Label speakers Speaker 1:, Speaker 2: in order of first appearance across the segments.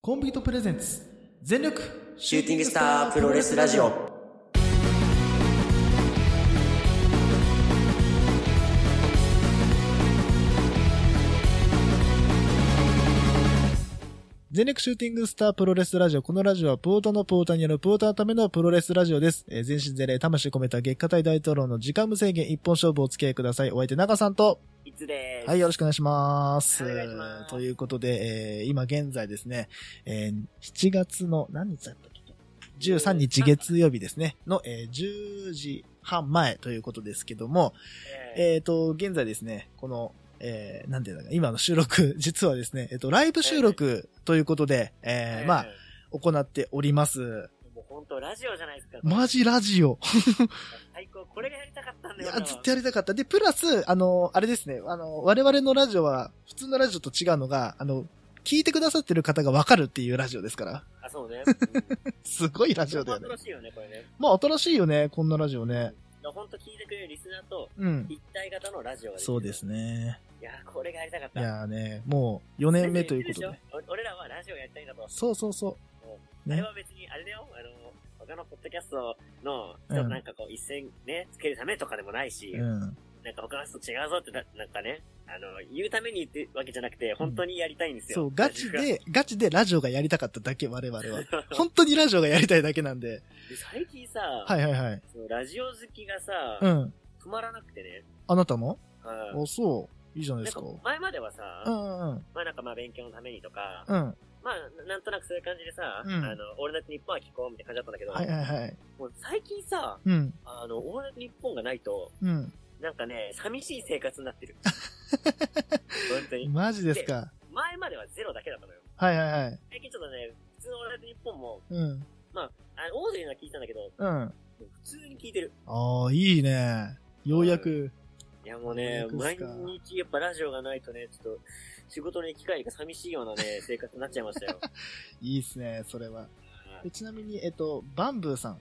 Speaker 1: コンビートプレゼンツ全力
Speaker 2: シューティングスタープロレスラジオ。
Speaker 1: 全力シューティングスタープロレスラジオ。このラジオはポーターのポーターによるポーターのためのプロレスラジオです。えー全身全霊、魂込めた月下大大統領の時間無制限一本勝負をお付き合いください。お相手中さんと、
Speaker 2: いつで
Speaker 1: はい、よろしくお願いします。
Speaker 2: お願いします
Speaker 1: ということで、えー今現在ですね、えー7月の何日だったっけ ?13 日月曜日ですね、の、えー10時半前ということですけども、えっ、と、現在ですね、この、えーなんていうんだか、今の収録、 実はですね、えっ、と、ライブ収録ということで、えーまあ、、行っております。
Speaker 2: もう本当ラジオじゃないですか。
Speaker 1: マジラジオ。
Speaker 2: 最高。これがやりたかったん
Speaker 1: い
Speaker 2: だよ。
Speaker 1: や、 ずっとやりたかった。で、プラス、あの、あれですね、あの、我々のラジオは、普通のラジオと違うのが、あの、聞いてくださってる方がわかるっていうラジオですから。
Speaker 2: あ、そうね。
Speaker 1: すごいラジオだよね
Speaker 2: 楽。しいよね、これね。
Speaker 1: まあ、新しいよね、こんなラジオね。
Speaker 2: 本当聞いてくれるリスナーと
Speaker 1: うん。
Speaker 2: 一体型のラジオが
Speaker 1: そうです
Speaker 2: ね。
Speaker 1: ね。
Speaker 2: いや、これがやりたかっ
Speaker 1: い
Speaker 2: た。
Speaker 1: やーね、もう、4年目ということで。。
Speaker 2: 俺らはラジオやりたいんだと。
Speaker 1: そうそうそう。
Speaker 2: あれは別に、あれだよ、あの、他のポッドキャストの、なんかこう、一線ね、つけるためとかでもないし、
Speaker 1: うん。
Speaker 2: なんか他の人と違うぞってな、なんかね、あの、言うために言ってるわけじゃなくて、本当にやりたいんですよ。
Speaker 1: そう、ガチで、ガチでラジオがやりたかっただけ、我々は。本当にラジオがやりたいだけなんで。
Speaker 2: で最近さ、
Speaker 1: はいはいはい。
Speaker 2: そのラジオ好きがさ、
Speaker 1: うん。
Speaker 2: 止まらなくてね、
Speaker 1: あなたも
Speaker 2: うん
Speaker 1: お、そう。いいじゃない
Speaker 2: な
Speaker 1: で
Speaker 2: ん
Speaker 1: す
Speaker 2: か
Speaker 1: か。
Speaker 2: 前まではさ、
Speaker 1: うんうんうん。
Speaker 2: まあなんかまあ勉強のためにとか、
Speaker 1: うん。
Speaker 2: まあなんとなくそういう感じでさ、
Speaker 1: うん
Speaker 2: あの、オールナイトニッポンは聞こうみたいな感じだったんだけど、
Speaker 1: はいはいはい。
Speaker 2: もう最近さ、
Speaker 1: うん。
Speaker 2: あの、オールナイトニッポンがないと、
Speaker 1: うん。
Speaker 2: なんかね、寂しい生活になっ てる。本当に。
Speaker 1: マジですか。
Speaker 2: 前まではゼロだけだったのよ。
Speaker 1: はいはいはい。
Speaker 2: 最近ちょっとね、普通のオールナイトニッポンも、
Speaker 1: うん。
Speaker 2: あの、オードリーのは聞いたんだけど、
Speaker 1: うん。
Speaker 2: 普通に聞いてる。
Speaker 1: ああ、いいね。ようやく。
Speaker 2: いやもうね、
Speaker 1: どうで
Speaker 2: 毎
Speaker 1: すか
Speaker 2: 日やっぱラジオがないとね、ちょっと仕事の機会が寂しいような ね、生活になっちゃいましたよ。
Speaker 1: いいっすね、それは。
Speaker 2: はい
Speaker 1: でちなみに、えっと、バンブーさん。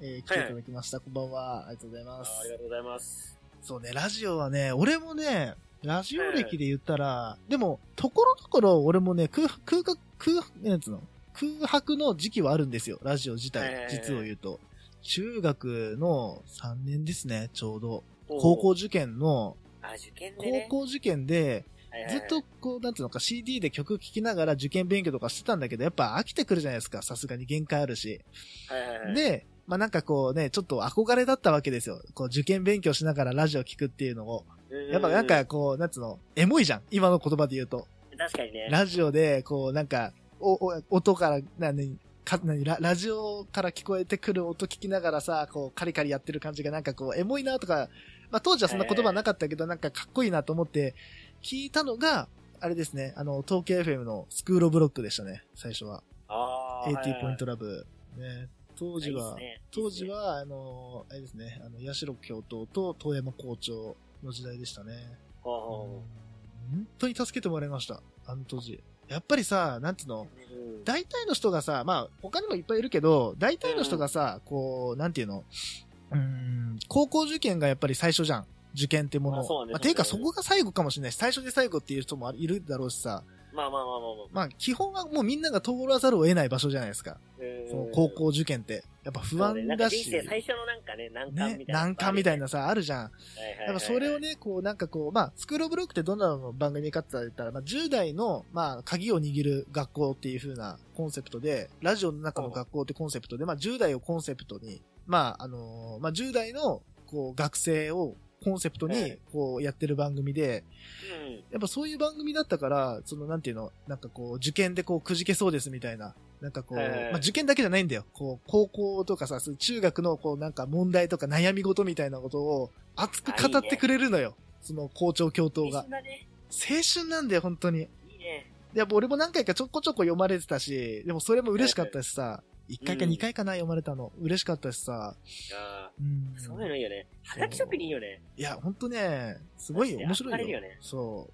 Speaker 1: えー来ていただきました。こんばんは。ありがとうござい
Speaker 2: あ
Speaker 1: ま
Speaker 2: あり
Speaker 1: す
Speaker 2: が。とうございます。
Speaker 1: そうね、ラジオはね、俺もね、ラジオ歴で言ったら、でも、ところどころ俺もね、空白、空白、空白、なんつうの空白の時期はあるんですよ、ラジオ自
Speaker 2: はいはい
Speaker 1: 体
Speaker 2: は、い
Speaker 1: 実を言うと。中学の3年ですね、ちょうど。高校
Speaker 2: おー
Speaker 1: 受験の、
Speaker 2: あ、受験でね
Speaker 1: 高。校受験で、
Speaker 2: はいはい
Speaker 1: ず
Speaker 2: はい
Speaker 1: っと、こう、なんつうのか、CD で曲聴きながら受験勉強とかしてたんだけど、やっぱ飽きてくるじゃないですか、さすがに限界あるし。
Speaker 2: はいはいはい、
Speaker 1: で、まあなんかこうね、ちょっと憧れだったわけですよ。こう、受験勉強しながらラジオ聴くっていうのを。
Speaker 2: うん
Speaker 1: やっぱなんか、こう、なんつうの、エモいじゃん。今の言葉で言うと。
Speaker 2: 確かにね。
Speaker 1: ラジオで、こう、なんか、お、お、音から、な、に、か、なに、ララジオから聞こえてくる音聞きながらさ、こう、カリカリやってる感じがなんかこう、エモいなとか、まあ当時はそんな言葉なかったけど、なんかかっこいいなと思って、聞いたのが、あれですね、あの、東京 FM のスクールオブロックでしたね、最初は。
Speaker 2: ああ。
Speaker 1: AT ポイン
Speaker 2: ト
Speaker 1: トラブ。ね、当時は、当時。は、あの、あれですね、あの、八代教頭と遠山校長の時代でしたね。
Speaker 2: ほ
Speaker 1: 本当に助けてもらいました。あの当時。やっぱりさ、なんつうの
Speaker 2: う、ほううん
Speaker 1: 大体の人がさ、まあ、他にもいっぱいいるけど、大体の人がさ、こう、なんていうの、うーん、高校受験がやっぱり最初じゃん。受験ってもの。
Speaker 2: まあそうね
Speaker 1: まあていうか
Speaker 2: そ
Speaker 1: そう
Speaker 2: ね
Speaker 1: こが最後かもしれないし、最初で最後っていう人もいるだろうしさ、
Speaker 2: まあまあまあまあまあ。
Speaker 1: まあ、基本はもうみんなが通らざるを得ない場所じゃないですか。
Speaker 2: うん
Speaker 1: その高校受験って。やっぱ不安
Speaker 2: そうねなんか
Speaker 1: だし
Speaker 2: 人、生最初のなんかね、難関
Speaker 1: ね
Speaker 2: み、たいな。
Speaker 1: 難関みたいな。さ、あるじゃん。
Speaker 2: はいはいはいはい、
Speaker 1: なんかそれをね、こう、なんかこう、まあ、スクールオブロックってどんなの番組かって言ったら、まあ、10代の、まあ、鍵を握る学校っていう風なコンセプトで、ラジオの中の学校ってコンセプトで、まあ、10代をコンセプトに、まあ、あのーまあ、10代の、こう、学生をコンセプト
Speaker 2: は
Speaker 1: に
Speaker 2: い、
Speaker 1: こう、やってる番組で、
Speaker 2: うん。
Speaker 1: やっぱそういう番組だったから、その、なんていうの、なんかこう、受験でこう、くじけそうですみたいな。なんかこう、
Speaker 2: はいはいはい
Speaker 1: まあ、受験だけじゃないんだよ。こう、高校とかさ、そういう中学のこう、なんか問題とか悩み事みたいなことを熱く語ってくれるのよ。その校長教頭
Speaker 2: 一
Speaker 1: が
Speaker 2: 緒。だね。
Speaker 1: 青春なんだよ、本当に。
Speaker 2: いいね。
Speaker 1: でやっぱ俺も何回かちょこちょこ読まれてたし、でもそれも嬉しかったしさ、1回か2回かな、読まれたの。嬉しかったしさ。
Speaker 2: あ
Speaker 1: うん
Speaker 2: ー。そういうのいいよね。はがき職人いいよね。
Speaker 1: いや、ほんとね、すごい面白いよ。
Speaker 2: 憧れるよね
Speaker 1: そ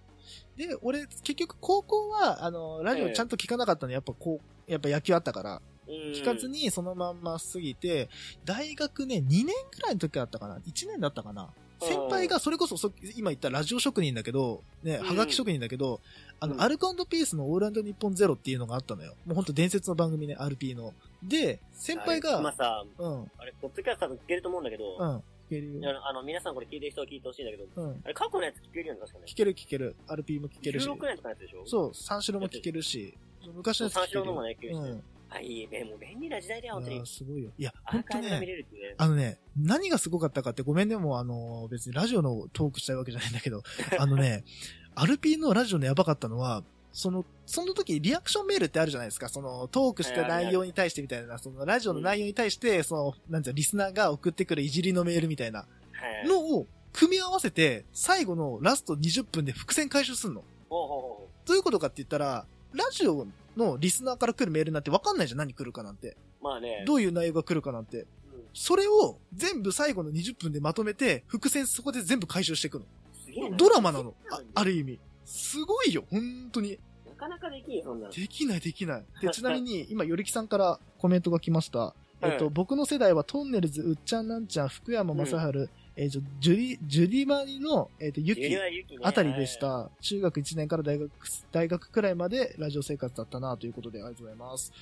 Speaker 1: う。で、俺、結局高校は、あの、ラジオちゃんと聞かなかったの、やっぱこう、やっぱ野球あったから、
Speaker 2: うん。
Speaker 1: 聞かずにそのまんま過ぎて、大学ね、2年くらいの時だったかな ?1 年だったかな先輩がそれこそそ今言ったラジオ職人だけど、ね、
Speaker 2: うん
Speaker 1: はがき職人だけど、あ
Speaker 2: う
Speaker 1: の、
Speaker 2: ん
Speaker 1: アルコピースのオールニッポンゼロっていうのがあったのよ。もうほんと伝説の番組ね、RP の。で、先輩
Speaker 2: あれ今
Speaker 1: が、
Speaker 2: さ、
Speaker 1: うん、
Speaker 2: あれ、ポッドキャスト多分聞けると思うんだけど、
Speaker 1: うん、聞けるよ。
Speaker 2: あの、あの皆さんこれ聞いてる人は聞いてほしいんだけど、
Speaker 1: うん、
Speaker 2: あれ、過去のやつ聞けるよね、確かね。
Speaker 1: 聞ける聞ける。RP も聞けるし
Speaker 2: 16。年とかのやつでしょう。
Speaker 1: そう、三四郎も聞けるし、昔のやつ聞ける
Speaker 2: 三四郎のもね聞けるし
Speaker 1: うん
Speaker 2: あ、いいね。もう便利な時代だよ、本当
Speaker 1: い
Speaker 2: に
Speaker 1: や。すごいよ。いや、
Speaker 2: ア
Speaker 1: ほん
Speaker 2: ー
Speaker 1: と
Speaker 2: カイブが
Speaker 1: ね、
Speaker 2: 見れるっていうね。
Speaker 1: あのね、何がすごかったかって、ごめんね、もうあの、別にラジオのトークしたいわけじゃないんだけ ど、あのね、アルピーのラジオのやばかったのは、その、その時リアクションメールってあるじゃないですか、そのトークした内容に対してみたいな、そのラジオの内容に対して、その、なんていうのリスナーが送ってくるいじりのメールみたいな
Speaker 2: はい。
Speaker 1: のを組み合わせて、最後のラスト20分で伏線回収すんの。
Speaker 2: ほうほうほうほ
Speaker 1: どういうことかって言ったら、ラジオのリスナーから来るメールなんて分かんないじゃん、何来るかなんて。
Speaker 2: う。まあね。
Speaker 1: どういう内容が来るかなんて。
Speaker 2: うん
Speaker 1: それを全部最後の20分でまとめて、伏線そこで全部回収していく
Speaker 2: すげえ
Speaker 1: の。
Speaker 2: な
Speaker 1: ドラマなの。ああ
Speaker 2: る。
Speaker 1: る意味。すごいよ、本当に。
Speaker 2: なかなかできんよ、そんなの。
Speaker 1: できないできない。で、ちなみに、今、よりきさんからコメントが来ました。えっ
Speaker 2: う
Speaker 1: と、
Speaker 2: ん
Speaker 1: 僕の世代はトンネルズ、うっちゃんなんちゃん、福山雅治、えー、じゃジュリ、ジュリマリの、えっ、と、ゆき
Speaker 2: ゆりはゆきね
Speaker 1: あたりでし。た。中学1年から大学、大学くらいまでラジオ生活だったなということでありがとうございます。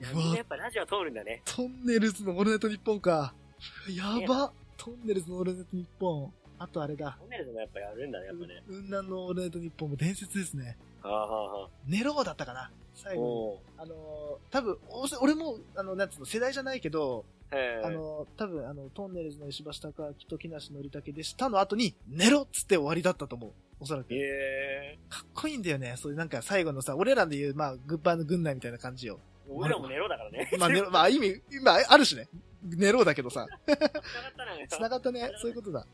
Speaker 2: や
Speaker 1: う
Speaker 2: みんな
Speaker 1: わ
Speaker 2: や、っぱラジオ通るんだね。
Speaker 1: トンネルズのオールナイトニッポンか。やば。トンネルズのオールナイトニッポン。あとあれだ。
Speaker 2: トンネルズもやっぱやるんだね、やっぱね。
Speaker 1: 雲南のオールナイトニッポンも伝説ですね。
Speaker 2: はあはあは
Speaker 1: ネローだったかな。
Speaker 2: あ。
Speaker 1: 最後
Speaker 2: お
Speaker 1: に。あのー、多分、おせ俺も、あの、なんつうの、世代じゃないけど、
Speaker 2: ーへえ。
Speaker 1: あのー、多分、あの、トンネルズの石橋貴明と木梨憲武でしたの後に、ネロっつって終わりだったと思う。おそらく。
Speaker 2: へえ。
Speaker 1: かっこいいんだよね。そういうなんか最後のさ、俺らで言う、まあ、グッバイの軍内みたいな感じ よ。
Speaker 2: 俺らもネロだからね。
Speaker 1: まあ、ね、まあ、意味、まあ、あるしね。寝ろうだけどさ。
Speaker 2: 繋がったな。
Speaker 1: 繋がった ね。そういうことだ。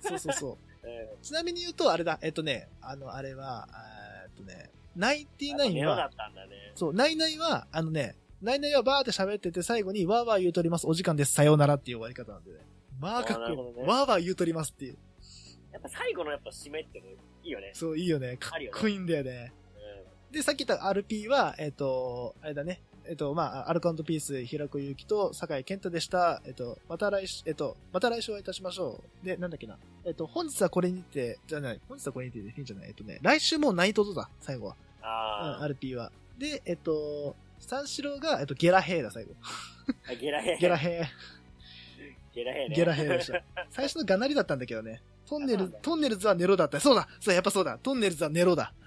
Speaker 1: そうそうそう。
Speaker 2: え
Speaker 1: ちなみに言うと、あれだ。えっとね、あの、あれは、あーっとね、ナインティ
Speaker 2: ー
Speaker 1: ナイ
Speaker 2: ネ
Speaker 1: ン
Speaker 2: ロだ
Speaker 1: は、
Speaker 2: ったんだね。
Speaker 1: そう、ナイナイは、あのね、ナイナイはバーって喋ってて、最後に、わーわー言うとります。お時間です。さようならっていう終わり方なんでね。まあ、かっ
Speaker 2: あー
Speaker 1: こい
Speaker 2: なる
Speaker 1: い。
Speaker 2: ほどね
Speaker 1: わーわー言うとりますっていう。
Speaker 2: やっぱ最後のやっぱ締めってのいいよね。
Speaker 1: そう、いいよね。かっこいいんだよね。
Speaker 2: う
Speaker 1: で、さっき言った RP は、えっ、と、あれだね。えっ、と、まあ、アルカントピース、平子ゆうきと、酒井健太でした。えっ、と、また来週、えっ、と、また来週お会いいたしましょう。で、なんだっけな。えっ、と、本日はこれにて、じゃない、本日はこれにてでいいんじゃないえっ、とね、来週もうナイトとだ、最後は。
Speaker 2: ん。
Speaker 1: うん、
Speaker 2: あ
Speaker 1: RP は。で、えっ、と、三四郎が、えっ、と、ゲラヘイだ、最後。
Speaker 2: あ。ゲラヘ
Speaker 1: ゲラヘ
Speaker 2: ゲラヘ
Speaker 1: イ。
Speaker 2: ね。
Speaker 1: ゲラヘイでした。最初のがなりだったんだけどね。トンネ
Speaker 2: あそ
Speaker 1: ル
Speaker 2: うなんだ、
Speaker 1: トンネルズはネロだった。そうだそう、やっぱそうだ。トンネルズはネロだ。
Speaker 2: うん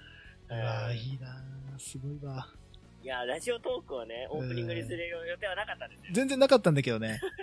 Speaker 1: ああ、いいなーすごいわ。
Speaker 2: いや、ラジオトークはね、オープニングにする予定はなかったんですよ。
Speaker 1: 全然なかったんだけどね。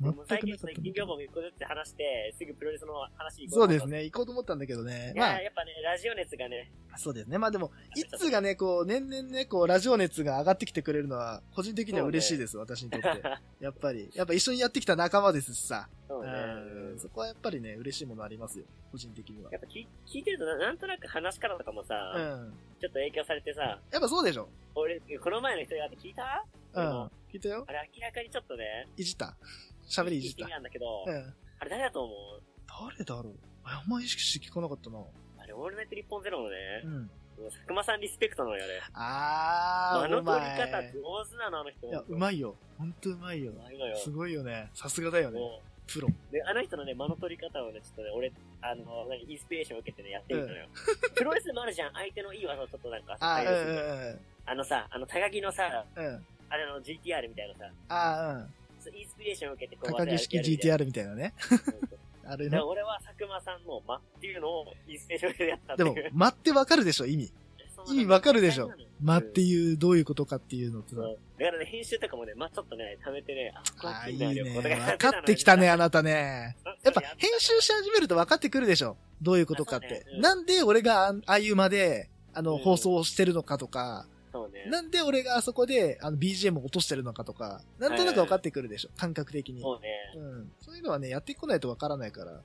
Speaker 2: で
Speaker 1: 全
Speaker 2: も
Speaker 1: く
Speaker 2: 最近
Speaker 1: な
Speaker 2: ちょ
Speaker 1: か
Speaker 2: っ
Speaker 1: っ
Speaker 2: と
Speaker 1: た
Speaker 2: 金。魚も一個ずつ話して、すぐプロレスの話行こ
Speaker 1: そうです
Speaker 2: ね。
Speaker 1: ね、行こうと思ったんだけどね。
Speaker 2: い
Speaker 1: ま
Speaker 2: や、やっぱね、ラジオ熱がね、
Speaker 1: あ、そうですね。まあでも、いつがね、こう、年々ね、こう、ラジオ熱が上がってきてくれるのは、個人的には嬉しいです、私に とって。やっぱり、やっぱ一緒にやってきた仲間ですしさ。
Speaker 2: そう
Speaker 1: う
Speaker 2: ね。
Speaker 1: ん、そこはやっぱりね、嬉しいものありますよ、個人的には
Speaker 2: や。っぱ聞聞いてるとな、なんとなく話し方とかも
Speaker 1: う
Speaker 2: さ、
Speaker 1: ん。
Speaker 2: ちょっと影響されてさ、
Speaker 1: やっぱそうでしょ
Speaker 2: 俺、この前の人が聞いた
Speaker 1: うん
Speaker 2: うん。
Speaker 1: 聞いたよ
Speaker 2: あれ明らかにちょっとね、
Speaker 1: いじった。喋りいじっ
Speaker 2: 意識
Speaker 1: た。
Speaker 2: なんだけど、
Speaker 1: うん。
Speaker 2: あれ誰だと思う
Speaker 1: 誰だろうああんま意識して聞かなかったな。
Speaker 2: あれ、オールナイト日本ゼロのね、
Speaker 1: うん。
Speaker 2: 佐久間さんリスペクトなのよね。
Speaker 1: あ
Speaker 2: あ
Speaker 1: ー、
Speaker 2: の
Speaker 1: う
Speaker 2: 撮り
Speaker 1: まい
Speaker 2: 方上手なの、あの人。
Speaker 1: いや、う
Speaker 2: い。
Speaker 1: まいよ。ほんとうまいよ
Speaker 2: う。まいのよ。
Speaker 1: すごいよね。さすがだよね。
Speaker 2: も
Speaker 1: プロ。
Speaker 2: うで、あの人のね、間の取り方をね、ちょっとね、俺、あの、何、インスピレーションを受けてね、やってみたのよ。プロレスでもあるじゃん、相手のいい技をちょっとなんか、
Speaker 1: あ
Speaker 2: あ
Speaker 1: ー、うんうん
Speaker 2: のさ、あの、高木のさ、
Speaker 1: うん。うん。
Speaker 2: あれの GTR みたいなさ、
Speaker 1: あ
Speaker 2: そうインスピレーションを受けて、
Speaker 1: ー、
Speaker 2: こ
Speaker 1: うん。
Speaker 2: う、
Speaker 1: 高木式 GTR みたいなね。
Speaker 2: 技をやるみたいな。そうそう
Speaker 1: あれ
Speaker 2: だか
Speaker 1: ね
Speaker 2: ら。俺は佐久間さんの間っていうのをインスピレーションでやったって
Speaker 1: で
Speaker 2: い
Speaker 1: も
Speaker 2: う、。
Speaker 1: 間ってわかるでしょ、意味。
Speaker 2: そう
Speaker 1: 意味わかるでしょ
Speaker 2: そうなのよ
Speaker 1: 間っていう、どういうことかっていうのってさ
Speaker 2: そうだからね、編集とかもね、まあ、ちょっとね、貯めてね、あ、こうやっ
Speaker 1: あー
Speaker 2: てん
Speaker 1: いい
Speaker 2: だよ
Speaker 1: ね。
Speaker 2: こ
Speaker 1: 分
Speaker 2: うやてん
Speaker 1: か
Speaker 2: だよ
Speaker 1: ってきたね、あなたね。やっぱ、編集し始めると分かってくるでしょ。どういうことかっ
Speaker 2: あそう
Speaker 1: て
Speaker 2: ねう。ん
Speaker 1: なんで俺があんああいう間で、あ
Speaker 2: う
Speaker 1: の、
Speaker 2: ん
Speaker 1: 放送をしてるのかとか、
Speaker 2: そうね。
Speaker 1: なんで俺があそこで、あの、BGM を落としてるのかとか、なんとなく分かってくるでしょ、感覚的に。
Speaker 2: そうね。
Speaker 1: うん。そういうのはね、やってこないと分からないから。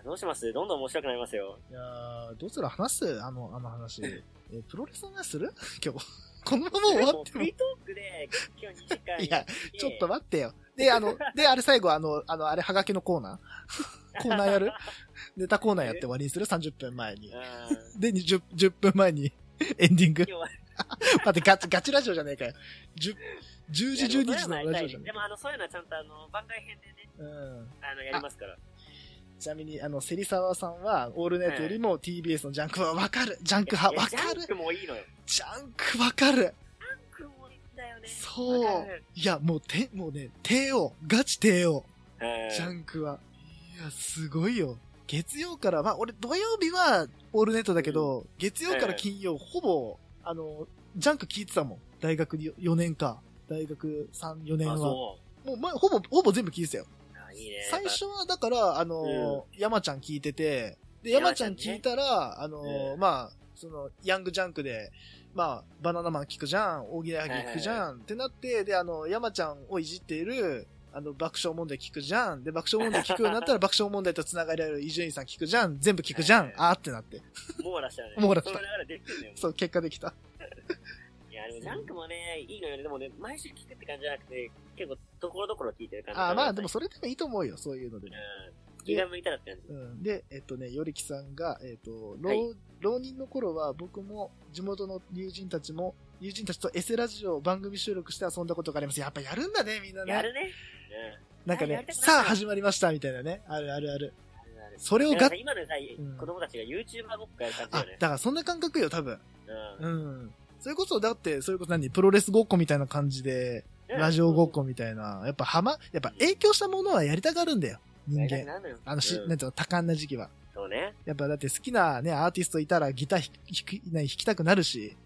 Speaker 2: あどうしますどんどん面白くなりますよ。
Speaker 1: いやーどうする話すあの、あの話。えープロレスの話する今日。 このまま終わって
Speaker 2: フ
Speaker 1: も。
Speaker 2: リ
Speaker 1: い
Speaker 2: ートークで、今日2時間。
Speaker 1: や、ちょっと待ってよ。で、あの、で、あれ最後、あの、あの、あれ、はがきのコーナーコーナーやるネタコーナーやって終わりにする ?30 分前に
Speaker 2: う。ん。
Speaker 1: で、20、10分前に エンディング
Speaker 2: 今。日は、
Speaker 1: 待って、ガチ、ガチラジオじゃねえかよ。10、10時、12時のラジオじゃね
Speaker 2: でも、あの、そういうのはちゃんと、あの、番外編でね、
Speaker 1: えか。うん。
Speaker 2: あの、やりますから。
Speaker 1: ちなみに、あの、芹沢さんは、オールナイトよりも TBS のジャンクはわかる。ジャンク派わ
Speaker 2: ジ
Speaker 1: か
Speaker 2: ャンク
Speaker 1: る。
Speaker 2: もいいのよ。
Speaker 1: ジャンクわかる。
Speaker 2: ジャンクもいいんだよね。
Speaker 1: そう
Speaker 2: わかる。
Speaker 1: いや、もう、て、もうね、帝王。ガチ帝王。
Speaker 2: うん
Speaker 1: ジャンクは。いや、すごいよ。月曜から、まあ、俺、土曜日は、オールネットだけど、月曜から金曜、ほぼ、あの、ジャンク聞いてたもん。大学4年か。大学3、4年
Speaker 2: あ、
Speaker 1: は。も、
Speaker 2: そう
Speaker 1: ま、ほぼ、ほぼ全部聞いてたよ。
Speaker 2: う。あいいね。
Speaker 1: 最初は、だから、あの、山ちゃん聞いてて、で、山
Speaker 2: 山
Speaker 1: ち
Speaker 2: ち
Speaker 1: ゃ
Speaker 2: ゃ
Speaker 1: ん
Speaker 2: んね
Speaker 1: 聞いたら、あの、
Speaker 2: うん
Speaker 1: まあ、その、ヤングジャンクで、まあ、バナナマン聞くじゃん、大喜利ハギ聞くじ
Speaker 2: は
Speaker 1: ゃん、ってなって、で、あの、山ちゃんをいじっている、あの、爆笑問題聞くじゃん、で、爆笑問題聞くようになっ たら、爆笑問題と繋がりある伊集院さん聞くじゃん、全部聞くじゃ
Speaker 2: は
Speaker 1: ん
Speaker 2: い、
Speaker 1: あーってなって。
Speaker 2: 網羅したよね。
Speaker 1: 網羅した
Speaker 2: その流れできてるのよ。
Speaker 1: そう、結果できた。
Speaker 2: いや、でもジャンクもね、いいのよね。でもね、毎週聞くって感じじゃなくて、結構、ところどころ聞いてる感じ。
Speaker 1: あーまあ、でも、それでもいいと思うよ、そういうので
Speaker 2: う
Speaker 1: も。
Speaker 2: ん。気が向いたらって感じ。
Speaker 1: うん、で、えっとね、よりきさんが、えっと、浪,、
Speaker 2: はい
Speaker 1: 浪人の頃は僕も地元の友人たちも、友人たちとエセラジオを番組収録して遊んだことがあります。やっぱやるんだね、みんな
Speaker 2: や
Speaker 1: ね。
Speaker 2: るね。
Speaker 1: なんか
Speaker 2: や
Speaker 1: ね
Speaker 2: り、たくなる
Speaker 1: さあ始まりました、みたいなね。あるあるある。
Speaker 2: うん。あるある
Speaker 1: それを
Speaker 2: だから
Speaker 1: が
Speaker 2: さ、今のさ
Speaker 1: ん、
Speaker 2: 子供たちが YouTuber ごっこやる感じだ
Speaker 1: あ
Speaker 2: よ、ね。
Speaker 1: だからそんな感覚よ、多分。
Speaker 2: う。
Speaker 1: うんん。それこそ、だって、それこそ何プロレスごっこみたいな感じで、ラジオごっこみたいな。やっぱはま、やっぱ影響したものはやりたがるんだよ。人
Speaker 2: やりたく
Speaker 1: 間。
Speaker 2: なるのよ。
Speaker 1: あのし、
Speaker 2: うん
Speaker 1: なんていうの、多感な時期は。
Speaker 2: そうね。
Speaker 1: やっぱだって好きなね、アーティストいたらギター弾き弾き弾きたくなるし、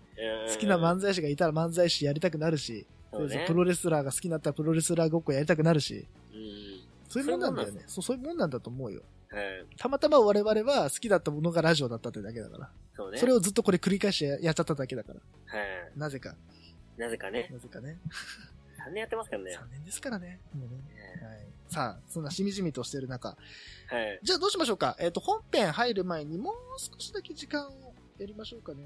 Speaker 1: 好きな
Speaker 2: 漫
Speaker 1: 漫才師がいたら漫才師やりたくなるし、
Speaker 2: そうね。
Speaker 1: プロレスラーが好きになったらプロレスラーごっこやりたくなるし、
Speaker 2: うん。
Speaker 1: そういうもんなんだよね。そうそういうもんなんだと思うよ。
Speaker 2: うん。
Speaker 1: たまたま我々は好きだったものがラジオだったってだけだから。
Speaker 2: そうね。
Speaker 1: それをずっとこれ繰り返してやっちゃっただけだから。
Speaker 2: は
Speaker 1: なぜか。
Speaker 2: い。なぜかね。
Speaker 1: なぜかね。
Speaker 2: 3年やってますからね。
Speaker 1: 3年ですからね。もうね。はい。さあ、そんなしみじみとしてる中。
Speaker 2: はい。
Speaker 1: じゃあどうしましょうか。えっ、と、本編入る前にもう少しだけ時間をやりましょうかね。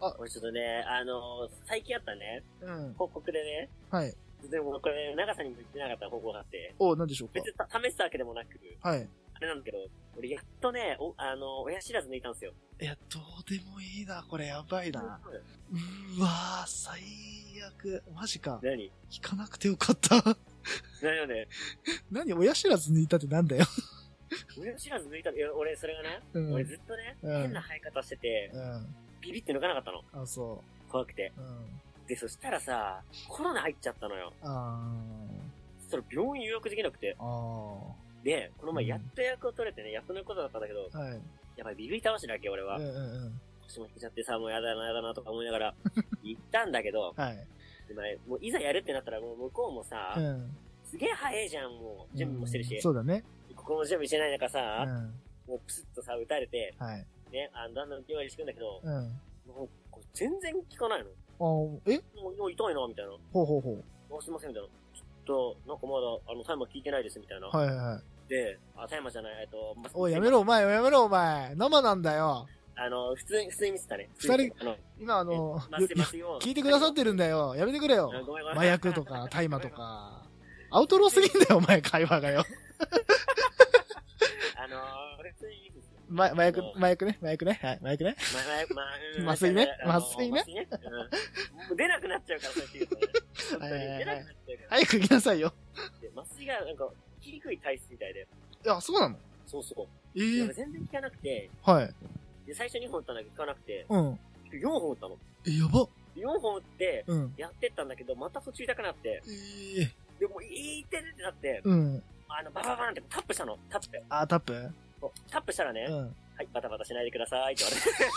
Speaker 1: あ、
Speaker 2: これちょっとね、あの、最近あったね、
Speaker 1: うん。
Speaker 2: 報告でね、
Speaker 1: はい。
Speaker 2: でもこれ、長さにも言ってなかった報告があって、
Speaker 1: お、なんでしょうか
Speaker 2: 別。にた試したわけでもなく、
Speaker 1: はい。
Speaker 2: あれなんだけど、俺やっとね、お、あの、親知らず抜いたんですよ。
Speaker 1: いや、どうでもいいな、これやばいな。
Speaker 2: うん
Speaker 1: うーわー、最悪。マジか。
Speaker 2: 何
Speaker 1: 聞かなくてよかった。
Speaker 2: 何よね、
Speaker 1: 何親知らず抜いたってなんだよ。
Speaker 2: 親知らず抜いたのいや俺、それがね、
Speaker 1: うん。う
Speaker 2: 俺
Speaker 1: ん
Speaker 2: ず。っとね、
Speaker 1: うん
Speaker 2: 変な生え方してて、ビビって抜かなかったの。
Speaker 1: あ、そ
Speaker 2: 怖くて。
Speaker 1: う。うん。
Speaker 2: で、そしたらさ、コロナ入っちゃったのよ。
Speaker 1: あ
Speaker 2: そしたら病院予約できなくて
Speaker 1: ー。。あ
Speaker 2: で、この前やっと予約を取れてね、やっと抜くことだったんだけど、
Speaker 1: ー。はい。
Speaker 2: やばい、ビビり倒してなきゃ俺は
Speaker 1: うん。うんうん。
Speaker 2: 腰も引けちゃってさ、もうやだな、やだなとか思いながら、行ったんだけど、
Speaker 1: はい。
Speaker 2: でもねもういざやるってなったら、もう向こうもさ、
Speaker 1: うん。
Speaker 2: すげえ早いじゃん、もう。準備もしてるし
Speaker 1: うん。そうだね。
Speaker 2: ここも準備してない中
Speaker 1: う
Speaker 2: さ、
Speaker 1: ん。
Speaker 2: もうプスッとさ、打たれて、
Speaker 1: はい。
Speaker 2: ね、あの、だんだん弱りしてくんだけど、
Speaker 1: うん。
Speaker 2: もう、こう全然効かないの。
Speaker 1: あーえ
Speaker 2: もう、もう痛いな、みたいな。
Speaker 1: ほうほうほ
Speaker 2: あすいません、みたいな。ちょっと、なんかまだ、あの、タイマー効いてないです、みたいな。
Speaker 1: う。はいはいはい。
Speaker 2: で、あ、タイマーじゃない、えっと、ま
Speaker 1: おい、やめろ、お前、やめろ、お前。生なんだよ。
Speaker 2: あの、普通に、普通に見てたね。
Speaker 1: 二人
Speaker 2: 普通に あの、
Speaker 1: 今、あの、
Speaker 2: マスマスよ。
Speaker 1: 聞いてくださってるんだよ。やめてくれよ。
Speaker 2: あごめんごめん
Speaker 1: 麻薬とか、大麻とか。アウトローすぎんだよ、お前、会話がよ。
Speaker 2: あのー、普通に見てた
Speaker 1: ま、麻薬、麻薬ね、麻薬ね。はい、麻薬ね。
Speaker 2: まあ、まあ、うん
Speaker 1: 麻酔ね
Speaker 2: あの
Speaker 1: 麻酔ね
Speaker 2: 麻ねうんもう出なくなっちゃうから、そうやって言うとね。本 当に
Speaker 1: はいはいはい
Speaker 2: 出なくなっちゃうから。
Speaker 1: 早く来なさいよ。
Speaker 2: で麻酔がなんか、効きにくい体質みたいで。
Speaker 1: いや、そうなの
Speaker 2: そうそう。
Speaker 1: ええ
Speaker 2: いや全然効かなくて、
Speaker 1: はい。
Speaker 2: で、最初2本打ったんだけど効かなくて、
Speaker 1: うん。
Speaker 2: 4本打ったの。
Speaker 1: え、やば。
Speaker 2: 4本打って、
Speaker 1: うん。
Speaker 2: やってったんだけど、また途中痛くなって、
Speaker 1: ええ
Speaker 2: で、もう、いいってってなって、
Speaker 1: うん。
Speaker 2: あの、ババババンってタップしたの。タップ。
Speaker 1: あ、タップ
Speaker 2: こうタップしたらね、
Speaker 1: うん。
Speaker 2: はい、バタバタしないでくださいって言わ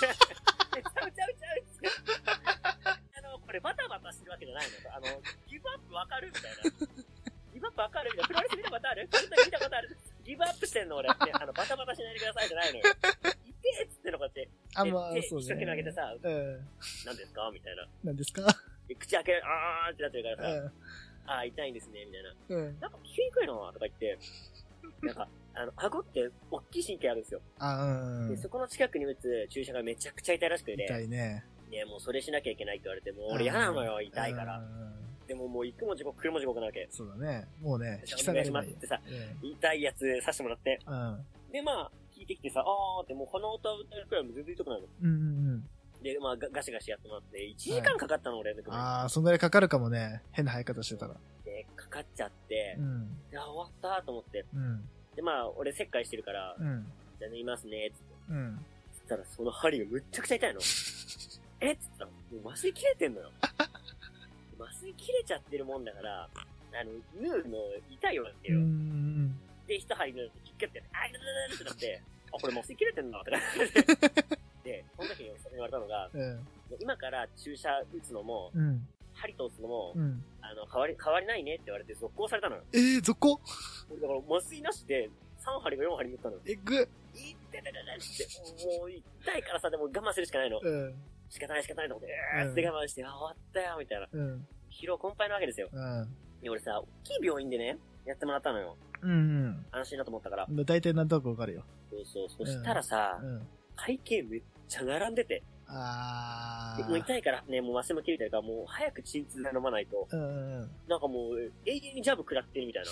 Speaker 2: れて。ちゃうちゃうちゃうってあの、これバタバタしてるわけじゃないの。あの、ギブアップわかるみたい な。ギブアップわかるみたいな。プロレス見たことある本当に見たことあるギブアップしてんの俺。ねあの、バタバタしないでくださいじ ゃないのよ。いてえっつってんのこっち。
Speaker 1: あ、まあ
Speaker 2: で、
Speaker 1: そう
Speaker 2: 手一生懸命上げて
Speaker 1: ね。
Speaker 2: さ、
Speaker 1: うん。
Speaker 2: 何ですかみたいな。
Speaker 1: 何ですか
Speaker 2: で口開ける、あーってなってるからさ、
Speaker 1: う
Speaker 2: あー痛いんですね、みたいな。
Speaker 1: ん。うん。
Speaker 2: なんか聞きにくいのとか言って、なんか、あの、顎って大きい神経あるんですよ。
Speaker 1: あ、うん
Speaker 2: で、。そこの近くに打つ注射がめちゃくちゃ痛いらしくて、
Speaker 1: 痛いね。
Speaker 2: ね、もうそれしなきゃいけないって言われて、もう俺嫌なのよ、痛いから
Speaker 1: う。ん。
Speaker 2: でももう行くも地獄、来るも地獄なわけ。
Speaker 1: そうだね。もうね、引き下が
Speaker 2: お願い
Speaker 1: れ
Speaker 2: しま
Speaker 1: な
Speaker 2: す
Speaker 1: い
Speaker 2: っ
Speaker 1: よ。
Speaker 2: てさ、
Speaker 1: うん
Speaker 2: 痛いやつ刺してもらって。
Speaker 1: うん。
Speaker 2: で、まあ、聞いてきてさ、あーってもうこの歌を歌うくらいも全然痛くないの。
Speaker 1: うんうん
Speaker 2: で、まあ、ガガシガシやってもらって、1時間かかったの、俺、抜
Speaker 1: う
Speaker 2: く
Speaker 1: ん。
Speaker 2: のに。
Speaker 1: ああ、そんぐらいかかるかもね。変な生え方してたら。
Speaker 2: で、かかっちゃって
Speaker 1: う、ん。
Speaker 2: いや、終わったと思って、
Speaker 1: うん。
Speaker 2: で、まあ、俺、切開してるから、
Speaker 1: うん。
Speaker 2: じゃあ縫いますね、つって。
Speaker 1: うん。
Speaker 2: つったら、その針がむっちゃくちゃ 痛いの。えっつったら、もう麻酔切れてんのよ。麻酔切れちゃってるもんだから、あの、縫うの痛いわけ
Speaker 1: う
Speaker 2: よ。
Speaker 1: ん。
Speaker 2: で、一針縫うと、キュッキュッて、あ、痛い痛い痛いって なって、あ、これ麻酔切れてんな、ってなって。で、その時に俺言われたのが、
Speaker 1: うん。
Speaker 2: 今から注射打つのも、
Speaker 1: うん。
Speaker 2: 針通すのも、
Speaker 1: うん。
Speaker 2: あの、変わり、変わりないねって言われて続行されたのよ。
Speaker 1: えー、続行
Speaker 2: 俺だから麻酔なしで、3針か4針打ったのよ。
Speaker 1: えぐ。
Speaker 2: いっててててって、もう痛いからさ、でも我慢するしかないの。
Speaker 1: うん。
Speaker 2: 仕方ない仕方ないと思って、えーって我慢して、あ、終わったよ、みたいな。
Speaker 1: うん。
Speaker 2: 疲労困憊なわけですよ。
Speaker 1: うん。
Speaker 2: で、俺さ、大きい病院でね、やってもらったのよ。
Speaker 1: うん。
Speaker 2: 安心だと思ったから。
Speaker 1: うん。大体なんとなくわかるよ。
Speaker 2: そうそう。そしたらさ、
Speaker 1: うん。
Speaker 2: 会計めっちゃ並んでて。
Speaker 1: あ
Speaker 2: でもう
Speaker 1: ー。
Speaker 2: 痛いからね、もう麻酔も切れてるから、もう早く鎮痛剤飲まないと、
Speaker 1: うん。
Speaker 2: なんかもう永遠にジャブ食らってるみた いな。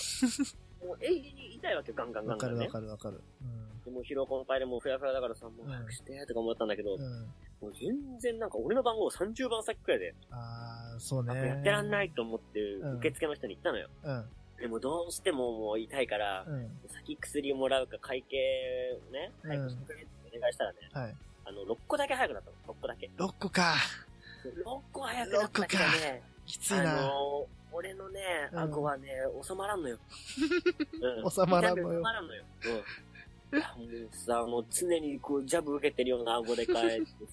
Speaker 2: もう永遠に痛いわけよ、ガンガンガ
Speaker 1: わ
Speaker 2: ン
Speaker 1: か
Speaker 2: ガ
Speaker 1: る
Speaker 2: ン
Speaker 1: わ
Speaker 2: ね。
Speaker 1: かるわかる。
Speaker 2: でもう疲労困憊でもうフラフラだからさ、もう早くしてとか思ったんだけど、
Speaker 1: うん。うん。
Speaker 2: もう全然なんか俺の番号30番先くらいで、
Speaker 1: あー、そうね。
Speaker 2: やってらんないと思って、
Speaker 1: ん
Speaker 2: 受付の人に言ったのよ。
Speaker 1: うん。
Speaker 2: でもどうしてももう痛いから、
Speaker 1: うん。
Speaker 2: 先薬もらうか会計ね、
Speaker 1: うん
Speaker 2: 早くしてくれってお願いしたらね、
Speaker 1: はい。
Speaker 2: あの、6個だけ早くなったの、6個だけ。
Speaker 1: 6個か。
Speaker 2: 6個早くなったけどね、
Speaker 1: きつい
Speaker 2: あ
Speaker 1: な。
Speaker 2: の、俺のね、
Speaker 1: うん
Speaker 2: 顎はね、収ま らんのよ。うん
Speaker 1: 収まらんのよ
Speaker 2: 痛み収まらんのよ。うん。いやもうさ、もう常にこう、ジャブ受けてるような顎で帰って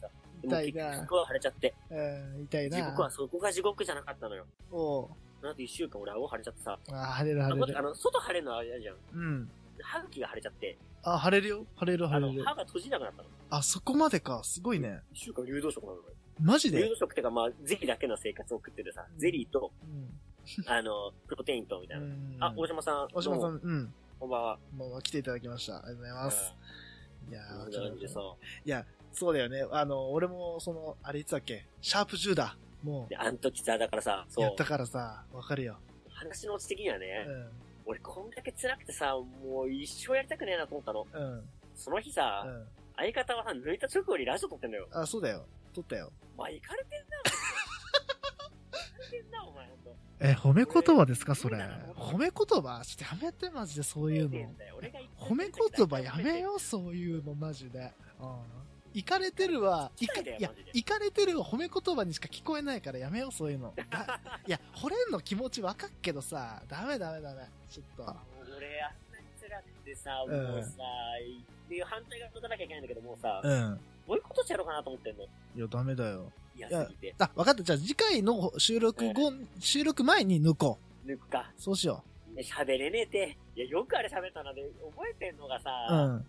Speaker 2: さ、でも
Speaker 1: 痛い
Speaker 2: 結局
Speaker 1: な
Speaker 2: そ。こは腫れちゃって、
Speaker 1: うん、痛い
Speaker 2: 地
Speaker 1: な。
Speaker 2: 獄はそこが地獄じゃなかったのよ。
Speaker 1: おう。
Speaker 2: なんと一週間俺顎腫れちゃってさ、
Speaker 1: あー、晴れる
Speaker 2: 顎
Speaker 1: 晴
Speaker 2: って
Speaker 1: れ
Speaker 2: あ
Speaker 1: る。
Speaker 2: の、外腫れるのあれじゃん。
Speaker 1: うん。
Speaker 2: 歯茎が腫れちゃって、
Speaker 1: あ、晴れるよ。晴れる
Speaker 2: あ
Speaker 1: 晴
Speaker 2: の
Speaker 1: れ、る。
Speaker 2: 歯が閉じなくなったの。
Speaker 1: あ、そこまでか。すごいね。
Speaker 2: 一週間流動食なのよ。
Speaker 1: マジ
Speaker 2: 流
Speaker 1: で
Speaker 2: 動食ってかまあ、ゼリーだけの生活を送っててさ、ゼリーと、
Speaker 1: うん。
Speaker 2: あの、プロテインと、みたいな。
Speaker 1: うん
Speaker 2: あ、大島さん。
Speaker 1: 大島
Speaker 2: ど
Speaker 1: さ
Speaker 2: うも。
Speaker 1: ん、うん。
Speaker 2: こんばんは。
Speaker 1: もう来ていただきました。ありがとうございます。いやー、
Speaker 2: う
Speaker 1: わ
Speaker 2: ん
Speaker 1: か
Speaker 2: な
Speaker 1: る
Speaker 2: んでさ、
Speaker 1: そうだよね。あの、俺も、その、あれいつだっけシャープ10だ。も
Speaker 2: であの時さ、だからさ、
Speaker 1: う、
Speaker 2: そ
Speaker 1: や
Speaker 2: う
Speaker 1: った。からさ、わかるよ。
Speaker 2: 話のオチ的には
Speaker 1: う
Speaker 2: ね、
Speaker 1: ん。
Speaker 2: 俺こんだけ辛くてさ、もう一生やりたくねえなと思ったの。
Speaker 1: うん。
Speaker 2: その日
Speaker 1: う
Speaker 2: さ、
Speaker 1: ん。
Speaker 2: 相方はさ、抜いた直後にラジオ撮ってんだよ。
Speaker 1: あ、そうだよ。撮ったよ。
Speaker 2: お前、行かれてんな、 お前。行かれてんな、お前、ほんと。
Speaker 1: え、褒め言葉ですかそ
Speaker 2: それ
Speaker 1: れ。褒め言葉ちょっとやめて、マジで、そういうの。
Speaker 2: 俺が言った
Speaker 1: 褒め言葉やめ。よ、そういうの、マジで。うん。いかれてるは、いか、
Speaker 2: 聞きたいんだよ
Speaker 1: いや
Speaker 2: マジで、
Speaker 1: いかれてるは褒め言葉にしか聞こえないからやめよう、そう いうの。だいや、惚れんの気持ちわかっけどさ、ダメダメダメ。ちょっと。
Speaker 2: 俺、あんなに辛くてさ、
Speaker 1: うん
Speaker 2: もうさ、っていう反対側向かなきゃいけないんだけど、もうさ、
Speaker 1: うん。
Speaker 2: ボイコットしてやろうかなと思ってんの。
Speaker 1: いや、ダメだよ。
Speaker 2: 嫌すぎて。
Speaker 1: あ、わかった。じゃあ次回の収録後、収録前に抜こ
Speaker 2: 抜くか。
Speaker 1: う。そうしよ
Speaker 2: 喋れねえて。いや、よくあれ喋ったなで、覚えてんのがさ、
Speaker 1: う。う
Speaker 2: あ
Speaker 1: ん。
Speaker 2: あん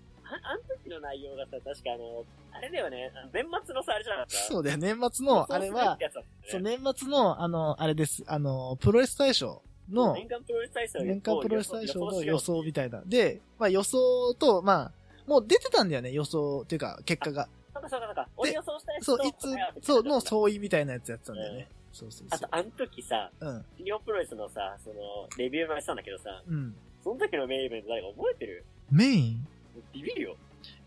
Speaker 2: 時の内容がさ、確かあの、あれだよね、あの年末のさ、あれじゃなかった
Speaker 1: そうだよ。年末の、あれは、そ、
Speaker 2: そうう、
Speaker 1: 年末の、あの、あれです。あの、プロレス大賞の、
Speaker 2: 年間プロレス大賞の
Speaker 1: 年間プロレス大賞の予想み
Speaker 2: み
Speaker 1: たいな。で、まあ予想と、まあ、もう出てたんだよね、予想っていうか、結果が。
Speaker 2: たいな。そうかそうかそうか。俺予想 したやつ
Speaker 1: そう
Speaker 2: と、
Speaker 1: い
Speaker 2: 答え合わせ
Speaker 1: つ、
Speaker 2: した
Speaker 1: そ
Speaker 2: や
Speaker 1: う、
Speaker 2: つ
Speaker 1: の
Speaker 2: だった
Speaker 1: 相違みたいなやつやってたんだよね。そうそう
Speaker 2: あ
Speaker 1: そ
Speaker 2: と、あの時さ、
Speaker 1: う。
Speaker 2: 日本プロレスのさ、その、レビュー前したんだけどさ、
Speaker 1: うん。うん。
Speaker 2: その時のメインイベント誰か覚えてる
Speaker 1: メイン
Speaker 2: もうビビるよ。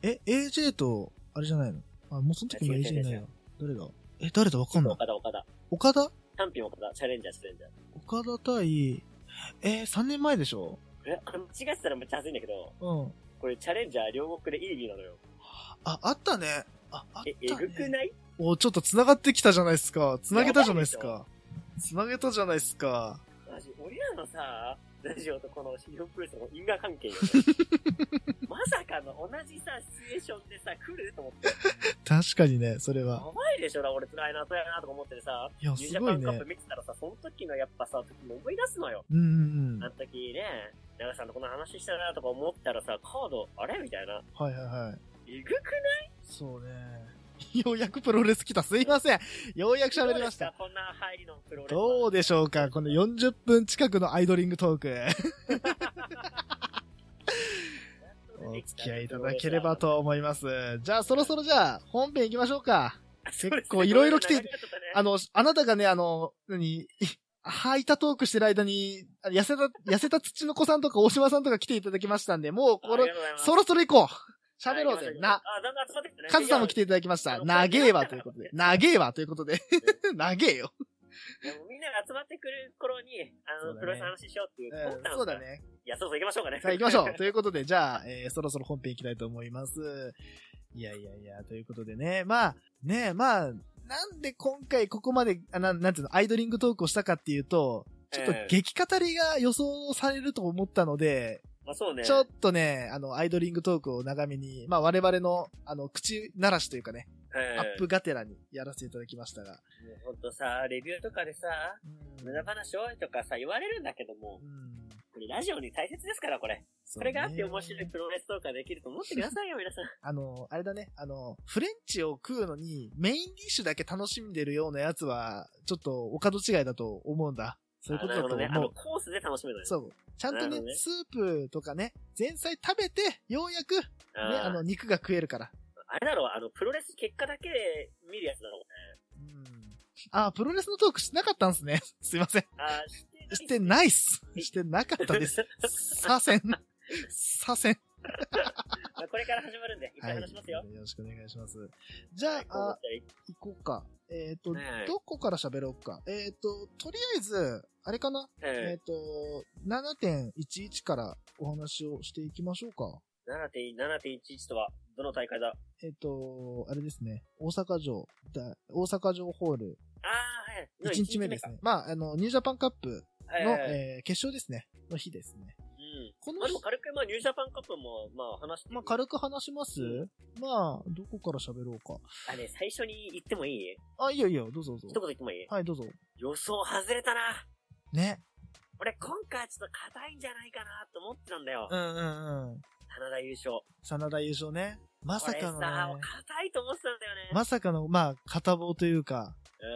Speaker 1: え、AJ と、あれじゃないのあ、もうその時も
Speaker 2: 違う違う
Speaker 1: AJ
Speaker 2: 違う
Speaker 1: ないよ。誰だえ、誰だわかんない。
Speaker 2: 岡田、岡田。
Speaker 1: 岡田
Speaker 2: チャンピオン岡田、チャレンジャー、チャレンジャー。
Speaker 1: 岡田対、えー、3年前でしょ
Speaker 2: え、あの、間違ってたらめっちゃ恥ずいんだけど、
Speaker 1: うん。
Speaker 2: これチャレンジャー両国でイービーなのよ。
Speaker 1: あ、あったね。あ、あっ
Speaker 2: え、え
Speaker 1: た、
Speaker 2: ぐく
Speaker 1: ね。
Speaker 2: ない
Speaker 1: お、ちょっと繋がってきたじゃないですか。繋げたじゃないですか。繋げたじゃないですか。
Speaker 2: マジ、俺らのさ、ラジオとこの日本プロレスの因果 関係よ、ね。まさかの同じさ、シチュエーションでさ、来ると思って。
Speaker 1: 確かにね、それは。
Speaker 2: やばいでしょな、俺辛いな、辛いなとか思っててさ、
Speaker 1: いや、
Speaker 2: ニュー
Speaker 1: す
Speaker 2: ジャ
Speaker 1: ご
Speaker 2: パ
Speaker 1: い
Speaker 2: ンカッ
Speaker 1: ね
Speaker 2: プ。見てたらさ、その時のやっぱさ、時も思い出すのよ。
Speaker 1: うんうんうん。
Speaker 2: あ
Speaker 1: は
Speaker 2: の時ね、長さんとこの話したなとか思ったらさ、カード、あれみたいな。
Speaker 1: いはいはい。
Speaker 2: えぐくない
Speaker 1: そうね。 ようやくプロレス来た。すいません。ようやく喋りまし
Speaker 2: どう
Speaker 1: た
Speaker 2: で。こんな入りのプロレス。
Speaker 1: どうでしょうかこの40分近くのアイドリングトーク。お付き合いいただければ。と思います。じゃあ、そろそろじゃあ、本編行きましょうか。結構いろいろ来て、あ
Speaker 2: あの、
Speaker 1: の、あなたがね、あの、何、吐いたトークしてる間に、痩せた、痩せた土の子さんとか大島さんとか来ていただきましたんで、もう、こ
Speaker 2: あり
Speaker 1: れ
Speaker 2: が、とうございます
Speaker 1: そろそろ行こう。喋ろうぜ。な。
Speaker 2: あ、だんだん集まってきたね。
Speaker 1: カズさんも来
Speaker 2: て。
Speaker 1: ていただきました。
Speaker 2: いや
Speaker 1: なげえわということで。なげえわということで。なげえよ。
Speaker 2: いやもうみんなが集まってくる頃に、あ
Speaker 1: そ
Speaker 2: の、
Speaker 1: うだね
Speaker 2: プロレスの話しようっていう、
Speaker 1: うんそうだ。ね。
Speaker 2: いや、そうそう、行きましょうかね。
Speaker 1: さあ行きましょ う。と いうことで、じゃあ、えーそろそろ本編行きたいと思います。いやいやいや、ということでね、まあ、ねえ、まあ、なんで今回ここまで、あななんていうの、アイドリングトークをしたかっていうと、ちょっと
Speaker 2: ええ
Speaker 1: 激語りが予想されると思ったので、
Speaker 2: まあそうね。
Speaker 1: ちょっとね、あの、アイドリングトークを長めに、まあ我々の、あの、口鳴らしというかね、
Speaker 2: えー
Speaker 1: アップがてらにやらせていただきましたが。
Speaker 2: もうほんとさ、レビューとかでさ、
Speaker 1: うん
Speaker 2: 無駄話多いとかさ、言われるんだけども
Speaker 1: う、ん
Speaker 2: これラジオに大切ですから、これ。
Speaker 1: そ
Speaker 2: これがあって面白いプロレスとかできると思ってくださいよ、皆さん。
Speaker 1: あの、あれだね、あの、フレンチを食うのにメインディッシュだけ楽しんでるようなやつは、ちょっとお門違いだと思うんだ。そういうことだと思
Speaker 2: あ
Speaker 1: う。
Speaker 2: なるほどね。あの、コースで楽しめるのよ。
Speaker 1: そう。ちゃんと
Speaker 2: なる
Speaker 1: ね
Speaker 2: ほどね
Speaker 1: スープとかね、前菜食べて、ようやく、ね、
Speaker 2: あー
Speaker 1: あの、肉が食えるから。
Speaker 2: あれだろう、あの、プロレス結果だけ見るやつだろう
Speaker 1: うん。あ、プロレスのトークしなかったんですね。 すいません。
Speaker 2: ね。あー、知って
Speaker 1: して
Speaker 2: い
Speaker 1: ないっす。してなかった です。左遷。左遷。
Speaker 2: まあこれから始まるんで、いっぱい話しますよ。
Speaker 1: よろしくお願いします。じゃあ、行こうか。えっ、と、
Speaker 2: ねえ
Speaker 1: どこから喋ろうか。えっ、と、とりあえず、あれかな、え
Speaker 2: え
Speaker 1: っ、と、7.11からお話をしていきましょうか。
Speaker 2: ー、7.11とは、どの大会だ
Speaker 1: えっ、と、あれですね。大阪城、だ大阪城ホール、
Speaker 2: ああ、はい。
Speaker 1: 1日目ですね。まあ、あの、ニュージャパンカップ
Speaker 2: のはい
Speaker 1: の、
Speaker 2: はいはい。
Speaker 1: えー決勝ですね。の日ですね。
Speaker 2: うん。
Speaker 1: こ
Speaker 2: ま
Speaker 1: の
Speaker 2: あでも
Speaker 1: 日、
Speaker 2: 軽く、まあニュージャパンカップも、まあ話して。
Speaker 1: まあ、軽く話しますまあ、どこから喋ろうか。
Speaker 2: あね、最初に言ってもいい
Speaker 1: あ、いいよいいよ、どうぞどう
Speaker 2: 一
Speaker 1: ぞ。
Speaker 2: 言言ってもいい
Speaker 1: はい、どうぞ。
Speaker 2: 予想外れたな。
Speaker 1: ね。
Speaker 2: 俺今回ちょっと硬いんじゃないかなと思ってたんだよ。
Speaker 1: うんうんうん。
Speaker 2: 花田優勝。
Speaker 1: 真田優勝ね。まさかの、
Speaker 2: 俺さ
Speaker 1: ね、、
Speaker 2: 硬いと思ってたんだよね。
Speaker 1: まさかの、まあ、片棒というか、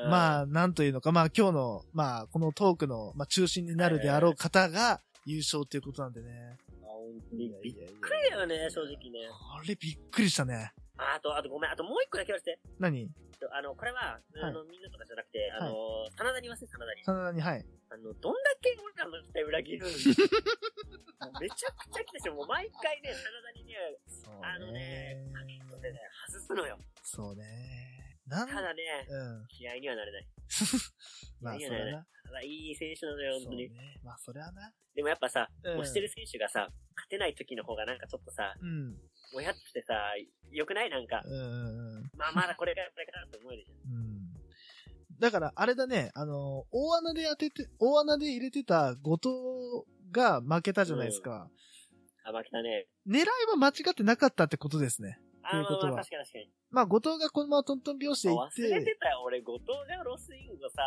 Speaker 1: ま
Speaker 2: あ、
Speaker 1: あ、なんというのか、まあ、今日の、まあ、このトークの、まあ、中心になるであろう方が優勝ということなんでね。
Speaker 2: 本当
Speaker 1: い
Speaker 2: に
Speaker 1: や
Speaker 2: びっ
Speaker 1: い
Speaker 2: く
Speaker 1: やいや
Speaker 2: りだよね、正直ね。
Speaker 1: これびっくりしたね。
Speaker 2: ああと、あとごめん、あともう一個だけ言わせて。
Speaker 1: 何
Speaker 2: あの、これは、あの、みんなとかじゃなくて、あの、真田に言わせて、真田に。
Speaker 1: 真田に、はい。
Speaker 2: あの、どんだけ俺らの期待裏切 るのめちゃくちゃ来てしもう毎回ね、真田にね、
Speaker 1: そ
Speaker 2: あの
Speaker 1: う
Speaker 2: ね
Speaker 1: ね。
Speaker 2: これね、外すのよ。
Speaker 1: そうね。なん、
Speaker 2: ただね、
Speaker 1: うん。
Speaker 2: 嫌いにはなれない。
Speaker 1: まあ、それはな。
Speaker 2: ただ、いい選手なのよ、
Speaker 1: そう
Speaker 2: 本当に。
Speaker 1: ね。まあ、それはな。
Speaker 2: でもやっぱさ、
Speaker 1: うん
Speaker 2: 押してる選手がさ、勝てない時の方がなんかちょっとさ、
Speaker 1: うん。
Speaker 2: もやっとしてさ、良くないなんか。
Speaker 1: うんうんうん。
Speaker 2: まあまだこれから、これからって思えるじゃん。
Speaker 1: うん。だから、あれだね、あの、大穴で当てて、大穴で入れてた後藤が負けたじゃないですか。
Speaker 2: あ、負けたね。
Speaker 1: 狙いは間違ってなかったってことですね。
Speaker 2: あー、
Speaker 1: ということは
Speaker 2: まあまあ確かに確かに。
Speaker 1: まあ、後藤がこのままトントン拍子でい
Speaker 2: あ
Speaker 1: っ
Speaker 2: 忘れ
Speaker 1: て
Speaker 2: て、たよ、俺、後藤がロスイングをさ、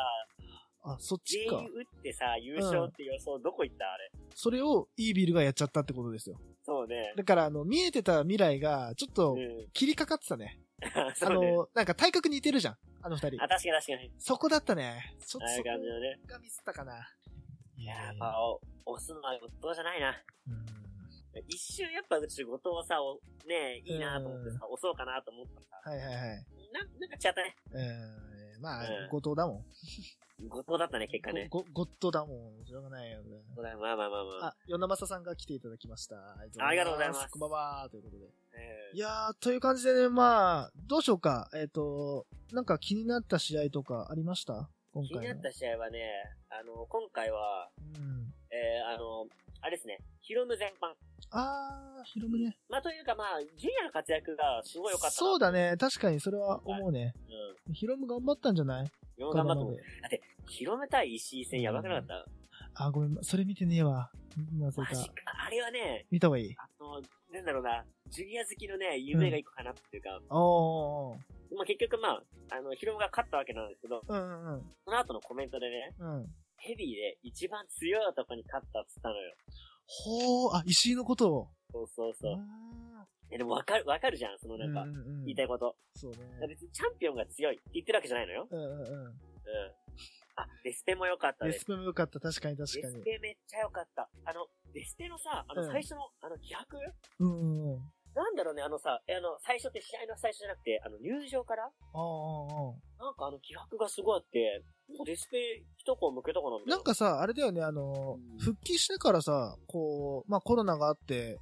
Speaker 1: あ、そっち
Speaker 2: 全
Speaker 1: か
Speaker 2: 員。打ってさ、優勝って予想どこ行ったあれ。
Speaker 1: それをイービルがやっちゃったってことですよ。
Speaker 2: そうね。
Speaker 1: だから、あの、見えてた未来が、ちょっと
Speaker 2: う、ん。
Speaker 1: 切りかかってたね。
Speaker 2: そ
Speaker 1: あ
Speaker 2: うね。
Speaker 1: の、なんか体格似てるじゃん。あの二人
Speaker 2: あ、。確かに確かに。
Speaker 1: そこだったね。ちょっ
Speaker 2: あ
Speaker 1: と
Speaker 2: あい
Speaker 1: そうこ
Speaker 2: 感じのね。
Speaker 1: がミスったかな。い
Speaker 2: いやー、やっぱ、お押すのは後藤じゃないな。
Speaker 1: うん
Speaker 2: 一瞬やっぱうち後藤をさ、おねいいなと思ってさ、押そうかなと思ったらさ、
Speaker 1: はいはいはい。
Speaker 2: なんなんか違ったね。
Speaker 1: うん。まあ
Speaker 2: うん、
Speaker 1: 後藤だもん。
Speaker 2: 後藤だったね、結果ね。
Speaker 1: ご、ご、ゴッドだもん。しょうがないよね。
Speaker 2: そうだまあまあまあまあ。
Speaker 1: あ、与那正さんが来ていただきました。
Speaker 2: ありがとうございます
Speaker 1: こんばんは、ということで。
Speaker 2: え
Speaker 1: いやー、という感じでね、まあ、どうしようか。えっ、と、なんか気になった試合とかありました今
Speaker 2: ー気
Speaker 1: 回の。
Speaker 2: になった試合はね、あの、今回は、
Speaker 1: うん。
Speaker 2: えー、あの、あれですね、ヒロム全般。
Speaker 1: あー、ヒロムね。
Speaker 2: まあというかまあ、ジュニアの活躍がすごい良かったな。
Speaker 1: そうだね。確かにそれは思うね。
Speaker 2: うん。
Speaker 1: ヒロム頑張ったんじゃない
Speaker 2: よう頑張った
Speaker 1: こ
Speaker 2: も
Speaker 1: こ
Speaker 2: ん
Speaker 1: まで
Speaker 2: だって、広めたい石井戦やばくなかった、
Speaker 1: あ、ごめん、それ見てねえわ。なぜ
Speaker 2: マジ
Speaker 1: か
Speaker 2: か。。あれはね、
Speaker 1: 見た方がいい。
Speaker 2: あの、なんだろうな、ジュニア好きのね、夢が一個かなっていうか、
Speaker 1: おー。
Speaker 2: まあ結局まあ、あの、ヒロムが勝ったわけなんですけど、
Speaker 1: うんうん
Speaker 2: その後のコメントでね、
Speaker 1: うん。うん。
Speaker 2: ヘビーで一番強い男に勝ったっつったのよ。
Speaker 1: ほー、あ、石井のことを。
Speaker 2: そうそうそう。
Speaker 1: あ
Speaker 2: え、でもわかる、わかるじゃん、その
Speaker 1: ー
Speaker 2: なんか、
Speaker 1: うんうんうん
Speaker 2: 言いたいこと。
Speaker 1: そう
Speaker 2: だか
Speaker 1: ね。
Speaker 2: ら別にチャンピオンが強いって言ってるわけじゃないのよ。
Speaker 1: うんうんうん。
Speaker 2: うん。あ、デスペも良かった
Speaker 1: デ
Speaker 2: です
Speaker 1: ス。ペも良かった、確かに確
Speaker 2: デ
Speaker 1: か
Speaker 2: ス
Speaker 1: に。
Speaker 2: ペめっちゃ良かった。あの、デスペのさ、あの
Speaker 1: うん
Speaker 2: 最初の、あの気迫
Speaker 1: うんうんうん。
Speaker 2: なんだろうね、あのさ、えあの、最初って試合の最初じゃなくて、あの、入場から
Speaker 1: ああ、
Speaker 2: なんかあの、気迫がすごいあって、もうデスペ一個向けたかなみたい
Speaker 1: なん、かさ、あれだよね、あの、
Speaker 2: うん
Speaker 1: 復帰してからさ、こう、まあコロナがあって、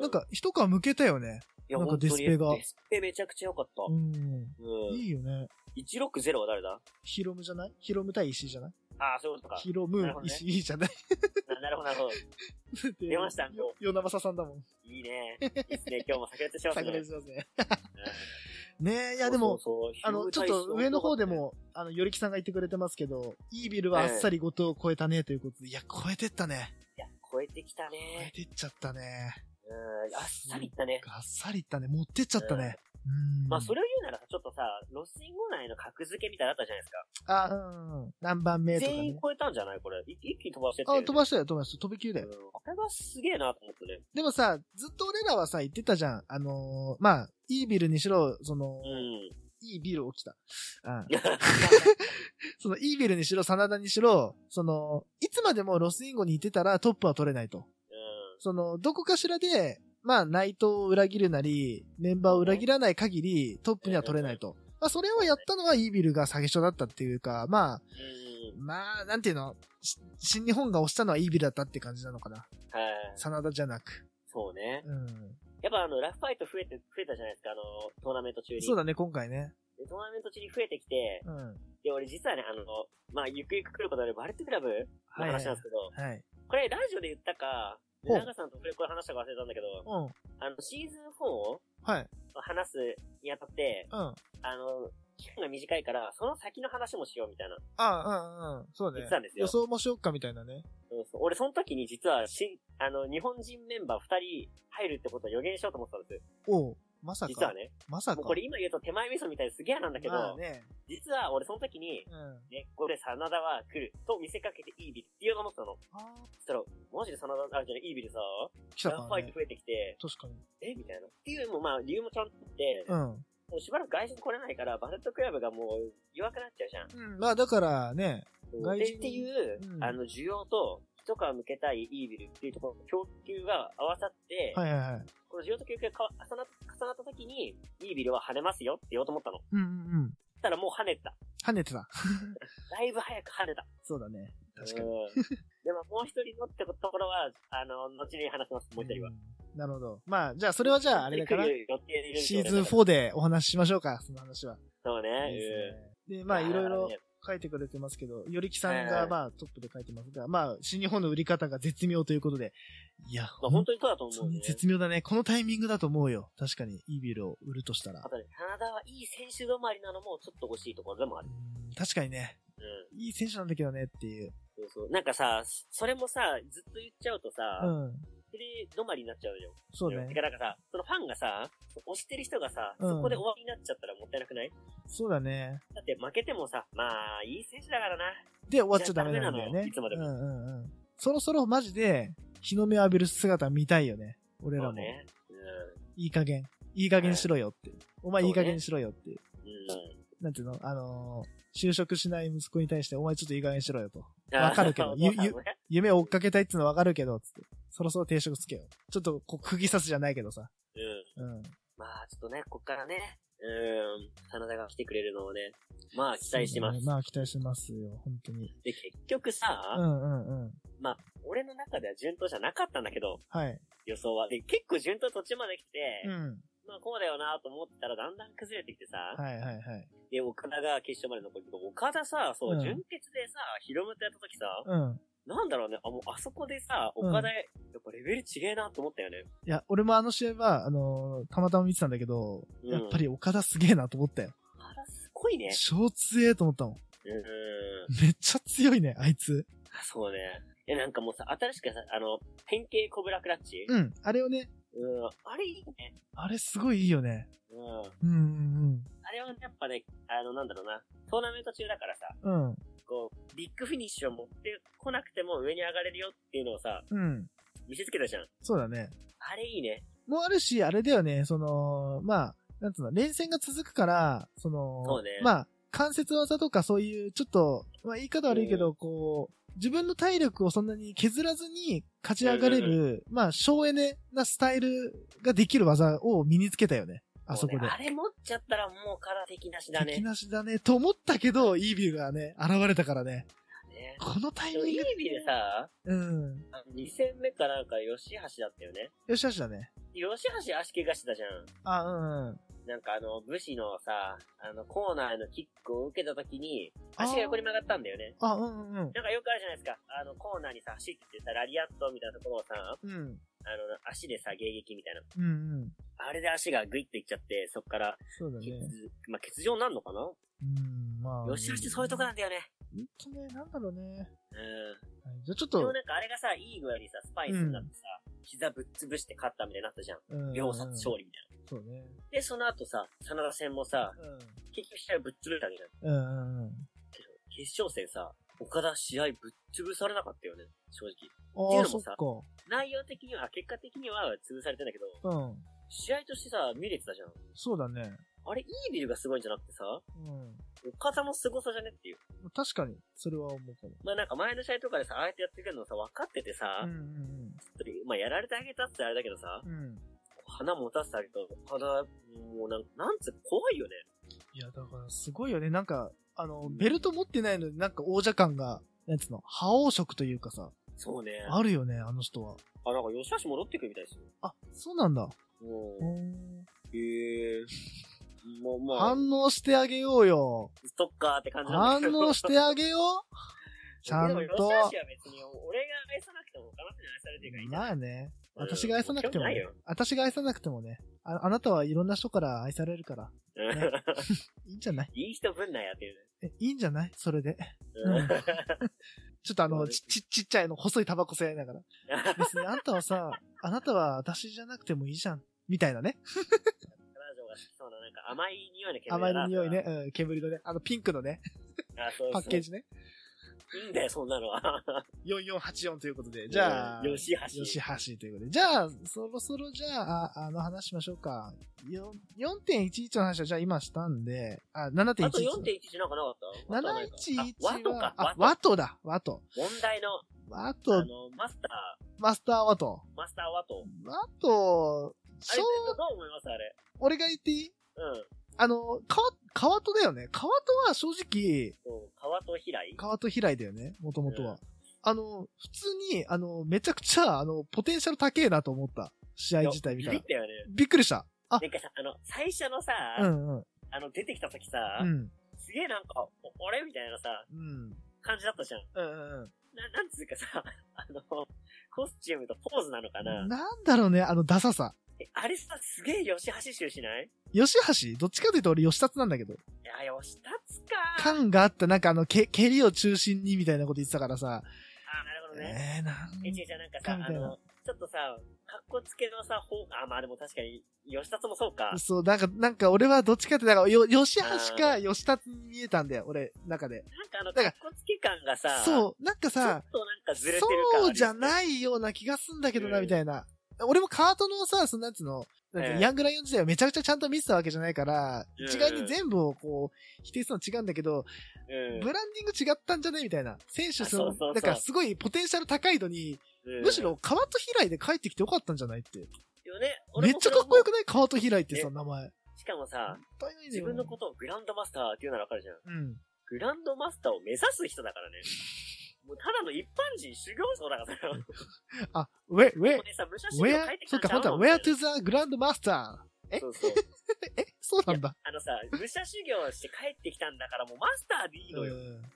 Speaker 2: う
Speaker 1: なん、か一皮向けたよね。
Speaker 2: いや
Speaker 1: なんかデスペが
Speaker 2: 本当にデスペめちゃくちゃ良かった。
Speaker 1: うん。
Speaker 2: うん。
Speaker 1: いいよね。
Speaker 2: 160は誰だ
Speaker 1: ヒロムじゃないヒロム対石井じゃない
Speaker 2: ああ、そういうことか。
Speaker 1: ヒロム
Speaker 2: なる
Speaker 1: ー
Speaker 2: ほ
Speaker 1: ン、
Speaker 2: どね
Speaker 1: 石井じゃない。
Speaker 2: ななるほど、なるほど。出ました
Speaker 1: よ与那正さんだもん。
Speaker 2: いいね。いいで すね。今日も炸裂してます
Speaker 1: 炸
Speaker 2: ね。
Speaker 1: 裂しますね。ねえ、いやでも、
Speaker 2: そうそうそう、
Speaker 1: あの、ちょっと上の方で
Speaker 2: ヒューマン体操
Speaker 1: も、あの、よりきさんが言ってくれてますけど、イービルはあっさり5頭を超えたねということで、いや、超えてったね。
Speaker 2: とかね。いや、超えてきた
Speaker 1: 超え
Speaker 2: ね。
Speaker 1: てっちゃったね。
Speaker 2: うん、あっさりいったね。
Speaker 1: あっさりいったね。持ってっちゃったね。うん。
Speaker 2: まあ、それを言うならさ、ちょっとさ、ロスインゴ内の格付けみたいなのあったじゃないですか。
Speaker 1: あ、うんうん。何番目とか
Speaker 2: 全員
Speaker 1: ね。
Speaker 2: 超えたんじゃないこれ。い一気に飛ばしてってる。
Speaker 1: あ、飛ばしたよ、飛ばした。飛び級だよ。
Speaker 2: うんこれはすげえなと思ってね。
Speaker 1: でもさ、ずっと俺らはさ、言ってたじゃん。あのーまあ、イービルにしろ、その、
Speaker 2: うん。
Speaker 1: いいビル起きた。うん。
Speaker 2: う
Speaker 1: その、イービルにしろ、真田にしろ、その、いつまでもロスインゴにいてたらトップは取れないと。
Speaker 2: ん。
Speaker 1: その、どこかしらで、まあ、内藤を裏切るなり、メンバーを裏切らない限り、トップには取れないと。まあ、それをやったのはイービルが下げ所だったっていうか、まあ、
Speaker 2: うん。
Speaker 1: まあ、なんていうの、し新日本が押したのはイービルだったって感じなのかな。
Speaker 2: はい。
Speaker 1: 真田じゃなく。
Speaker 2: そうね。
Speaker 1: うん。
Speaker 2: やっぱあの、ラフファイト増えて、増えたじゃないですか、あの、トーナメント中に。
Speaker 1: そうだね、今回ね。
Speaker 2: でトーナメント中に増えてきて、
Speaker 1: うん。
Speaker 2: で、俺実はね、あの、まあ、ゆくゆく来ることあるバレットクラブの
Speaker 1: いはい
Speaker 2: 話なんですけど、
Speaker 1: はい。
Speaker 2: これラジオで言ったか、
Speaker 1: ほう
Speaker 2: 長さんとこれこれ話したか忘れたんだけど、
Speaker 1: うん。
Speaker 2: あの、シーズン4を
Speaker 1: はい。
Speaker 2: 話すにあたって、
Speaker 1: うん。あ
Speaker 2: あの、期間が短いから、その先の話もしようみたいな。
Speaker 1: あ、うんうん。そうね
Speaker 2: 言ってたんです。よ
Speaker 1: 予想もしよっかみたいなね。
Speaker 2: そうそう俺、その時に実は、し、あの、日本人メンバー2人入るってことを予言しようと思ってたんです。
Speaker 1: おうまさか。
Speaker 2: 実はね。
Speaker 1: まさか。
Speaker 2: もうこれ今言うと手前味噌みたいですげえなんだけど、
Speaker 1: まあね。
Speaker 2: 実は俺その時に、
Speaker 1: うん。あ
Speaker 2: ね、これ真田は来ると見せかけてイービルって言おうと思ってたの。
Speaker 1: あ、
Speaker 2: そしたら、マジで真田、あれじゃない、イービルさ、
Speaker 1: 来た
Speaker 2: ランフ
Speaker 1: から
Speaker 2: ァイト
Speaker 1: ね。
Speaker 2: 増えてきて、
Speaker 1: 確かに。
Speaker 2: えみたいな。っていうのもまあ理由もちゃんとあって、
Speaker 1: うん。
Speaker 2: もうしばらく外人来れないから、バレットクラブがもう弱くなっちゃうじゃん。
Speaker 1: うん。まあだからね、外
Speaker 2: で
Speaker 1: 人
Speaker 2: っていう、
Speaker 1: うん
Speaker 2: あの、需要と、一皮向けたいイービルっていうところの供給が合わさって、
Speaker 1: はいはいはい。
Speaker 2: この需要と供給がか重な重なった時に、イービルは跳ねますよって言おうと思ったの。
Speaker 1: うんうんうん。
Speaker 2: そしたらもう跳ねた。
Speaker 1: 跳ねてた。
Speaker 2: だいぶ早く跳ねた。
Speaker 1: そうだね。確かに。
Speaker 2: うん。でももう一人のってところは、あの、後に話します、もう一人は。
Speaker 1: うんなるほど。まあ、じゃあそれはじゃああれだから
Speaker 2: 来、る予定でいるんです
Speaker 1: シ
Speaker 2: よ
Speaker 1: ーズン。4でお話ししましょうか、その話は。
Speaker 2: そうね。
Speaker 1: いい
Speaker 2: うん
Speaker 1: ですねで、まあいろいろ
Speaker 2: ね
Speaker 1: 書いてくれてますけど、よりきさん
Speaker 2: はいは
Speaker 1: が
Speaker 2: い
Speaker 1: まあトップで書いてますが、まあ新日本の売り方が絶妙ということで、いや、
Speaker 2: まあ本当にそうだと思うね。
Speaker 1: 絶妙だね。このタイミングだと思うよ。確かに、イービルを売るとしたら
Speaker 2: あ。とね、真田はいい選手止まりなのもちょっと欲しいところでもあ
Speaker 1: う
Speaker 2: る。
Speaker 1: ん確かにね、
Speaker 2: うん。
Speaker 1: いい選手なんだけどねっていう。
Speaker 2: そうそう。なんかさ、それもさ、ずっと言っちゃうと
Speaker 1: う
Speaker 2: さ、
Speaker 1: ん。
Speaker 2: それ止まりになっちゃうのよ。
Speaker 1: そう
Speaker 2: て
Speaker 1: ね。
Speaker 2: かなんかさ、そのファンがさ、推してる人がさ、
Speaker 1: うん
Speaker 2: そこで終わりになっちゃったらもったいなくない
Speaker 1: そうだね。
Speaker 2: だって負けてもさ、まあ、いい選手だからな。
Speaker 1: で、終わっちゃダメなんだよね。
Speaker 2: いつまで
Speaker 1: うん
Speaker 2: も
Speaker 1: うんうん。そろそろマジで、日の目を浴びる姿見たいよね。俺
Speaker 2: そ
Speaker 1: ら
Speaker 2: う
Speaker 1: も。
Speaker 2: ね。う
Speaker 1: いい加減。いい加減しろよって。お前
Speaker 2: そう
Speaker 1: い
Speaker 2: ね
Speaker 1: い加減にしろよって。
Speaker 2: ん。う
Speaker 1: なんていうのあのー就職しない息子に対して、お前ちょっといい加減にしろよと。
Speaker 2: ん。
Speaker 1: わかるけど
Speaker 2: あ
Speaker 1: ゆ
Speaker 2: お父さんもね
Speaker 1: 夢を追っかけたいっつうのわかるけど、つって。そろそろ定職つけよ。ちょっと、こう、釘刺すじゃないけどさ。
Speaker 2: うん。
Speaker 1: うん。
Speaker 2: まあ、ちょっとね、こっからね、うん、真田が来てくれるのをね、まあ、期待してます。
Speaker 1: まあ、期待してますよ、本当に。
Speaker 2: で、結局さ、
Speaker 1: うんうんうん。
Speaker 2: まあ、俺の中では順当じゃなかったんだけど、
Speaker 1: はい。
Speaker 2: 予想は。で、結構順当途中まで来て、
Speaker 1: うん。
Speaker 2: まあ、こうだよなと思ってたら、だんだん崩れてきてさ、
Speaker 1: はいはいはい。
Speaker 2: で、岡田が決勝まで残り、岡田さ、そう、
Speaker 1: うん
Speaker 2: 準決でさ、ヒロムとやった時さ、
Speaker 1: うん。
Speaker 2: なんだろうね、あ、もうあそこでさ、
Speaker 1: うん
Speaker 2: 岡田、やっぱレベル違えなと思ったよね。
Speaker 1: いや、俺もあの試合は、あのーたまたま見てたんだけど、
Speaker 2: うん
Speaker 1: やっぱり岡田すげえなと思ったよ。
Speaker 2: 岡田すごいね。
Speaker 1: 超強えと思ったもん。
Speaker 2: うん。
Speaker 1: めっちゃ強いね、あいつ。
Speaker 2: そうね。え、なんかもうさ、新しくさ、あの、変形コブラクラッチ。
Speaker 1: うん。あれをね、
Speaker 2: うん。あれいいね。
Speaker 1: あれすごいいいよね。
Speaker 2: うん。
Speaker 1: うんうん
Speaker 2: あれはやっぱね、あの、なんだろうな、トーナメント中だからさ、
Speaker 1: うん。うん。
Speaker 2: こう、ビッグフィニッシュを持ってこなくても上に上がれるよっていうのをさ、
Speaker 1: うん。
Speaker 2: 見せつけたじゃん。
Speaker 1: そうだね。
Speaker 2: あれいいね。
Speaker 1: もうあるし、あれだよね、その、まあ、なんつうの、連戦が続くから、その、
Speaker 2: そうね
Speaker 1: まあ、関節技とかそういう、ちょっと、まあ言い方悪いけど、こう、自分の体力をそんなに削らずに勝ち上がれる、
Speaker 2: う
Speaker 1: まあ、省エネなスタイルができる技を身につけたよね。あそこで
Speaker 2: もうね。あれ持っちゃったらもうから的なしだ
Speaker 1: 敵
Speaker 2: ね。
Speaker 1: なしだね。と思ったけど、イービューがね、現れたからね。
Speaker 2: ね
Speaker 1: このタイ
Speaker 2: でも
Speaker 1: ミ
Speaker 2: い
Speaker 1: ン
Speaker 2: い
Speaker 1: グ。
Speaker 2: 意味でさ、
Speaker 1: うん。
Speaker 2: あの2戦目かなんか吉橋だったよね。
Speaker 1: よしよしだね。
Speaker 2: 吉橋足怪我してたじゃん。
Speaker 1: あ、うん、うん。
Speaker 2: なんかあの、武士のさ、あの、コーナーのキックを受けた時に、足が横に曲がったんだよね。
Speaker 1: あ、うんうん
Speaker 2: なんかよくあるじゃないですか。あの、コーナーにさ、走っててさ、ラリアットみたいなところをさ、あ
Speaker 1: うん。うん。
Speaker 2: の、足でさ、迎撃みたいな。
Speaker 1: うんうん。
Speaker 2: あれで足がグイッといっちゃって、そっから、
Speaker 1: そうだ
Speaker 2: 欠、
Speaker 1: ね。
Speaker 2: まあ、欠場になるのかな
Speaker 1: うん、まあ。
Speaker 2: 吉橋ってそういうとこなんだよね。
Speaker 1: ほんとね、なんだろうね。
Speaker 2: うん。
Speaker 1: はいじゃあちょっ
Speaker 2: でも
Speaker 1: と、
Speaker 2: なんかあれがさ、いい具合にさ、スパイスになってさ、膝ぶっ潰して勝ったみたいになったじゃん。
Speaker 1: うん
Speaker 2: 秒殺勝利みたい
Speaker 1: そうね。
Speaker 2: な。で、その後さ、真田戦もさ、結局試合ぶっ潰れたわけじゃん。
Speaker 1: うん。うんうんうん。
Speaker 2: けど、決勝戦さ、岡田試合ぶっ潰されなかったよね、正直。
Speaker 1: ああ、
Speaker 2: っていう
Speaker 1: そ
Speaker 2: のも
Speaker 1: っ
Speaker 2: さ
Speaker 1: か。
Speaker 2: 内容的には、結果的には潰されてんだけど、
Speaker 1: うん。
Speaker 2: 試合としてさ、見れてたじゃん。
Speaker 1: そうだね。
Speaker 2: あれ、イービルがすごいんじゃなくてさ、
Speaker 1: うん。
Speaker 2: 岡田も凄さじゃねっていう。
Speaker 1: 確かに、それは思うかも。
Speaker 2: まあなんか前の試合とかでさ、ああやってやってくるのさ、分かっててさ、
Speaker 1: うんうん
Speaker 2: まあやられてあげたってあれだけどさ、
Speaker 1: うん。うん。
Speaker 2: 花持たせてあげたら、花、もうなんか、なんつうか怖いよね。
Speaker 1: いや、だからすごいよね。なんか、あの、ベルト持ってないのになんか王者感が、なんつうの、覇王色というかさ、
Speaker 2: そうね。あ、
Speaker 1: あるよね、あの人は。
Speaker 2: なんか吉橋戻ってくるみたいですよ。
Speaker 1: あ、そうなんだ。
Speaker 2: もう、へえー。もう、もう、
Speaker 1: 反応してあげようよ。
Speaker 2: ストッカーって感じなん
Speaker 1: 反
Speaker 2: だけど。
Speaker 1: 応してあげよう。ちゃん
Speaker 2: でも
Speaker 1: と。
Speaker 2: 吉橋は別に、俺が愛さなくても他の人に愛されてるからいいんだよ。
Speaker 1: まあね。
Speaker 2: うん
Speaker 1: 私が愛さなくても
Speaker 2: 興味ない
Speaker 1: ね
Speaker 2: よ。
Speaker 1: 私が愛さなくてもね。ああなたはいろんな人から愛されるから。
Speaker 2: うん
Speaker 1: いいんじゃない
Speaker 2: いい人ぶんなやってるね。
Speaker 1: え、いいんじゃないそれで。
Speaker 2: うん
Speaker 1: うんちょっとあ
Speaker 2: そ
Speaker 1: の、
Speaker 2: うで
Speaker 1: ち
Speaker 2: す、
Speaker 1: ちちっちゃいの、細いタバコ吸いながら。別にあんたはさ、 あなたは私じゃなくてもいいじゃん。みたいなね。
Speaker 2: 彼女が好きそうな、なんか甘い匂いの煙
Speaker 1: 甘い
Speaker 2: だな
Speaker 1: 匂いね。。うん、煙のね。あの、ピンクのね、
Speaker 2: あ、そうそう
Speaker 1: パッケージね。
Speaker 2: いいんだよ、そんなのは。
Speaker 1: 4484ということ で。じゃあ、
Speaker 2: うん吉橋。
Speaker 1: 吉橋ということで。じゃあ、そろそろじゃあ、ああの話しましょうか。よ4.11の話はじゃあ今したんで、あ、7.11。
Speaker 2: あと4.11なんかなかったあとはないかあワ
Speaker 1: 711
Speaker 2: ト
Speaker 1: は
Speaker 2: か、。
Speaker 1: あ、
Speaker 2: ワ
Speaker 1: ワ
Speaker 2: ト。
Speaker 1: トだ、ワト。
Speaker 2: 問題の、
Speaker 1: ワ
Speaker 2: あ
Speaker 1: ト、
Speaker 2: の、マスタ
Speaker 1: マスターワト。
Speaker 2: ー、マスターワト。
Speaker 1: ワト、
Speaker 2: あれ、
Speaker 1: そ
Speaker 2: ど
Speaker 1: う、
Speaker 2: う思いますあれ。
Speaker 1: 俺が言っていい
Speaker 2: うん。
Speaker 1: あの、かわ、川戸だよね。川戸は正直、
Speaker 2: そう、川と平井
Speaker 1: 川戸平井だよね、もともと
Speaker 2: うん
Speaker 1: は。あの、普通に、あの、めちゃくちゃ、あの、ポテンシャル高えなと思った。試合自体見た
Speaker 2: ビ
Speaker 1: ら
Speaker 2: ビっ。たよね。
Speaker 1: びっくりした。あ
Speaker 2: な、んかさ、あの、最初のさ、
Speaker 1: うんうん。
Speaker 2: あの、出てきた時さ、
Speaker 1: うん。
Speaker 2: すげえなんか、お俺みたいなさ、
Speaker 1: うん。
Speaker 2: 感じだったじゃん。
Speaker 1: うんうん
Speaker 2: な、なんつうかさ、 あの、コスチュームとポーズなのかな。
Speaker 1: なんだろうね、あの、ダサさ。
Speaker 2: えあれさ、すげえ吉橋集しない
Speaker 1: 吉橋どっちかというと俺吉達なんだけど。
Speaker 2: いや、吉立つか。
Speaker 1: 感があった、なんかあの、け、蹴りを中心にみたいなこと言ってたからさ。
Speaker 2: あ、なるほどね。
Speaker 1: えー、なん
Speaker 2: え、違う違う、なんかさ、
Speaker 1: み
Speaker 2: あ
Speaker 1: たいな
Speaker 2: の、ちょっとさ、格好つけのさ、方、あ、まあでも確かに、吉達もそうか。
Speaker 1: そう、なんか、なんか俺はどっちかって、なんか、よ、吉橋か吉達に見えたんだよ、俺、中で。
Speaker 2: なんかあの、
Speaker 1: だから
Speaker 2: 格好つけ感がさ、う。
Speaker 1: そう、なんか
Speaker 2: ちょっとなん
Speaker 1: さ、
Speaker 2: かずれてる感
Speaker 1: そうじゃ
Speaker 2: い
Speaker 1: ないような気がすんだけど
Speaker 2: う
Speaker 1: な、
Speaker 2: ん
Speaker 1: みたいな。俺もカートのさ、そのやつうの、なんていう
Speaker 2: え
Speaker 1: の
Speaker 2: え
Speaker 1: ヤングライオン時代はめちゃくちゃちゃんと見てたわけじゃないから、
Speaker 2: うん
Speaker 1: 一概に全部をこう、否定するの違うんだけど、
Speaker 2: うん
Speaker 1: ブランディング違ったんじゃねみたいな。選手そ
Speaker 2: あそうそうそ
Speaker 1: の、
Speaker 2: う
Speaker 1: だからすごいポテンシャル高いのに、
Speaker 2: うん
Speaker 1: むしろ川戸平井で帰ってきてよかったんじゃないって。
Speaker 2: よね、
Speaker 1: め
Speaker 2: 俺
Speaker 1: っ
Speaker 2: も
Speaker 1: ち
Speaker 2: そ
Speaker 1: ゃ
Speaker 2: れは
Speaker 1: か
Speaker 2: も
Speaker 1: っこよ
Speaker 2: う
Speaker 1: くない川戸平井ってさ、
Speaker 2: え
Speaker 1: 名前。もっ
Speaker 2: しかもさ、
Speaker 1: たいないね
Speaker 2: 自分のことをグランドマスターっていうならわかるじゃん。
Speaker 1: うん。
Speaker 2: グランドマスターを目指す人 だからね。もうただの一般人修行僧だからさ。も
Speaker 1: あ、where,
Speaker 2: う
Speaker 1: where,
Speaker 2: ねさ、武者修行
Speaker 1: where,
Speaker 2: 帰ってき
Speaker 1: そ
Speaker 2: た
Speaker 1: うんか、
Speaker 2: ちゃ
Speaker 1: 本
Speaker 2: う
Speaker 1: 当
Speaker 2: の
Speaker 1: は where to the grand master? え
Speaker 2: そうそう。
Speaker 1: え、そうなんだ。
Speaker 2: あのさ、武者修行して帰ってきたんだからもうマスターでいいのよ。
Speaker 1: うん
Speaker 2: え、謙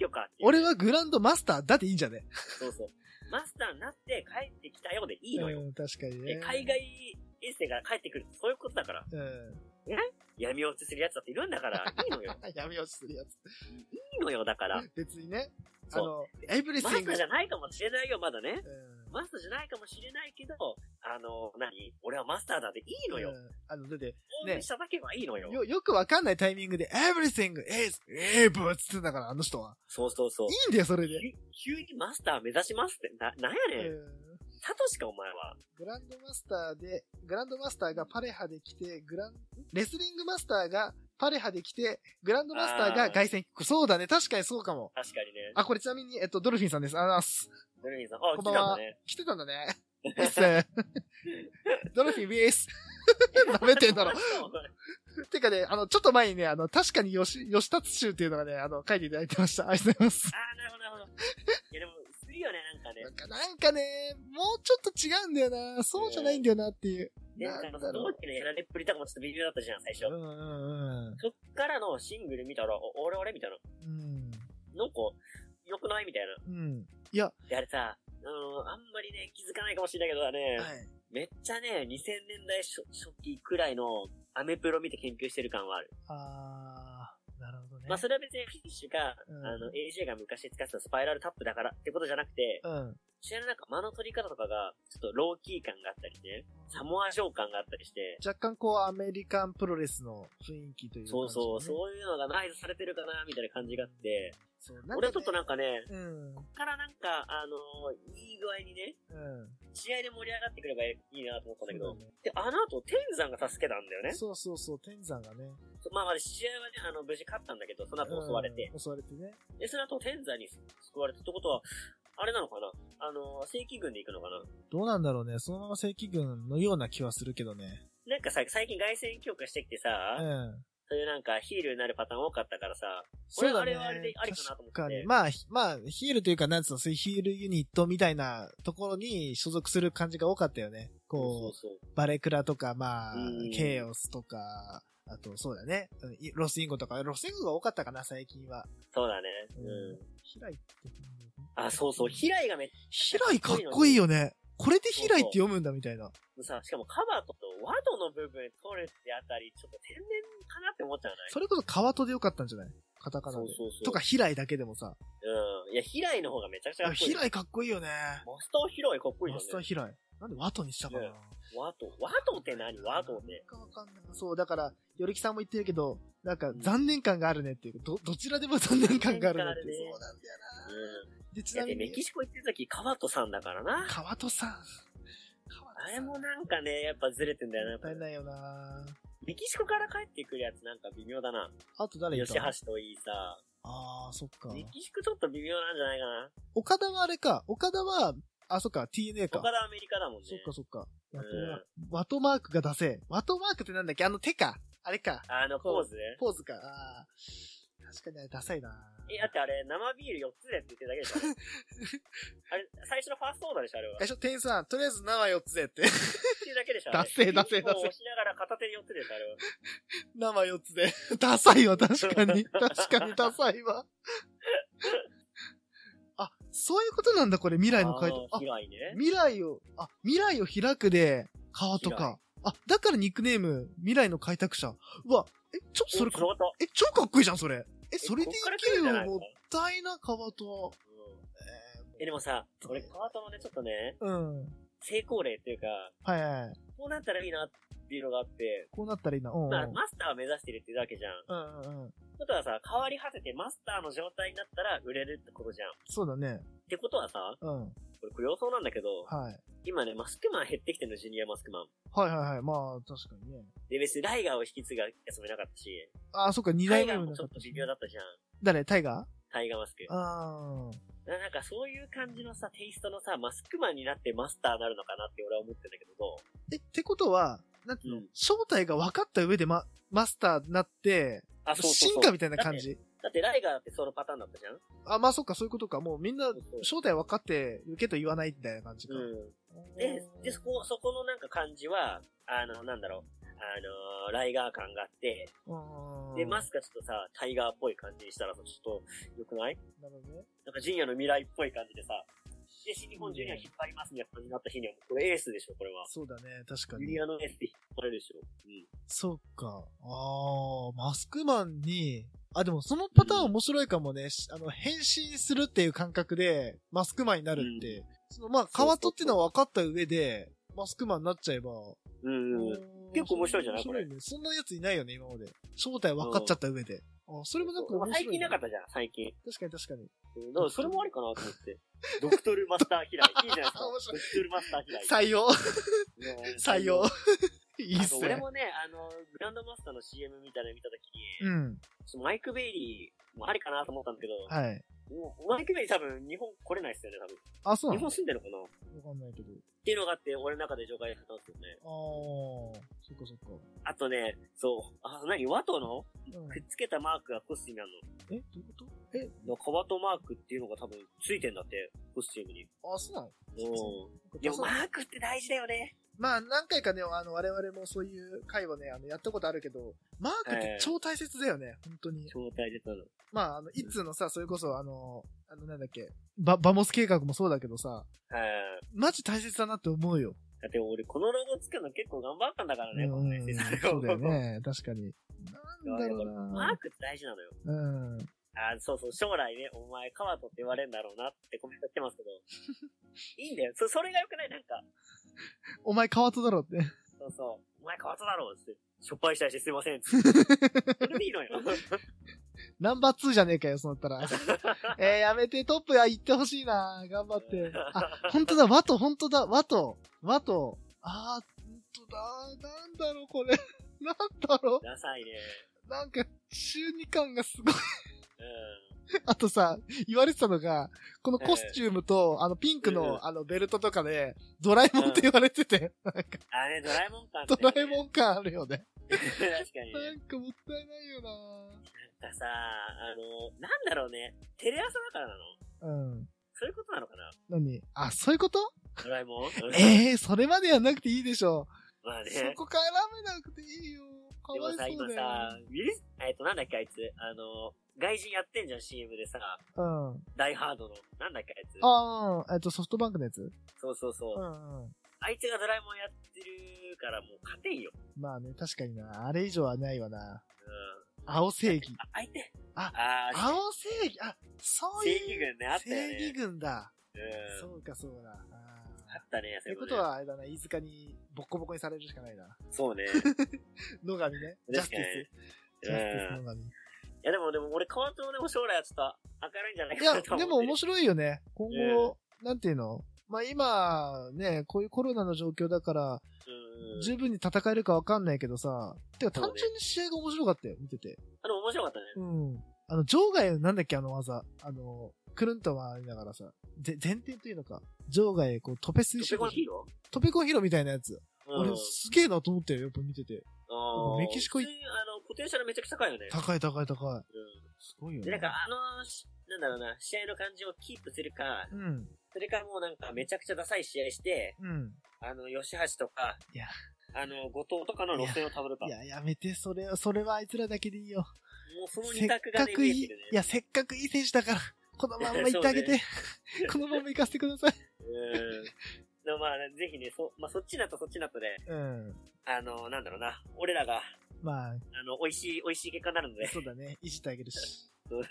Speaker 2: 虚かっていう
Speaker 1: 俺はグランドマスターだっていいんじゃね
Speaker 2: そうそう。マスターになって帰ってきたようでいいのよ。
Speaker 1: うん、確かに
Speaker 2: え
Speaker 1: ね。
Speaker 2: 海外遠征から帰ってくるってそういうことだから。
Speaker 1: うん。
Speaker 2: 闇落ちするやつだっているんだから、いいのよ。
Speaker 1: やめようとするやつ。
Speaker 2: いいのよ、だから。
Speaker 1: 別にね。あ
Speaker 2: そう
Speaker 1: の、エブリ
Speaker 2: マ
Speaker 1: シン
Speaker 2: スタ
Speaker 1: グ
Speaker 2: ーじ。ゃないかもしれないよ、まだね。
Speaker 1: うん
Speaker 2: マスターじゃないかもしれないけど、あの、何俺はマスターだっていいのよ。
Speaker 1: うんあの、だって、
Speaker 2: 応援しただけはいいのよ。
Speaker 1: よ、よくわかんないタイミングで、everything is able っつってんだから、あの人は。
Speaker 2: そうそうそう
Speaker 1: い。いんだよ、それで。
Speaker 2: 急急にマスター目指しますって、な、なんやねん。
Speaker 1: うん
Speaker 2: サトシか、お前は。
Speaker 1: グランドマスターで、グランドマスターがパレハで来て、グラン、レスリングマスターがパレハで来て、グランドマスターが凱旋帰国。そうだね、確かにそうかも。
Speaker 2: 確かにね。
Speaker 1: あ、これちなみに、えっと、ドルフィンさんです。あの、す
Speaker 2: ドルミンさん、あ、
Speaker 1: こ
Speaker 2: 来
Speaker 1: んば
Speaker 2: たん
Speaker 1: んは
Speaker 2: だね。
Speaker 1: 来てたんだね。ウィッ ス。ドルフィンウィッス。 舐めて んだろ。てかね、あの、ちょっと前にね、あの、確かに吉、吉達集っていうのがね、あの、書いていただいてました。ありがとうございます。
Speaker 2: あー、なるほど、なるほど。いや、でも、するよね、なんかね
Speaker 1: な。んかなんかね、もうちょっと違うんだよな。そうじゃないんだよなっていう。
Speaker 2: で、
Speaker 1: な
Speaker 2: なん
Speaker 1: ん
Speaker 2: か
Speaker 1: だろう
Speaker 2: 同期のやられっぷりとかもちょっと微妙だったじゃん、最初。
Speaker 1: うんうんうん。
Speaker 2: そっからのシングル見たら、お俺俺みたいな。
Speaker 1: うん。
Speaker 2: なんか、良くないみたいな。
Speaker 1: うん。いや、は
Speaker 2: で、あれさ、あの、あんまりね、気づかないかもしれないけどね、
Speaker 1: い。
Speaker 2: めっちゃね、2000年代初初期くらいのアメプロ見て研究してる感はある。
Speaker 1: あー、なるほどね。
Speaker 2: まあ、それは別にフィッシュが、
Speaker 1: うん
Speaker 2: あの、AJ が昔使ってたスパイラルタップだからってことじゃなくて、
Speaker 1: うん。
Speaker 2: 試合の中間の取り方とかが、ちょっとローキー感があったりね、サモアジョー感があったりして、
Speaker 1: 若干こう、アメリカンプロレスの雰囲気というか、
Speaker 2: そうそう、そういうのが内図されてるかな、みたいな感じがあって、
Speaker 1: そう。なんかね
Speaker 2: 俺はちょっとなんかね、
Speaker 1: うん。うん。
Speaker 2: からなんか、あのーいい具合にね、試合で盛り上がってくればいいなと思ったんだけ
Speaker 1: そ
Speaker 2: ど、
Speaker 1: うだね
Speaker 2: で、あの後、天山が助けたんだよね。
Speaker 1: そうそうそう、天山がね。
Speaker 2: まあまあ、試合はね、あの、無事勝ったんだけど、その後襲われて、
Speaker 1: うん。襲われてね。
Speaker 2: で、その後天山に救われたってことは、あれなのかなあのー正規軍で行くのかな
Speaker 1: どうなんだろうね。そのまま正規軍のような気はするけどね。
Speaker 2: なんかさ、最近外線強化してきて
Speaker 1: う
Speaker 2: さ、
Speaker 1: ん。
Speaker 2: そういうなんかヒールになるパターン多かったからさ、
Speaker 1: そうだね。
Speaker 2: あれはあれでありかなと思って
Speaker 1: 確かに。まあ、ひまあ、ヒールというか、なんつうの、そういうヒールユニットみたいなところに所属する感じが多かったよね。
Speaker 2: そう
Speaker 1: こう、
Speaker 2: そう。
Speaker 1: バレクラとか、まあ
Speaker 2: うん、
Speaker 1: ケイオスとか、あと、そうだね。うんいロスインゴとか、ロスインゴが多かったかな、最近は。
Speaker 2: そうだね。
Speaker 1: うん
Speaker 2: うん。
Speaker 1: ヒライって。
Speaker 2: あ、そうそう。ヒライがめっ
Speaker 1: ヒライかっこいいよね。これでヒライって読むんだ、みたいな。
Speaker 2: さ、しかもカバーとワドの部分取るってあたり、ちょっと天然かなって思っちゃうない
Speaker 1: それこそ川戸でよかったんじゃないカタカナ
Speaker 2: そう
Speaker 1: で。
Speaker 2: そうそう。
Speaker 1: とか、ヒライだけでもさ。
Speaker 2: うん。いや、ヒライの方がめちゃくちゃかっこいい。
Speaker 1: ヒライかっこいいよね。
Speaker 2: マスターヒライかっこいい
Speaker 1: マス
Speaker 2: じゃ
Speaker 1: タ
Speaker 2: ん
Speaker 1: ー
Speaker 2: ね。
Speaker 1: ヒライ。なんでワトにしたかな、
Speaker 2: ねワト。ワトって何ワトって。
Speaker 1: なんかわかんない。そう、だから、よりきさんも言ってるけど、なんか
Speaker 2: うん
Speaker 1: 残念感があるねっていう。ど、どちらでも残念感があるねっていう。
Speaker 2: 残念
Speaker 1: そう
Speaker 2: 感
Speaker 1: なんだよ
Speaker 2: う
Speaker 1: な。
Speaker 2: ん。
Speaker 1: で、ち
Speaker 2: だ
Speaker 1: な
Speaker 2: って
Speaker 1: み
Speaker 2: メキ
Speaker 1: に、
Speaker 2: シコ行ってる時、カバトさんだからな。
Speaker 1: 川戸さん。川戸さん
Speaker 2: あれもなんかね、やっぱずれてんだよなや
Speaker 1: もった
Speaker 2: っぱ
Speaker 1: い。ないよな。
Speaker 2: メキシコから帰ってくるやつなんか微妙だな。
Speaker 1: あと誰い
Speaker 2: 吉
Speaker 1: た
Speaker 2: 橋といいさ。
Speaker 1: あー、そっか。
Speaker 2: メキシコちょっと微妙なんじゃないかな。
Speaker 1: 岡田はあれか。岡田は、あ、そっか、TNA か。
Speaker 2: 岡田アメリカだもんね。
Speaker 1: そっかそっか。ワト
Speaker 2: うん
Speaker 1: ワトマークが出せ。ワトマークってなんだっけあの手か。あれか。
Speaker 2: あのポーズね。
Speaker 1: ポーズか。あー確かにあれダサいな。
Speaker 2: え、だってあれ、生ビール4つでって言ってるだけでしょ あれ、最初のファーストオーダーでしょあれは。
Speaker 1: 最初店員さん、とりあえず生4つでって。
Speaker 2: っていうだけでしょ
Speaker 1: ダセーダセーダセー
Speaker 2: 押しながら片手で4つでしょあれは。
Speaker 1: 生4つで。 ダサいわ、確 かに。確かにダサいわ。あ、そういうことなんだ、これ。未来の回答。あ
Speaker 2: あー未、来ね。
Speaker 1: 未来を、あ、未来を開くで、顔と
Speaker 2: 未
Speaker 1: か。あ、だからニックネーム、未来の開拓者。うわ、え、ちょ、それ
Speaker 2: お、そ
Speaker 1: か、
Speaker 2: のこと。
Speaker 1: え、超かっこいいじゃん、それ。え、それで
Speaker 2: こ
Speaker 1: い
Speaker 2: っから来
Speaker 1: け
Speaker 2: るん
Speaker 1: る
Speaker 2: じゃな
Speaker 1: よ、
Speaker 2: い
Speaker 1: も
Speaker 2: の
Speaker 1: ったいな、川と。
Speaker 2: うんえ、でもさ、俺、川友ね、ちょっとね、
Speaker 1: うん。
Speaker 2: 成功例っていうか、
Speaker 1: はいはい。
Speaker 2: こうなったらいいなっていうのがあって、
Speaker 1: こうなったらいいな。うんうん。
Speaker 2: まあ、マスターを目指してるってだけじゃん。
Speaker 1: うんうんうん。
Speaker 2: ってことはさ、変わり果ててマスターの状態になったら売れるってことじゃん。っ
Speaker 1: そうだね。
Speaker 2: てことはさ、
Speaker 1: うん。はい。
Speaker 2: これ、これ予想なんだけど、
Speaker 1: はい
Speaker 2: 今ね、マスクマン減ってきてるの、ジュニアマスクマン。
Speaker 1: はいはい。まあ、確かにね。
Speaker 2: で、別にライガーを引き継ぐやつもいなかったし、
Speaker 1: あ、そっか、二
Speaker 2: タ
Speaker 1: 代
Speaker 2: イ
Speaker 1: 目
Speaker 2: ガー
Speaker 1: も
Speaker 2: も
Speaker 1: な
Speaker 2: ち
Speaker 1: か
Speaker 2: ょ
Speaker 1: っ
Speaker 2: ったと。微妙だったじゃん。
Speaker 1: 誰タイガ
Speaker 2: タイガーマスク
Speaker 1: ー。あー。
Speaker 2: ななんかそういう感じのさ、テイストのさ、マスクマンになってマスターになるのかなって俺は思ってんだけど、ど
Speaker 1: え、ってことは、なんていうの、
Speaker 2: うん
Speaker 1: 正体が分かった上でま、マスターになって、
Speaker 2: うあ、そうそうそう
Speaker 1: 進化みたいな感。じ。
Speaker 2: だってライガーってそのパターンだったじゃん
Speaker 1: あ、まあそっか、そういうことか。もうみんな
Speaker 2: そうそ、う
Speaker 1: 正体分かって、受けと言わないみたいな感じか。
Speaker 2: うん。で、で、そこ、そこのなんか感じは、あの、なんだろう、あのーライガー感があって、
Speaker 1: うん。
Speaker 2: で、マスクはちょっとさ、タイガーっぽい感じにしたらさ、ちょっと、良くない
Speaker 1: なるほどね。
Speaker 2: なんかジュニアの未来っぽい感じでさ、で、新日本ジュニア引っ張りますみたいな感じになった日には、もうこれエースでしょ、これは。
Speaker 1: そうだね、確か
Speaker 2: ジュ
Speaker 1: に
Speaker 2: ニ。アのエースで引っ張れるでしょ。うん。
Speaker 1: そっか。あー、マスクマンに、あ、でもそのパターン面白いかもね。しあの、変身するっていう感覚で、マスクマンになるって。その、まあ、
Speaker 2: そうそうそう
Speaker 1: 川戸っていうのは分かった上で、マスクマンになっちゃえば、
Speaker 2: うんうん。結構面白いじゃな
Speaker 1: 面
Speaker 2: い
Speaker 1: 白ね。そんなやついないよね、今まで。正体分かっちゃった上で。あ、それもなんか面白い、ね。
Speaker 2: 最近なかったじゃん、最近。
Speaker 1: 確かに確かに。
Speaker 2: うんだからそれもありかなと 思って。ドクトルマスター嫌い。いいじゃないですか。
Speaker 1: 面
Speaker 2: ド
Speaker 1: 白い
Speaker 2: クトルマスター嫌い。
Speaker 1: 採用
Speaker 2: ね
Speaker 1: 採用 いいっ
Speaker 2: あ
Speaker 1: す
Speaker 2: と俺
Speaker 1: ね。
Speaker 2: もね、あの、グランドマスターの CM みたいなの見たときに、
Speaker 1: うん。
Speaker 2: ちょっとマイク・ベイリーもありかなと思ったんだけど、
Speaker 1: はい。
Speaker 2: もうマイク・ベイリー多分日本来れないっすよね、
Speaker 1: あ、そ
Speaker 2: 多
Speaker 1: う
Speaker 2: 分。
Speaker 1: なのわ
Speaker 2: 日本住んでるのかなっ
Speaker 1: かんないけど。
Speaker 2: ていうのがあって、俺の中で除外されたんですよね。
Speaker 1: あー、そっかそっか。
Speaker 2: あとね、そう、あ、何ワトの
Speaker 1: うん
Speaker 2: くっつけたマークがコスチュームに
Speaker 1: え、
Speaker 2: な
Speaker 1: どういうことえ、
Speaker 2: るの。カワトマークっていうのが多分ついてんだって、コスチュームに。
Speaker 1: あ、そうなの
Speaker 2: うん。
Speaker 1: なんか
Speaker 2: で
Speaker 1: ダ
Speaker 2: も
Speaker 1: サ
Speaker 2: マークって大事だよね。
Speaker 1: まあ何回かね、あの、我々もそういう会はね、あの、やったことあるけど、マークって超大切だよね、本当に。
Speaker 2: 超大切なの。
Speaker 1: まあ、あの、いつのさ、それこそあの、あの、なんだっけ、バ、バモス計画もそうだけどさ、
Speaker 2: はい。
Speaker 1: マジ大切だなって思うよ。
Speaker 2: だって俺、このロゴ作るの結構頑張ったんだからね、この
Speaker 1: う
Speaker 2: ね
Speaker 1: ん
Speaker 2: 制作
Speaker 1: そうだよ
Speaker 2: い
Speaker 1: ね、確かに。なんだ
Speaker 2: や
Speaker 1: ろう
Speaker 2: マー
Speaker 1: な
Speaker 2: クって大事なのよ。
Speaker 1: うん。
Speaker 2: あそうそう、将来ね、お前、カワトって言われるんだろうなってコメント来てます けど。いいんだよ。そ、それが良くないなんか。
Speaker 1: お前川戸だろって。
Speaker 2: そうそう。お前、カワトだろうっつって。しょっぱいしたりしてすいません っつって。それでいいのよ。
Speaker 1: ナンバー2じゃねえかよ、そうなったら。えー、やめて、トップは行ってほしいな。頑張って。 あ、本当だ、和と、本当だ、和と、和と。あー、本当だ、なんだろう、これ。 なんだろ
Speaker 2: ダサいね。
Speaker 1: う。なんか、中二感がすごい。
Speaker 2: うん。
Speaker 1: あとさ、言われてたのが、このコスチュームと、あの、ピンク
Speaker 2: う
Speaker 1: の、
Speaker 2: ん
Speaker 1: あの、ベルトとかで、ドラえもんって言われて て、
Speaker 2: あれ、ドラえもん感、
Speaker 1: ドラえも
Speaker 2: ん。
Speaker 1: ん感あるよね。
Speaker 2: 確かにね。
Speaker 1: なんかもったいないよ
Speaker 2: なんかさ、あの、なんだろうね。テレ朝だからなの
Speaker 1: なうん。
Speaker 2: そういうことなのかな
Speaker 1: 何あ、そういうこと
Speaker 2: ドラえもん
Speaker 1: ええー、それまでやんなくていいでしょ。
Speaker 2: まあね。
Speaker 1: そ
Speaker 2: で
Speaker 1: こ絡めなくていいよ。か
Speaker 2: も
Speaker 1: わい
Speaker 2: さ、
Speaker 1: そ
Speaker 2: 今
Speaker 1: うだ
Speaker 2: さ
Speaker 1: よ。、
Speaker 2: ウィルス、えっと、なんだっけ、あいつ。あの、外人やってんじゃん、CM でさ。
Speaker 1: うん。あ
Speaker 2: ダイハードの。なんだっけ、あいつ。
Speaker 1: あー、えっと、ソフトバンクのやつ
Speaker 2: そうそうそうう。
Speaker 1: んうん。
Speaker 2: あいつがドラえもんやってるから、もう勝てんよ。
Speaker 1: まあね、確かにな。あれ以上はないわな。
Speaker 2: うん。
Speaker 1: 青正義。
Speaker 2: あ、相手。
Speaker 1: あ
Speaker 2: あー、
Speaker 1: 青正義あ、そう
Speaker 2: 正
Speaker 1: いう。
Speaker 2: 義軍ね、あったよ
Speaker 1: 正義
Speaker 2: ね。
Speaker 1: 軍だ。
Speaker 2: うん。
Speaker 1: そうか、そうだ。あ
Speaker 2: あ
Speaker 1: ー
Speaker 2: ったね、
Speaker 1: っ
Speaker 2: そ
Speaker 1: て
Speaker 2: ういう
Speaker 1: こ
Speaker 2: こととね。
Speaker 1: は、あれだな、飯塚にボッコボコにされるしかないな。
Speaker 2: そうね。
Speaker 1: 野上ね。ジャスティス。ジ
Speaker 2: 確かにね
Speaker 1: ャスティス
Speaker 2: うん。い
Speaker 1: 野上。
Speaker 2: や、でも、でも俺、川戸のでも将来はちょっと明るいんじゃない
Speaker 1: い
Speaker 2: かな
Speaker 1: や、
Speaker 2: と思
Speaker 1: で
Speaker 2: ってる。
Speaker 1: も面白いよね。今後、なんていうのまあ今、ね、こういうコロナの状況だから、
Speaker 2: うん。
Speaker 1: 十分に戦えるかわかんないけどさ、てか
Speaker 2: そうね
Speaker 1: 単純に試合が面白かったよ、見てて。
Speaker 2: あ、でも面白かったね。
Speaker 1: うん。あの、場外、なんだっけ、あの技。あの、くるんと回りながらさ、ぜ、前転というのか、場外へこう、トペスイ
Speaker 2: ペコのヒーロ
Speaker 1: トペコヒロみたいなやつ。
Speaker 2: ーうん。
Speaker 1: 俺、すげえなと思ったよ、やっぱ見てて。
Speaker 2: あー
Speaker 1: メキシコい
Speaker 2: 普通にあの、ポテンシャルめちゃくちゃ高いよね。
Speaker 1: 高い高い高い。
Speaker 2: う
Speaker 1: すごいよね。
Speaker 2: ん。で、なんか、あの、しなんだろうな、試合の感じをキープするか、
Speaker 1: うん、
Speaker 2: それからもうなんかめちゃくちゃダサい試合して、
Speaker 1: うん。
Speaker 2: あの、吉橋とか、
Speaker 1: いや
Speaker 2: あの、後藤とかの路線をたぶるか。
Speaker 1: い
Speaker 2: も
Speaker 1: や、やめて、それは、それはあいつらだけでいいよ。
Speaker 2: うその
Speaker 1: せ
Speaker 2: 二
Speaker 1: っ
Speaker 2: 択が
Speaker 1: か
Speaker 2: ね、
Speaker 1: く
Speaker 2: 見
Speaker 1: い
Speaker 2: え
Speaker 1: い、
Speaker 2: て
Speaker 1: い
Speaker 2: るね。
Speaker 1: や、せっかくいい選手だから、このまんま行ってあげて、
Speaker 2: そ う
Speaker 1: このまま行かせてください。
Speaker 2: うん。でもまあ、ぜひね、そ、まあそっちだとそっちだとね、
Speaker 1: うん。
Speaker 2: あの、なんだろうな、俺らが、
Speaker 1: まあ、
Speaker 2: あの、美味しい、美味しい結果になるので、
Speaker 1: そうだね、いじってあげるし。
Speaker 2: そう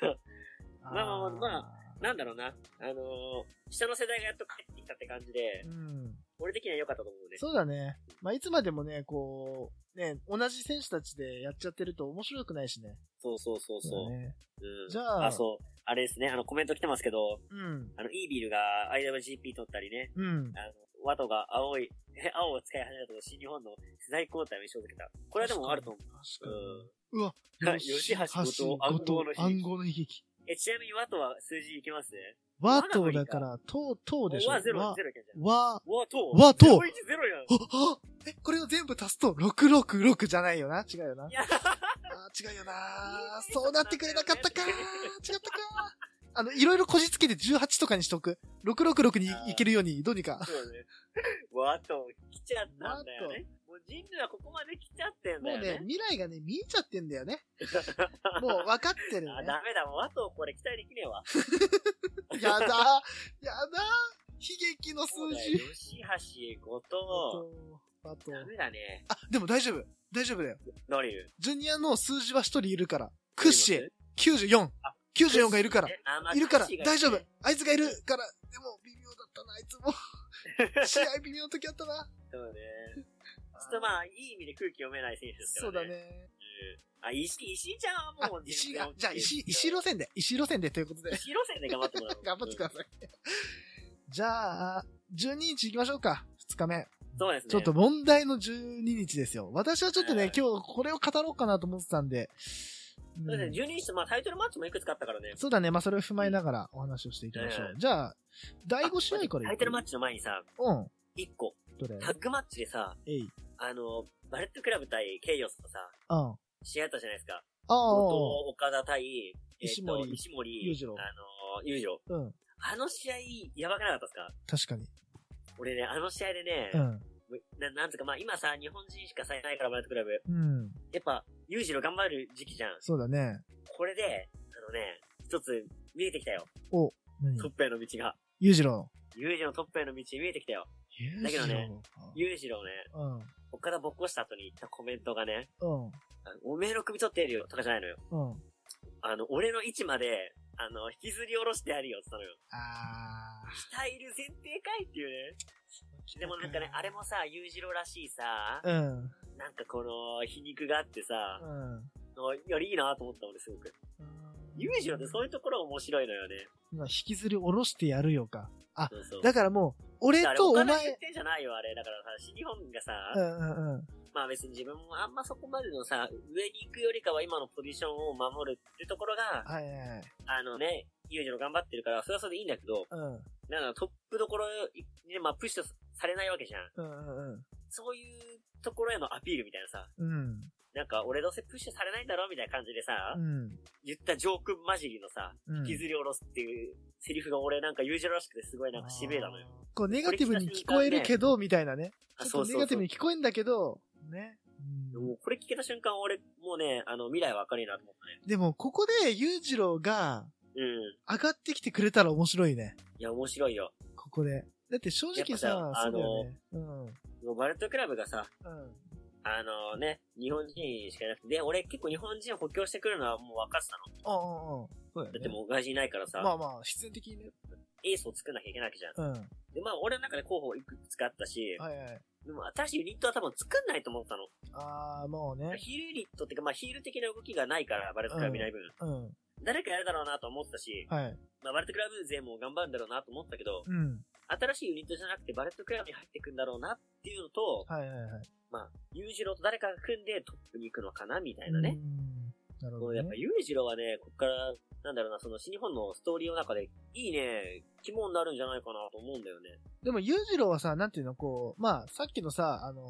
Speaker 1: ま
Speaker 2: あまあまあなんだろうな、あの、下の世代がやっと帰ってきたって感じで
Speaker 1: う、ん。
Speaker 2: 俺的には良かったと思うね。
Speaker 1: そうだね。まあ、いつまでもね、こう、ね、同じ選手たちでやっちゃってると面白くないしね。
Speaker 2: そうそうそうそう。
Speaker 1: だね。
Speaker 2: うん、
Speaker 1: じゃあ
Speaker 2: あ、そう。あれですね、あの、コメント来てますけど、
Speaker 1: うん。
Speaker 2: あの、イービルが IWGP 取ったりね、
Speaker 1: うん。
Speaker 2: あの、ワトが青い、 青を使い始めたと新日本の世代交代を一生づけた。これはでもあると思う。
Speaker 1: 確か
Speaker 2: うん
Speaker 1: に。うわ、
Speaker 2: はい吉橋後藤
Speaker 1: 後
Speaker 2: 暗号の
Speaker 1: 藤
Speaker 2: 悲劇
Speaker 1: 暗号の悲劇。
Speaker 2: え、ちなみにワトは数字いきますね
Speaker 1: 和とだから、と、とでしょ。
Speaker 2: ワはゼロ、
Speaker 1: 和
Speaker 2: ゼロいけんじゃん。
Speaker 1: 和、
Speaker 2: ワト
Speaker 1: ワト
Speaker 2: ゼロ一ゼロやん。
Speaker 1: あ、あ、え、これを全部足すと、666じゃないよな違うよなあ
Speaker 2: いや、
Speaker 1: ー違うよなそうなってくれなかったか違ったかあの、いろいろこじつけて18とかにしとく。666にいけるように、どうにか。
Speaker 2: そうね。ワト来ちゃったんだよね。もう人類はここまで来ちゃってんだ
Speaker 1: もう
Speaker 2: よね
Speaker 1: ね、。未来がね、見えちゃってんだよね。もう分かってる
Speaker 2: あ、
Speaker 1: ね。
Speaker 2: ダメだ、もうワトこれ期待できねえわ。
Speaker 1: やだやだ悲劇の数
Speaker 2: そうだよ
Speaker 1: 字。
Speaker 2: 吉橋、後
Speaker 1: あと
Speaker 2: 藤。、ダメだね。
Speaker 1: あ、でも大丈夫。大丈夫だよ。
Speaker 2: ノリュー。
Speaker 1: ジュニアの数字は一人いるから。クッシー、
Speaker 2: え、
Speaker 1: 94。94がいるから。
Speaker 2: あまあ
Speaker 1: いるから
Speaker 2: クッシー、が
Speaker 1: 大
Speaker 2: ね
Speaker 1: 丈夫。あいつがいるから、でも微妙だったな、あいつも。試合微妙な時あったな。
Speaker 2: そうね。ちょっとまあ、いい意味で空気読めない選手ですか
Speaker 1: そ
Speaker 2: ら
Speaker 1: う
Speaker 2: ね。
Speaker 1: だ。ね。
Speaker 2: あ、石井、石井ちゃん
Speaker 1: あ
Speaker 2: はもう、
Speaker 1: 石井が、じゃあ石井、石井路線で、石井路線でということで、
Speaker 2: 石井路線で頑張ってもらおう。
Speaker 1: 頑張ってください。 じゃあ、12日行きましょうか。2日目。
Speaker 2: うんそうですね。
Speaker 1: ちょっと問題の12日ですよ。私はちょっと
Speaker 2: え
Speaker 1: ね
Speaker 2: え、
Speaker 1: 今日これを語ろうかなと思ってたんで。うん
Speaker 2: そうですね。12日と、まあ、タイトルマッチもいくつかあったからね。
Speaker 1: そうだね。まあ、それを踏まえながらお話をしていきましょ
Speaker 2: え
Speaker 1: う。じゃあ、第5試合から
Speaker 2: タイトルマッ
Speaker 1: チ。
Speaker 2: チの前にさ、
Speaker 1: うん。
Speaker 2: 1個、
Speaker 1: どれ
Speaker 2: タッグマッチでさ、
Speaker 1: えい。
Speaker 2: あの、バレットクラブ対ケイオスのさ、
Speaker 1: うん。あ
Speaker 2: 試合あったじゃないですか。
Speaker 1: あ。
Speaker 2: 後藤、岡田対、えっと
Speaker 1: 石森
Speaker 2: 石森、
Speaker 1: 裕次郎
Speaker 2: あの、裕次郎。
Speaker 1: うん。
Speaker 2: あの試合、やばくなかったですか
Speaker 1: 確かに。
Speaker 2: 俺ね、あの試合でね、
Speaker 1: うん。
Speaker 2: もうななんつうか、まあ今さ、日本人しかされないから、バレットクラブ。
Speaker 1: うん。
Speaker 2: やっぱ、ユージの頑張る時期じゃん。
Speaker 1: そうだね。
Speaker 2: これで、あのね、一つ見えてきたよ。
Speaker 1: お、何
Speaker 2: トップへの道が。
Speaker 1: 裕次郎。
Speaker 2: ユージのトップへの道見えてきたよ。
Speaker 1: 裕
Speaker 2: だけどね
Speaker 1: か
Speaker 2: ユージのね、
Speaker 1: うん。
Speaker 2: こっからぼっこした後に言ったコメントがね、
Speaker 1: うん。
Speaker 2: あのおめえの首取ってやるよとかじゃないのよ。
Speaker 1: うん。
Speaker 2: あの、俺の位置まで、あの、引きずり下ろしてやるよって言ったのよ。
Speaker 1: あー。
Speaker 2: 鍛える前提かいっていうね。でもなんかね、あれもさ、裕次郎らしいさ、
Speaker 1: うん。
Speaker 2: なんかこの、皮肉があってさ、
Speaker 1: うん。
Speaker 2: のよりいいなと思った俺すごく。裕次郎ってそういうところ面白いのよね。
Speaker 1: 今引きずり下ろしてやるよか。
Speaker 2: そうそう。
Speaker 1: だからもう、俺
Speaker 2: あれ
Speaker 1: とお
Speaker 2: お
Speaker 1: 前、
Speaker 2: 金言ってんじゃないよ、あれ。だからさ、新日本がさ、
Speaker 1: うんうんうん。
Speaker 2: まあ別に自分もあんまそこまでのさ、上に行くよりかは今のポジションを守るってところが、
Speaker 1: はいはいはい。
Speaker 2: あのね、ユージの頑張ってるから、それはそれでいいんだけど、
Speaker 1: うん。
Speaker 2: なんだろうトップどころに、まあプッシュされないわけじゃん。
Speaker 1: うんうんうん。
Speaker 2: そういうところへのアピールみたいなさ、
Speaker 1: うん。
Speaker 2: なんか俺どうせプッシュされないんだろみたいな感じでさ、
Speaker 1: うん。
Speaker 2: 言ったジョーク混じりのさ、
Speaker 1: うん。
Speaker 2: 引きずり下ろすっていうセリフが俺なんかユージらしくてすごいなんかしびれたのよ。
Speaker 1: あー。こう、ネガティブに聞こえるけど、みたいなね。
Speaker 2: あ、
Speaker 1: ちょっとネガティブに聞こえんだけど、ね。うん
Speaker 2: もうこれ聞けた瞬間俺、もうね、あの、未来は明るいなと思ったね。
Speaker 1: でも、ここで、裕次郎が
Speaker 2: うん。
Speaker 1: 上がってきてくれたら面白いね。
Speaker 2: いや、面白いよ。
Speaker 1: ここで。だって正直
Speaker 2: や
Speaker 1: さ
Speaker 2: っ、ぱ
Speaker 1: そう
Speaker 2: さ
Speaker 1: だよね。うん。うん。
Speaker 2: もうバレットクラブがさ、あのね、日本人しかいなくて、で、俺結構日本人を補強してくるのはもう分かってたの。
Speaker 1: うんうんうん。そうだよ
Speaker 2: だって
Speaker 1: ね。
Speaker 2: もう外人いないからさ、
Speaker 1: まあまあ、必然的にね。
Speaker 2: エースを作んなきゃいけないわけじゃん。
Speaker 1: うん。は
Speaker 2: で、まあ俺の中で候補いくつかあったし
Speaker 1: い、はい。
Speaker 2: でも新しいユニットは多分作んないと思ったの。
Speaker 1: あー、もうね。
Speaker 2: ヒールユニットっていうか、まあヒール的な動きがないから、バレットクラブいない分。
Speaker 1: うん。
Speaker 2: 誰かやるだろうなと思ってたし、
Speaker 1: はい。
Speaker 2: まあバレットクラブ勢も頑張るんだろうなと思ったけど、
Speaker 1: うん。
Speaker 2: 新しいユニットじゃなくてバレットクラブに入ってくんだろうなっていうのと、
Speaker 1: はいはいはい。
Speaker 2: まあ、裕次郎と誰かが組んでトップに行くのかなみたいな
Speaker 1: う
Speaker 2: ね。
Speaker 1: ん。なる
Speaker 2: も
Speaker 1: ほど
Speaker 2: うやっぱ
Speaker 1: ね。
Speaker 2: 裕次郎はね、こっから、なんだろうな、その新日本のストーリーの中で、いいね、肝になるんじゃないかなと思うんだよね。
Speaker 1: でも、裕次郎はさ、なんていうの、こう、まあ、さっきのさ、あの
Speaker 2: う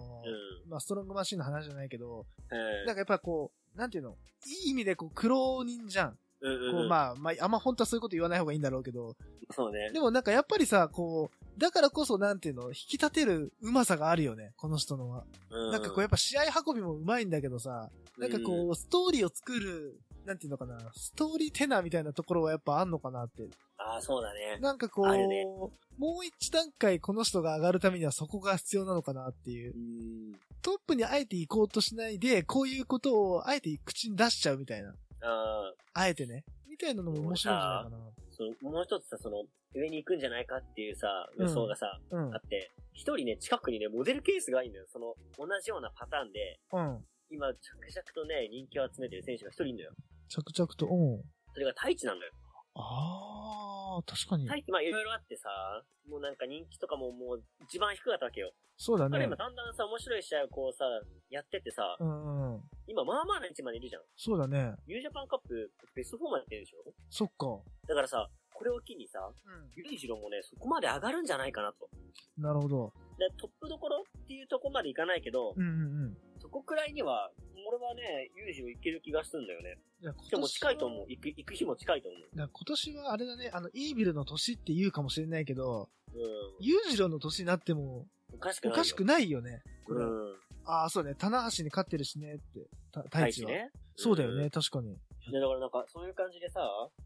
Speaker 1: ー、まあ、ストロングマシンの話じゃないけど、
Speaker 2: ん。うん
Speaker 1: なんかやっぱこう、なんていうの、いい意味でこう、苦労人じゃん。
Speaker 2: うん
Speaker 1: こ
Speaker 2: うんう
Speaker 1: う、
Speaker 2: ん。
Speaker 1: まあ、まあ、あんま本当はそういうこと言わない方がいいんだろうけど、
Speaker 2: そうね。
Speaker 1: でもなんかやっぱりさ、こう、だからこそなんていうの、引き立てるうまさがあるよね、この人のは。
Speaker 2: う
Speaker 1: なんかこうやっぱ試合運びもうまいんだけどさ、なんかこう、ストーリーを作る、なんていうのかな、ストーリーテナーみたいなところはやっぱあんのかなって。
Speaker 2: ああ、そうだね。
Speaker 1: なんかこう、
Speaker 2: あるね
Speaker 1: もう一段階この人が上がるためにはそこが必要なのかなっていう
Speaker 2: う。ん。
Speaker 1: トップにあえて行こうとしないで、こういうことをあえて口に出しちゃうみたいな。
Speaker 2: ああ、
Speaker 1: あえてね。みたいなのも面白いんじゃないか
Speaker 2: その、もう一つさ、その、上に行くんじゃないかっていうさ、予想がさ、
Speaker 1: な。
Speaker 2: あって、一人ね、近くにね、モデルケースがいいんだよ。その、同じようなパターンで、
Speaker 1: うん。うん。
Speaker 2: 今、着々とね、人気を集めてる選手が一人いるんだよ。
Speaker 1: 着々と、うん。
Speaker 2: それが太一なんだよ。
Speaker 1: ああ、確かに。
Speaker 2: 太一、まあいろいろあってさ、もうなんか人気とかももう一番低かったわけよ。
Speaker 1: そうだ
Speaker 2: だから
Speaker 1: ね
Speaker 2: 今。だんだんさ、面白い試合をこうさ、やってってさ、
Speaker 1: うんうん。
Speaker 2: 今まあまあな位置までいるじゃん。
Speaker 1: そうだね。
Speaker 2: ニュージャパンカップベスト4まで出るでしょ
Speaker 1: そっか。
Speaker 2: だからさ、これを機にさ、
Speaker 1: う
Speaker 2: ユージロもね、そこまで上がるんじゃないかなと。
Speaker 1: ん。なるほど。
Speaker 2: で、トップどころっていうとこまでいかないけど、
Speaker 1: うんうんうん。
Speaker 2: そこくらいには、俺はね、ユージロいける気がするんだよね。
Speaker 1: じゃあ今
Speaker 2: でも近いと
Speaker 1: う。
Speaker 2: 思う。行く、行く日も近いと思う。
Speaker 1: だから今年はあれだね、あの、イービルの年って言うかもしれないけど、
Speaker 2: う
Speaker 1: 裕次郎の年になっても
Speaker 2: ん。おかしく
Speaker 1: お
Speaker 2: ないよ。
Speaker 1: かしくないよね。これ
Speaker 2: うん。
Speaker 1: ああ、そうね。棚橋に勝ってるしねって。た太
Speaker 2: 大
Speaker 1: 一
Speaker 2: 地
Speaker 1: は、
Speaker 2: ね。
Speaker 1: そうだよ
Speaker 2: ん
Speaker 1: ね、。確かに。
Speaker 2: でだからなんか、そういう感じでさ、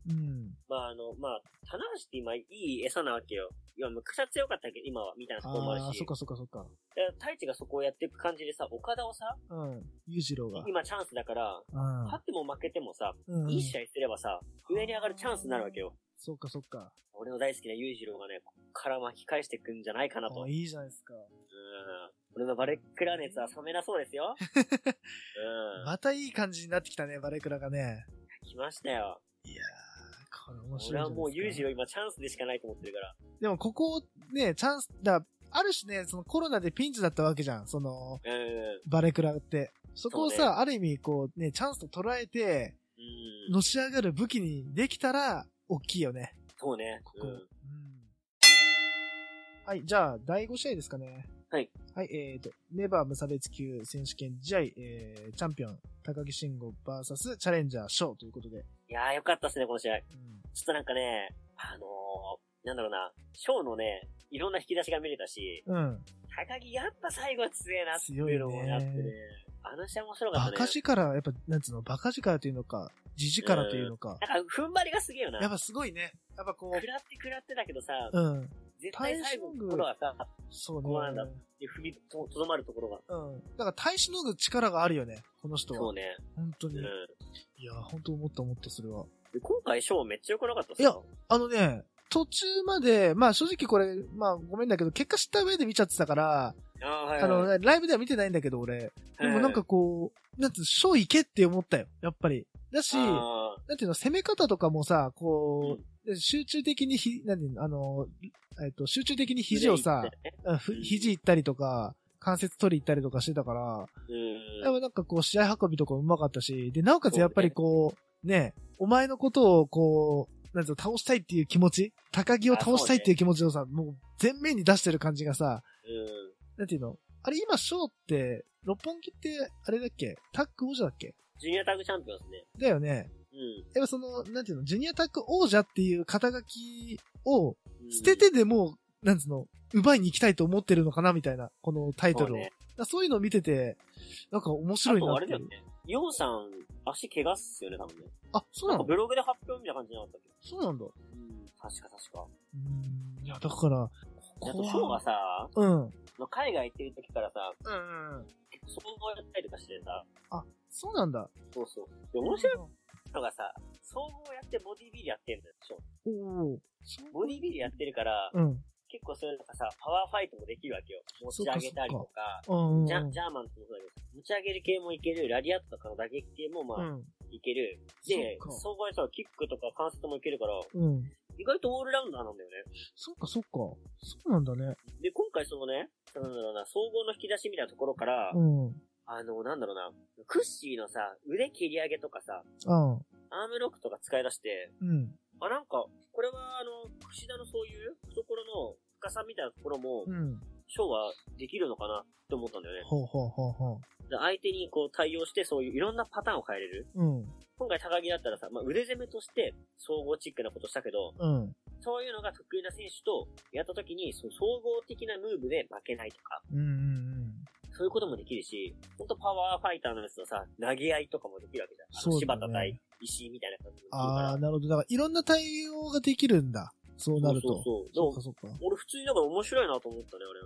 Speaker 1: うん。
Speaker 2: まああの、まあ、棚橋って今いい餌なわけよ。いや、昔は強かったけど、今は、みたいなところもある
Speaker 1: ああ、
Speaker 2: し。
Speaker 1: そっかそっかそっか。
Speaker 2: だから太一がそこをやっていく感じでさ、岡田をさ、
Speaker 1: うん。裕次郎が。
Speaker 2: 今チャンスだから、勝っても負けてもさ、
Speaker 1: うん。うん
Speaker 2: いい試合すればさ、上に上がるチャンスになるわけよ。
Speaker 1: そっかそっか。
Speaker 2: 俺の大好きな裕次郎がね、こっから巻き返してくんじゃないかなと。
Speaker 1: あ
Speaker 2: う
Speaker 1: あ
Speaker 2: ん。
Speaker 1: いいじゃないですか。
Speaker 2: 俺のバレックラ熱は冷めなそうで すよ。う
Speaker 1: またいい感じになってきたね、バレクラがね。
Speaker 2: ん。来ましたよ。
Speaker 1: いやー、これ面白いじ
Speaker 2: 俺
Speaker 1: ゃなです
Speaker 2: はい
Speaker 1: か。
Speaker 2: もう裕次郎今チャンスでしかないと思ってるから。
Speaker 1: でもここをね、チャンス、だある種ね、そのコロナでピンチだったわけじゃん、その、
Speaker 2: うん。うん
Speaker 1: バレクラって。そこを
Speaker 2: そうね
Speaker 1: さ、ある意味こうね、チャンスと捉えて、のし上がる武器にできたら、大きいよね、
Speaker 2: そうね。
Speaker 1: こ
Speaker 2: う
Speaker 1: こ。うんん。はい、じゃあ、第5試合ですかね。
Speaker 2: はい。
Speaker 1: はい、えっ、と、ネバー無差別級選手権試合、えー、チャンピオン、高木慎吾 VS チャレンジャー、ショーということで。
Speaker 2: いやーよかったっすね、この試合。
Speaker 1: うん。
Speaker 2: ちょっとなんかね、あのー、なんだろうな、ショーのね、いろんな引き出しが見れたし、
Speaker 1: うん。
Speaker 2: 高木やっぱ最後強えなって
Speaker 1: 強
Speaker 2: い
Speaker 1: いう
Speaker 2: のもやってね
Speaker 1: ね。。
Speaker 2: あの試合面白か
Speaker 1: バ
Speaker 2: った
Speaker 1: カ
Speaker 2: ね。
Speaker 1: 力、やっぱ、なんつうの、バカ力というのか、地力というのか。
Speaker 2: なんか踏ん張りがすげえよな。
Speaker 1: やっぱすごいね。やっぱこ
Speaker 2: 食らって食らってだけどさ、
Speaker 1: う、うん。
Speaker 2: 絶対最後のところはさ、
Speaker 1: そう
Speaker 2: こうなんだ
Speaker 1: ね。
Speaker 2: 踏みととどまるところが。
Speaker 1: うん。だから耐え忍ぐ力があるよね、この人
Speaker 2: そ
Speaker 1: は
Speaker 2: う。ね。
Speaker 1: 本当
Speaker 2: う
Speaker 1: に。
Speaker 2: ん
Speaker 1: い。や、本当思った思った、それは。
Speaker 2: で今回、ショーめっちゃ良くなかったっすか
Speaker 1: いやあのね、途中まで、まあ正直これ、まあごめんだけど、結果知った上で見ちゃってたから、
Speaker 2: ああ、はい、
Speaker 1: あ
Speaker 2: はい。
Speaker 1: の、ライブでは見てないんだけど、俺。でもなんか
Speaker 2: はい、
Speaker 1: こう、なんつうの、ショー行けって思ったよ、やっぱり。だし、な
Speaker 2: あー
Speaker 1: んていうの、攻め方とかもさ、こう、集中的にひ、なんていうの、あの、えっと、集中的に肘をさ、、うんふ肘行ったりとか、関節取り行ったりとかしてたから、やっ
Speaker 2: う
Speaker 1: ぱなんかこう、試合運びとかもうまかったし、で、なおかつやっぱりこう、ね、お前のことをこう、なんていうの、倒したいっていう気持ち、高木を倒したいっていう気持ちをさ、もう全面に出してる感じがさ、
Speaker 2: ん。
Speaker 1: なんていうのあれ今、ショーって、六本木って、あれだっけタッグ王者だっけ
Speaker 2: ジュニアタッグチャンピオンですね。
Speaker 1: だよね。やっぱその、なんていうの、ジュニアタッグ王者っていう肩書きを
Speaker 2: うん。
Speaker 1: 捨ててでもう、なんつうの、奪いに行きたいと思ってるのかなみたいな、このタイトルを。
Speaker 2: そう
Speaker 1: そう,、
Speaker 2: ね
Speaker 1: いうのを見てて、なんか面白い
Speaker 2: あ
Speaker 1: な
Speaker 2: と
Speaker 1: っ
Speaker 2: あ
Speaker 1: てい
Speaker 2: れだ
Speaker 1: う
Speaker 2: よね。ヨウさん、足怪我っすよね、多分ね。
Speaker 1: あ、そう
Speaker 2: な
Speaker 1: なん
Speaker 2: か
Speaker 1: の
Speaker 2: ブログで発表みたいな感じじゃなかったっけ
Speaker 1: そうなんだ。う
Speaker 2: うん。確か確か。
Speaker 1: ーん。いや、だから、
Speaker 2: あ、
Speaker 1: ことこ
Speaker 2: ショーが
Speaker 1: は、
Speaker 2: さ、
Speaker 1: うん。うん
Speaker 2: 海外行ってる時からさ、
Speaker 1: うんうん。
Speaker 2: 結構総合やったりとかしてさ、
Speaker 1: そうなんだ。
Speaker 2: そうそう。で、面白いのがさ、総合やってボディビルやってるんだよ、ショー。
Speaker 1: おお。そう
Speaker 2: ボディビルやってるから、
Speaker 1: うん。
Speaker 2: 結構そういうのがさ、パワーファイトもできるわけよ。持ち上げたりとか、
Speaker 1: うんうんうん。
Speaker 2: ジャジャーマンとかもそうだけど、持ち上げる系もいける、ラリアットとかの打撃系も
Speaker 1: う
Speaker 2: まあ、
Speaker 1: ん。
Speaker 2: いける。で
Speaker 1: そっ、か
Speaker 2: 総合でさ、キックとか関節もいけるから、
Speaker 1: うん。
Speaker 2: 意外とオールラウンダーなんだよね。
Speaker 1: そっかそっか。そうなんだね。
Speaker 2: で、今回そのね、なんだろうな、総合の引き出しみたいなところから、
Speaker 1: うん。
Speaker 2: あの、なんだろうな、クッシーのさ、腕切り上げとかさ、
Speaker 1: あ
Speaker 2: アームロックとか使い出して、
Speaker 1: うん。
Speaker 2: あ、なんか、これはあの、串田のそういう懐の深さみたいなところも
Speaker 1: う、ん。
Speaker 2: ショーはできるのかなって思ったんだよね。
Speaker 1: ほうほうほうほ
Speaker 2: で相手にこう対応して、そういういろんなパターンを変えれる。
Speaker 1: う。うん。
Speaker 2: 今回高木だったらさ、まあ、腕攻めとして総合チックなことしたけど、
Speaker 1: うん。
Speaker 2: そういうのが得意な選手とやった時に、その総合的なムーブで負けないとか、
Speaker 1: うんうん
Speaker 2: そういうこともできるし、ほんとパワーファイターのやつのさ、投げ合いとかもできるわけじゃん。あの
Speaker 1: そうだ
Speaker 2: 柴
Speaker 1: ね
Speaker 2: 田対石井みたいな感じで。
Speaker 1: ああ、なるほど。だから、いろんな対応ができるんだ。そうなると。
Speaker 2: そうそう
Speaker 1: そ
Speaker 2: そう
Speaker 1: うかそうか。
Speaker 2: でも俺普通にだから面白いなと思ったね、俺。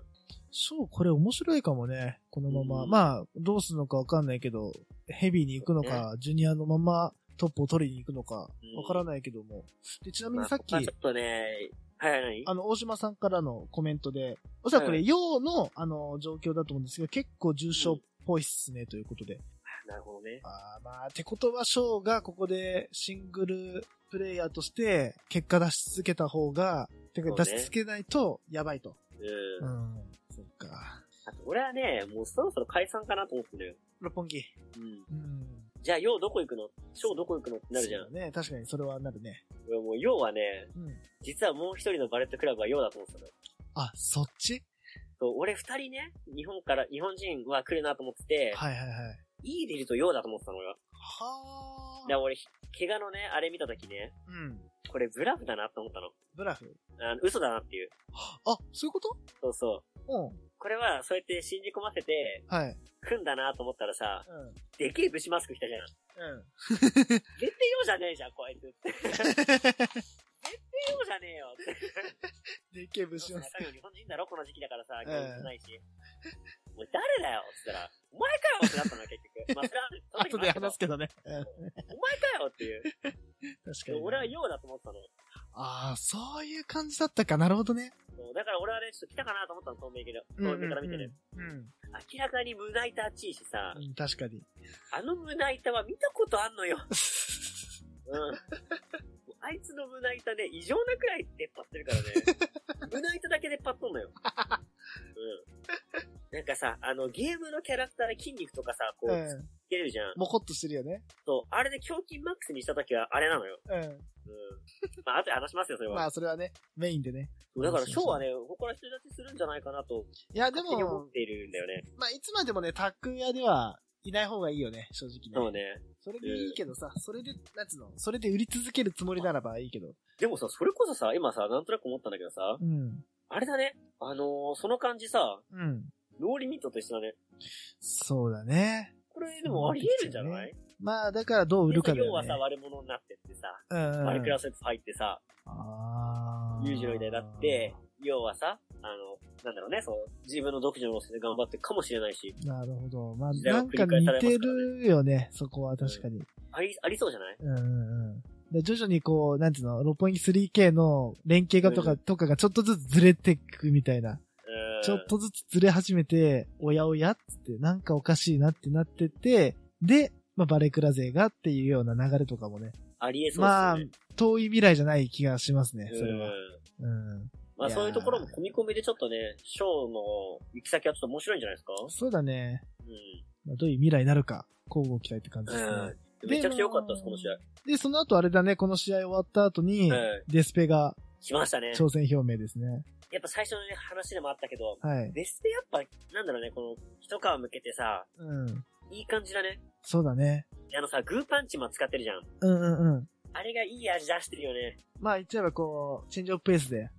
Speaker 1: そう、これ面白いかもね。このまま。
Speaker 2: うん
Speaker 1: まあ、どうするのかわかんないけど、ヘビーに行くのか、ジュニアのままトップを取りに行くのか、わ
Speaker 2: うん
Speaker 1: からないけども。で、ちなみ
Speaker 2: ま
Speaker 1: に
Speaker 2: あ
Speaker 1: さっき
Speaker 2: ここ、はちょっとね、はいはい、何
Speaker 1: あの、大島さんからのコメントで、おそらくこ
Speaker 2: は
Speaker 1: れ、陽の、あの、状況だと思うんですけど、結構重症っぽいっすね、ということで。
Speaker 2: なるほどね。
Speaker 1: あーまあ、てことは、ショーがここでシングルプレイヤーとして結果出し続けた方が、てか
Speaker 2: そうね
Speaker 1: 出し続けないとやばいと。
Speaker 2: う。
Speaker 1: うん
Speaker 2: あ
Speaker 1: ん。そっか。
Speaker 2: と俺はね、もうそろそろ解散かなと思ってんだよ。
Speaker 1: 六本木。
Speaker 2: うん。
Speaker 1: うん。
Speaker 2: じゃあ、ようどこ行くの翔どこ行くのってなるじゃん
Speaker 1: そう。だね。確かにそれはなるね。
Speaker 2: 俺もう、ようはね、
Speaker 1: うん。
Speaker 2: 実はもう一人のバレットクラブはようだと思ってたのよ。
Speaker 1: あ、そっち
Speaker 2: そう、俺二人ね、日本から、日本人は来るなと思ってて、
Speaker 1: はいはいはい。
Speaker 2: イーデルとようだと思ってたのよ。
Speaker 1: は
Speaker 2: で、俺、怪我のね、あれ見たときね、
Speaker 1: うん。
Speaker 2: これブラフだなと思ったの。
Speaker 1: ブラフ。
Speaker 2: あの嘘だなっていう。
Speaker 1: あ、そういうこと
Speaker 2: そうそう。
Speaker 1: うん。
Speaker 2: これは、そうやって信じ込ませて、
Speaker 1: はい。
Speaker 2: 組んだなと思ったらさ、
Speaker 1: うん。うん。
Speaker 2: でけえブシマスク着たじゃん。絶対ようじゃねえじゃん、こいつって。絶対ようじゃねえよって。
Speaker 1: でっけえ武士の
Speaker 2: 中身は日本人だろ、この時期だからさ、
Speaker 1: ん
Speaker 2: 教育ないし。おい、誰だよって言ったら、お前かよってなったのよ、結局。まあ、それは
Speaker 1: 後で話すけどね。うん
Speaker 2: お前かよっていう。
Speaker 1: 確か
Speaker 2: で
Speaker 1: に。
Speaker 2: も俺はようだと思ってたの。
Speaker 1: ああ、そういう感じだったか。なるほどね。
Speaker 2: そうだから俺はね、ちょっと来たかなと思ったの、透明けど。
Speaker 1: うん
Speaker 2: 透明から見てね。
Speaker 1: うん。うん
Speaker 2: 明らかに胸板熱いしさ、
Speaker 1: うん、確かに。
Speaker 2: あの胸板は見たことあんのよ。うん。 もうあいつの胸板ね、異常なくらい出っ張ってる からね。胸板だけ出っ張っとんのよ。うん。なんかさ、あの、ゲームのキャラクターで筋肉とかさ、こう、つ
Speaker 1: ん。
Speaker 2: けれるじゃん。
Speaker 1: もこっとしてるよね。
Speaker 2: そう、あれで胸筋マックスにしたときはあれなのよ。
Speaker 1: う
Speaker 2: うん。まあ、後で話しますよ、それ
Speaker 1: ん。
Speaker 2: は。
Speaker 1: まあ、それはね、メインでね。
Speaker 2: そうだから、ショーはね、ここから人立ちするんじゃないかなと、
Speaker 1: いや、で
Speaker 2: 勝手に思
Speaker 1: も
Speaker 2: っ、ているんだよね。
Speaker 1: まあ、いつまでもね、タックン屋ではいない方がいいよね、正直
Speaker 2: そう
Speaker 1: ね。
Speaker 2: ね。
Speaker 1: それでいいけどさ、それで、なんつうの、それで売り続けるつもりならばいいけど。
Speaker 2: でもさ、それこそさ、今さ、なんとなく思ったんだけどさ、
Speaker 1: うん。
Speaker 2: あれだね。あのーその感じさ、
Speaker 1: うん。
Speaker 2: ノーリミットと一緒だね。
Speaker 1: そうだね。
Speaker 2: これ、でもあり得るんじゃない、
Speaker 1: まあ、だからどう売るかだ
Speaker 2: 要
Speaker 1: よ
Speaker 2: は
Speaker 1: ね
Speaker 2: さ、。悪者になってってさ、
Speaker 1: うん。
Speaker 2: マルクラスープ入ってさ、
Speaker 1: あー
Speaker 2: 裕次郎みたいになって、要はさ、あの、なんだろうね、そう、自分の独自の路線で頑張ってるかもしれないし、
Speaker 1: なるほど。まあ、
Speaker 2: 時代
Speaker 1: な
Speaker 2: は
Speaker 1: ん
Speaker 2: 繰
Speaker 1: か
Speaker 2: り返
Speaker 1: 似
Speaker 2: されますからね
Speaker 1: てるよね、そこは確かに。
Speaker 2: あり、ありそうじゃない
Speaker 1: うんうんうん。で徐々にこう、なんていうの、六本木 3K の連携がとか、
Speaker 2: うん
Speaker 1: とかがちょっとずつずれてくみたいな。
Speaker 2: うん。
Speaker 1: ちょっとずつずれ始めて、おやおやっつって、なんかおかしいなってなってて、で、まあ、バレクラ勢がっていうような流れとかもね、
Speaker 2: ありえそう
Speaker 1: まあ
Speaker 2: ですね。、
Speaker 1: 遠い未来じゃない気がしますね、それ
Speaker 2: う
Speaker 1: は。
Speaker 2: ん
Speaker 1: うん。
Speaker 2: まあ
Speaker 1: いやー
Speaker 2: そういうところも込み込みでちょっとね、ショーの行き先はちょっと面白いんじゃないですか
Speaker 1: そうだね。
Speaker 2: う
Speaker 1: まあ、どういう未来になるか、交互期待って感じですね。
Speaker 2: ん。めちゃくちゃ良かったです、この試合。
Speaker 1: で、その後あれだね、この試合終わった後に、
Speaker 2: うん。
Speaker 1: デスペが
Speaker 2: しましたね。
Speaker 1: 挑戦表明ですね。
Speaker 2: やっぱ最初のね、話でもあったけど、
Speaker 1: はい。
Speaker 2: ベストやっぱ、なんだろうね、この、一皮向けてさ、
Speaker 1: うん。
Speaker 2: いい感じだね。
Speaker 1: そうだね。
Speaker 2: あのさ、グーパンチも使ってるじゃん。
Speaker 1: うんうんうん。
Speaker 2: あれがいい味出してるよね。
Speaker 1: まあ言っちゃえばこう、チェンジオブペースで、
Speaker 2: うん。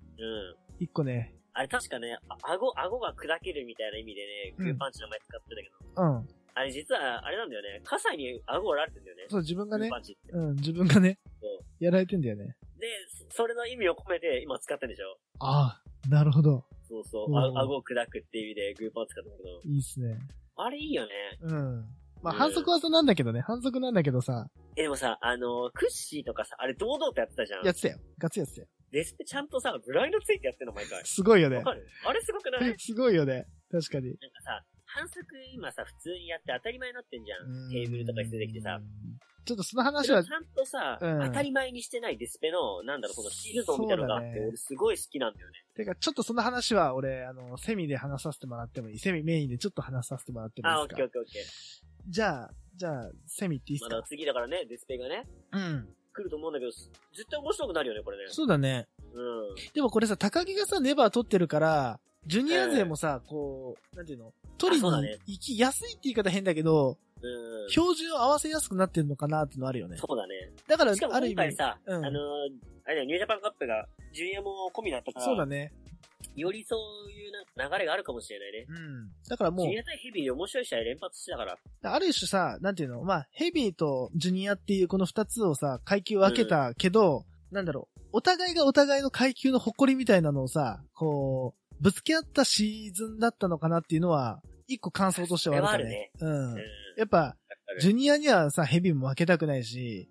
Speaker 1: 一個ね、
Speaker 2: あれ確かね、あ顎、顎が砕けるみたいな意味でね、
Speaker 1: うん
Speaker 2: グーパンチの名前使ってたけど、
Speaker 1: うん。
Speaker 2: あれ実は、あれなんだよね、火災に顎折られてんだよね。
Speaker 1: そう、自分
Speaker 2: グ
Speaker 1: が
Speaker 2: ー
Speaker 1: ね、
Speaker 2: パンチって。
Speaker 1: うん、自分がね
Speaker 2: そ、
Speaker 1: やられてんだよね。
Speaker 2: で、そそれの意味を込めて今使ってんでしょ
Speaker 1: ああ、なるほど。
Speaker 2: そうそうう。
Speaker 1: ん
Speaker 2: あ顎を砕くっていう意味でグーパン使ったんだけど。
Speaker 1: いいっすね。
Speaker 2: あれいいよね。
Speaker 1: うん。まあ
Speaker 2: うん
Speaker 1: 反則技なんだけどね、反則なんだけどさ、
Speaker 2: え、でもさ、あのー、クッシーとかさ、あれ堂々とやってたじゃん。
Speaker 1: やってたよ。ガチやってたよ。
Speaker 2: デスペちゃんとさ、ブラインドついてやってんの、毎回。
Speaker 1: すごいよ
Speaker 2: わ
Speaker 1: ね
Speaker 2: か。るあれすごくないなんか
Speaker 1: すごいよね。確かに。
Speaker 2: さ、反則今さ、普通にやって当たり前になってんじゃん。テーブルとかに出てきてさ
Speaker 1: う。ん。ちょっとその話
Speaker 2: それ
Speaker 1: は
Speaker 2: をち、ゃんとさ、
Speaker 1: うん
Speaker 2: 当たり前にしてないデスペの、なんだろう、このシールドみたいなのがあって、
Speaker 1: そうだね
Speaker 2: 俺すごい好きなんだよね。
Speaker 1: てか、ちょっとその話は、俺、あの、セミで話させてもらってもいい。セミメインでちょっと話させてもらってもい
Speaker 2: あ、
Speaker 1: い
Speaker 2: オッ
Speaker 1: で
Speaker 2: ケーオ
Speaker 1: すか
Speaker 2: ッケーオッケ
Speaker 1: じゃあ、じゃあ、セミっていいっす
Speaker 2: ー。
Speaker 1: か、
Speaker 2: まだ次だからね、デスペがね、
Speaker 1: うん。
Speaker 2: 来ると思うんだけど、絶対面白くなるよね、これね。
Speaker 1: そうだね。
Speaker 2: うん。
Speaker 1: でもこれさ、高木がさ、ネバー取ってるから、ジュニア勢もさ、こう、なんていうの取り
Speaker 2: あそうだ
Speaker 1: に
Speaker 2: ね
Speaker 1: 行きやすいって言い方変だけど、
Speaker 2: うん。
Speaker 1: 標準を合わせやすくなってるのかなってのあるよね。
Speaker 2: そうだね。
Speaker 1: だから、
Speaker 2: しかも
Speaker 1: ある意
Speaker 2: 今回
Speaker 1: 味、
Speaker 2: さ、
Speaker 1: うん
Speaker 2: あのー、あれだよ、ニュージャパンカップが、ジュニアも込みだったから、
Speaker 1: そうだね。
Speaker 2: よりそういうな流れがあるかもしれないね。
Speaker 1: うん。だからも
Speaker 2: ジ
Speaker 1: う
Speaker 2: ュニ、ア対ヘビーで面白い試合連発してたから、
Speaker 1: ある種さ、なんていうのまあ、ヘビーとジュニアっていうこの二つをさ、階級を分けたけど、なんだろう、お互いがお互いの階級の誇りみたいなのをさ、こう、ぶつけ合ったシーズンだったのかなっていうのは、一個感想としてはあるかね。
Speaker 2: うん。
Speaker 1: うん。やっぱ、ジュニアにはさ、ヘビーも負けたくないし、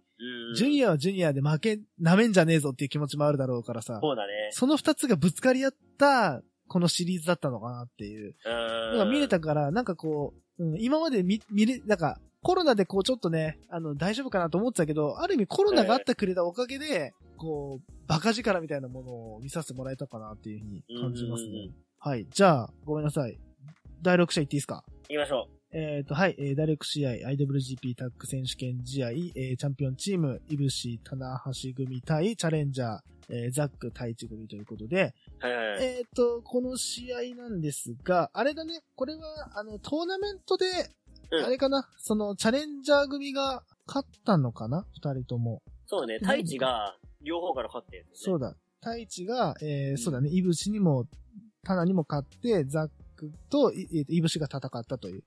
Speaker 1: ジュニア
Speaker 2: ア
Speaker 1: はジュニアで負け、なめんじゃねえぞっていう気持ちもあるだろうからさ、
Speaker 2: そうだね。
Speaker 1: その二つがぶつかり合った、このシリーズだったのかなっていう。
Speaker 2: うん。
Speaker 1: なんか見れたから、なんかこう、うん、今まで見、見れ、なんか、コロナでこうちょっとね、あの、大丈夫かなと思ってたけど、ある意味コロナがあってくれたおかげで、こう、バカ力みたいなものを見させてもらえたかなっていうふうに感じます
Speaker 2: うんうんう
Speaker 1: ね。はい。じゃあ、ごめんなさい。第6試合いっていいですか
Speaker 2: 行きましょ
Speaker 1: えっ、と、はい、えー、第6試合、IWGP タッグ選手権試合、えー、チャンピオンチーム、イブシ、棚橋組対チャレンジャー、えー、ザック、太一組ということで、
Speaker 2: う。はいはいはい。
Speaker 1: えっ、と、この試合なんですが、あれだね、これは、あの、トーナメントで、
Speaker 2: うん
Speaker 1: あれかな、その、チャレンジャー組が勝ったのかな二人とも。
Speaker 2: そうね、太一が、両方から勝ってる、ね。
Speaker 1: そう
Speaker 2: だ。
Speaker 1: だ。太一が、えー
Speaker 2: ん
Speaker 1: そうだね、イブシにも、タナにも勝って、ザックと、いえーとイブシが戦ったという。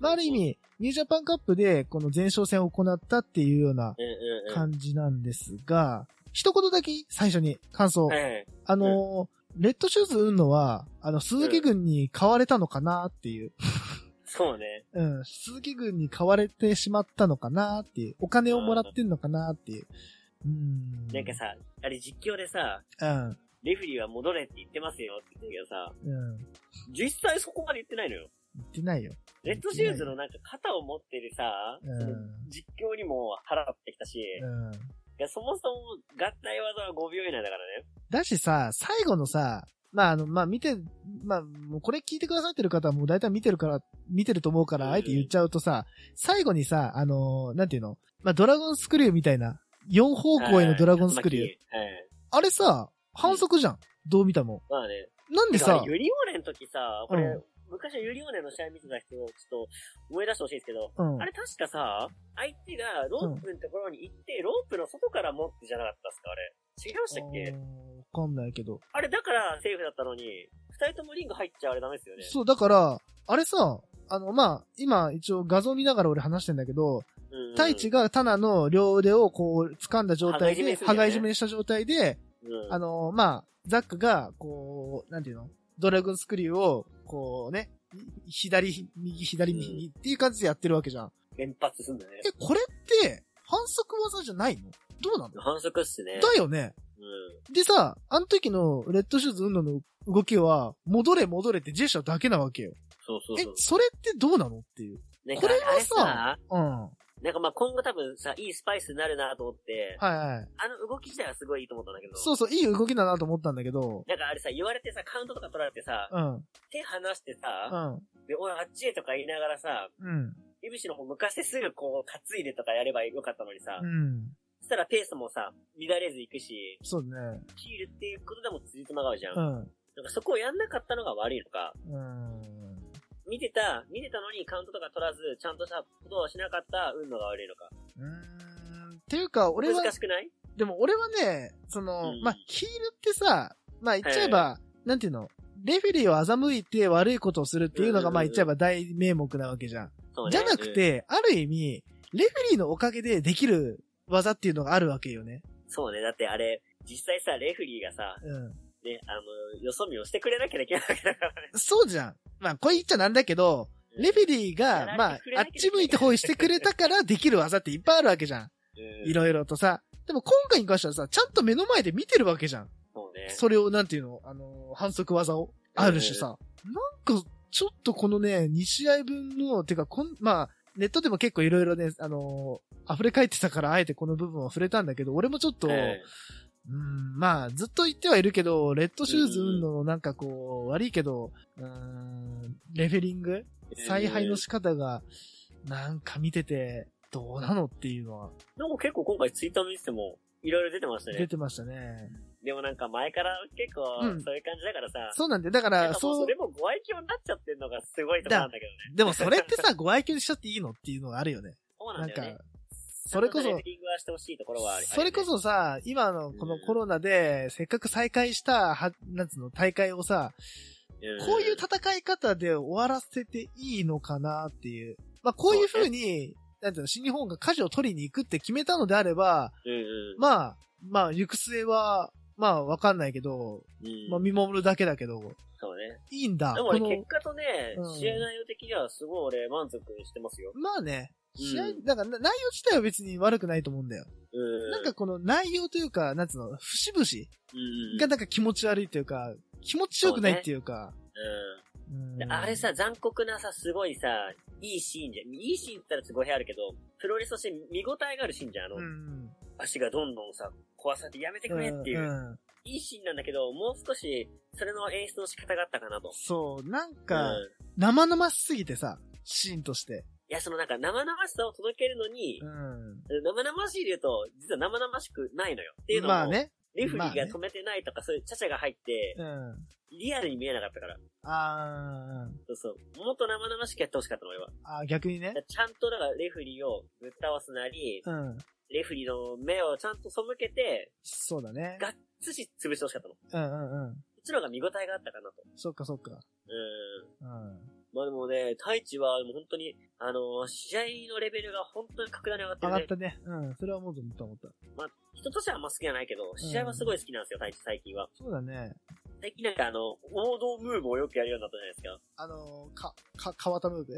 Speaker 1: まあ、ある意味、ニュージャパンカップで、この前哨戦を行ったっていうような
Speaker 2: うんうんうん。
Speaker 1: 感じなんですが、一言だけいい最初に感想。
Speaker 2: はいはい。
Speaker 1: あのーレッドシューズ運のは、あの、鈴木軍に買われたのかなっていう。
Speaker 2: そうね。
Speaker 1: うん、鈴木軍に買われてしまったのかなっていう。お金をもらってんのかなっていう。うん。
Speaker 2: なんかさ、あれ実況でさ、
Speaker 1: さ、
Speaker 2: レフェリーは戻れって言ってますよって言ってたけどさ、
Speaker 1: うん、うん。言
Speaker 2: 実際そこまで言ってないのよ。
Speaker 1: ってないよ。
Speaker 2: レッドシューズのなんか肩を持ってるさ、
Speaker 1: うん
Speaker 2: その実況にも腹立ってきたし、い
Speaker 1: うん。
Speaker 2: やそもそも合体技は5秒以内だからね。
Speaker 1: だしさ、最後のさ、まあ、あの、まあ、見て、まあ、もうこれ聞いてくださってる方はもう大体見てるから、見てると思うか
Speaker 2: う
Speaker 1: ら、
Speaker 2: ん
Speaker 1: あえて言っちゃうとさ、最後にさ、あのーなんていうのまあ、ドラゴンスクリューみたいな、4方向へのドラゴンスクリュー。
Speaker 2: ー。はい。
Speaker 1: あれさ、反則じゃん。どう見たも。
Speaker 2: まあね。
Speaker 1: なんで
Speaker 2: てか
Speaker 1: さ
Speaker 2: あれ、ユリオーネの時さ、これ、
Speaker 1: うん
Speaker 2: 昔のユリオーネの試合見てた人をちょっと思い出してほしいんですけど、
Speaker 1: うん
Speaker 2: あ。れ確かさ、相手がロープのところに行って、ロープの外から持ってじゃなかったっすかあれ。違いましたっけ
Speaker 1: あーかんないけど。
Speaker 2: あれ、だからセーフだったのに、二人ともリング入っちゃあれダメですよね。
Speaker 1: そう、だから、あれさ、あの、まあ、今一応画像見ながら俺話してんだけど、
Speaker 2: うんうん
Speaker 1: 太一、がタナの両腕をこう掴んだ状態で、
Speaker 2: 羽
Speaker 1: 羽交
Speaker 2: 交い
Speaker 1: い
Speaker 2: 締
Speaker 1: 締
Speaker 2: め
Speaker 1: めにした状態で、
Speaker 2: うん
Speaker 1: あの、まあ、ザックが、こう、なんていうのドラゴンスクリューを、こうね、左、右、左、右っていう感じでやってるわけじゃん。
Speaker 2: 連発すんだね。
Speaker 1: え、これって、反則技じゃないのどうなの
Speaker 2: 反則っすね。
Speaker 1: だよね。
Speaker 2: う
Speaker 1: でさ、あの時のレッドシューズ運動の動きは、戻れ戻れってジェスチャーだけなわけよ。
Speaker 2: ん。そうそう
Speaker 1: え
Speaker 2: そう、。
Speaker 1: それってどうなのっていう。
Speaker 2: ね
Speaker 1: これはさ
Speaker 2: あれ
Speaker 1: うん。は
Speaker 2: なんかまあ今後多分さ、いいスパイスになるなと思って
Speaker 1: い、はい。
Speaker 2: あの動き自体はすごいいいと思ったんだけど、
Speaker 1: そうそう、いい動きだなと思ったんだけど、
Speaker 2: なんかあれさ、言われてさ、カウントとか取られてさ、
Speaker 1: うん、
Speaker 2: 手離して
Speaker 1: うん、
Speaker 2: さ、で、おい、あっちへとか言いながらさ、
Speaker 1: うん、
Speaker 2: いぶしの方向かせすぐこう、担いでとかやればよかったのにさ、
Speaker 1: うん。
Speaker 2: そしたらペースもさ、乱れず行くし、
Speaker 1: そうね。
Speaker 2: ヒールっていうことでも辻褄が合うじゃん。
Speaker 1: う
Speaker 2: な
Speaker 1: ん、
Speaker 2: んかそこをやんなかったのが悪いのか、
Speaker 1: うん。
Speaker 2: 見てた、見てたのにカウントとか取らず、ちゃんとしたことをしなかった運のが悪いのか。
Speaker 1: うーんっていうか、俺は
Speaker 2: 難、しくない
Speaker 1: でも俺はね、その、
Speaker 2: うん
Speaker 1: まあ、ヒールってさ、まあ、言っちゃえば、なんていうの、レフェリーを欺いて悪いことをするっていうのが、
Speaker 2: うんうんうん
Speaker 1: まあ、言っちゃえば大名目なわけじゃん。
Speaker 2: そうね
Speaker 1: じゃなく、て、ある意味、レフェリーのおかげでできる技っていうのがあるわけよね。
Speaker 2: うんそうね。だってあれ、実際さ、レフェリーがさ、
Speaker 1: うん。
Speaker 2: ね、あの、よそ見をしてくれなきゃいけないわけだからね。
Speaker 1: そうじゃん。まあ、これ言っちゃなんだけど、レフェリー
Speaker 2: やら
Speaker 1: が、
Speaker 2: せ
Speaker 1: まあ
Speaker 2: てくれ、
Speaker 1: あ
Speaker 2: な
Speaker 1: っ
Speaker 2: きゃいけ
Speaker 1: ち
Speaker 2: ない
Speaker 1: 向いて方してくれたからできる技っていっぱいあるわけじゃん。
Speaker 2: うん
Speaker 1: いろいろとさ。でも今回に関してはさ、ちゃんと目の前で見てるわけじゃん。
Speaker 2: そうね。
Speaker 1: それを、なんていうの、あのー反則技を、あるしさ、なんか、ちょっとこのね、2試合分の、てか、こん、まあ、ネットでも結構いろいろね、あのー溢れ返ってたから、あえてこの部分は触れたんだけど、俺もちょっと、
Speaker 2: うん
Speaker 1: うん、まあ、ずっと言ってはいるけど、レッドシューズ運動のなんかこう、悪いけど、うん、レフェリング采配の仕方が、なんか見てて、どうなのっていうのは、
Speaker 2: なんか結構今回ツイッター見てても、いろいろ出てました
Speaker 1: 出
Speaker 2: ね。
Speaker 1: てましたね。
Speaker 2: でもなんか前から結構、
Speaker 1: うん
Speaker 2: そういう感じだからさ、
Speaker 1: そうなんで、だか
Speaker 2: なん
Speaker 1: ら、
Speaker 2: かもう
Speaker 1: そう
Speaker 2: それ、もご愛嬌になっちゃってんのがすごいとこなんだけどね。
Speaker 1: でもそれってさ、ご 愛嬌にしちゃっていいのっていうのがあるよね。
Speaker 2: そうな
Speaker 1: なんん
Speaker 2: だよ
Speaker 1: か
Speaker 2: ね。、
Speaker 1: それこ
Speaker 2: ちゃ
Speaker 1: そ
Speaker 2: んとレフェ、リングはしてほしいところはある。
Speaker 1: それこそさ、今のこのコロナで、せっかく再開した、は、なんつうの、大会をさ、
Speaker 2: うん、
Speaker 1: こういう戦い方で終わらせていいのかなっていう。まあ、こういう風に、なんていうの、新日本が舵を取りに行くって決めたのであれば、
Speaker 2: うんうん、
Speaker 1: まあ、まあ、行く末は、まあ、わかんないけど、
Speaker 2: うん
Speaker 1: まあ、見守るだけだけど、
Speaker 2: そうね。
Speaker 1: いいんだ。
Speaker 2: でも
Speaker 1: こ
Speaker 2: 俺
Speaker 1: の、
Speaker 2: 結果とね
Speaker 1: うん、
Speaker 2: 試合内容的にはすごい俺満足してますよ。
Speaker 1: まあね、試合
Speaker 2: う、ん
Speaker 1: なんか、な内容自体は別に悪くないと思うんだよ。
Speaker 2: うん。
Speaker 1: なんか、この内容というか、なんつうの、節々
Speaker 2: うん。
Speaker 1: がなんか気持ち悪いというか、気持ちよくないっていうか。
Speaker 2: うん
Speaker 1: う
Speaker 2: で
Speaker 1: ん
Speaker 2: あれ、さ、残酷なさ、すごいさ、いいシーンじゃん。いいシーンって言ったら語弊あるけど、プロレスとして見応えがあるシーンじゃん。あの、
Speaker 1: うん。
Speaker 2: 足がどんどんさ、壊されてやめてくれっていう。
Speaker 1: うん
Speaker 2: いいシーンなんだけど、もう少し、それの演出の仕方があったかなと。
Speaker 1: そう、なん
Speaker 2: う
Speaker 1: か、
Speaker 2: ん。
Speaker 1: 生々しすぎてさ、シーンとして。
Speaker 2: いや、そのなんか生々しさを届けるのに、
Speaker 1: うん。
Speaker 2: 生々しいで言うと、実は生々しくないのよ。っていうのも、
Speaker 1: まあね。
Speaker 2: レフェリ
Speaker 1: まあ
Speaker 2: ー
Speaker 1: ね
Speaker 2: が止めてないとか、そういうチャチャが入って、
Speaker 1: うん。
Speaker 2: リアルに見えなかったから。
Speaker 1: あー
Speaker 2: そうそう。もっと生々しくやってほしかったの、俺は。
Speaker 1: あー、逆に
Speaker 2: だか
Speaker 1: ね。
Speaker 2: らちゃんと、だから、レフェリーをぶっ倒すなり、
Speaker 1: うん。
Speaker 2: レフェリーの目をちゃんと背けて、
Speaker 1: そうだね。
Speaker 2: がっつし潰してほしかったの。こ
Speaker 1: うんうんうん。
Speaker 2: っちの方が見応えがあったかなと。
Speaker 1: そっかそっか。
Speaker 2: うん。
Speaker 1: うん。
Speaker 2: まあでもね、太一は、もう本当に、あのー試合のレベルが本当に格段に上がって
Speaker 1: 上
Speaker 2: る
Speaker 1: が
Speaker 2: ね
Speaker 1: っ。たね。うん。それはもうと思った思った。
Speaker 2: 人としてはあんま好きじゃないけど、試合はすごい好きなんですよ、太一最近は。
Speaker 1: そうだね。
Speaker 2: 最近なんかあの、王道ムーブをよくやるようになったじゃないですか。
Speaker 1: あのー、か、か、川田ムーブ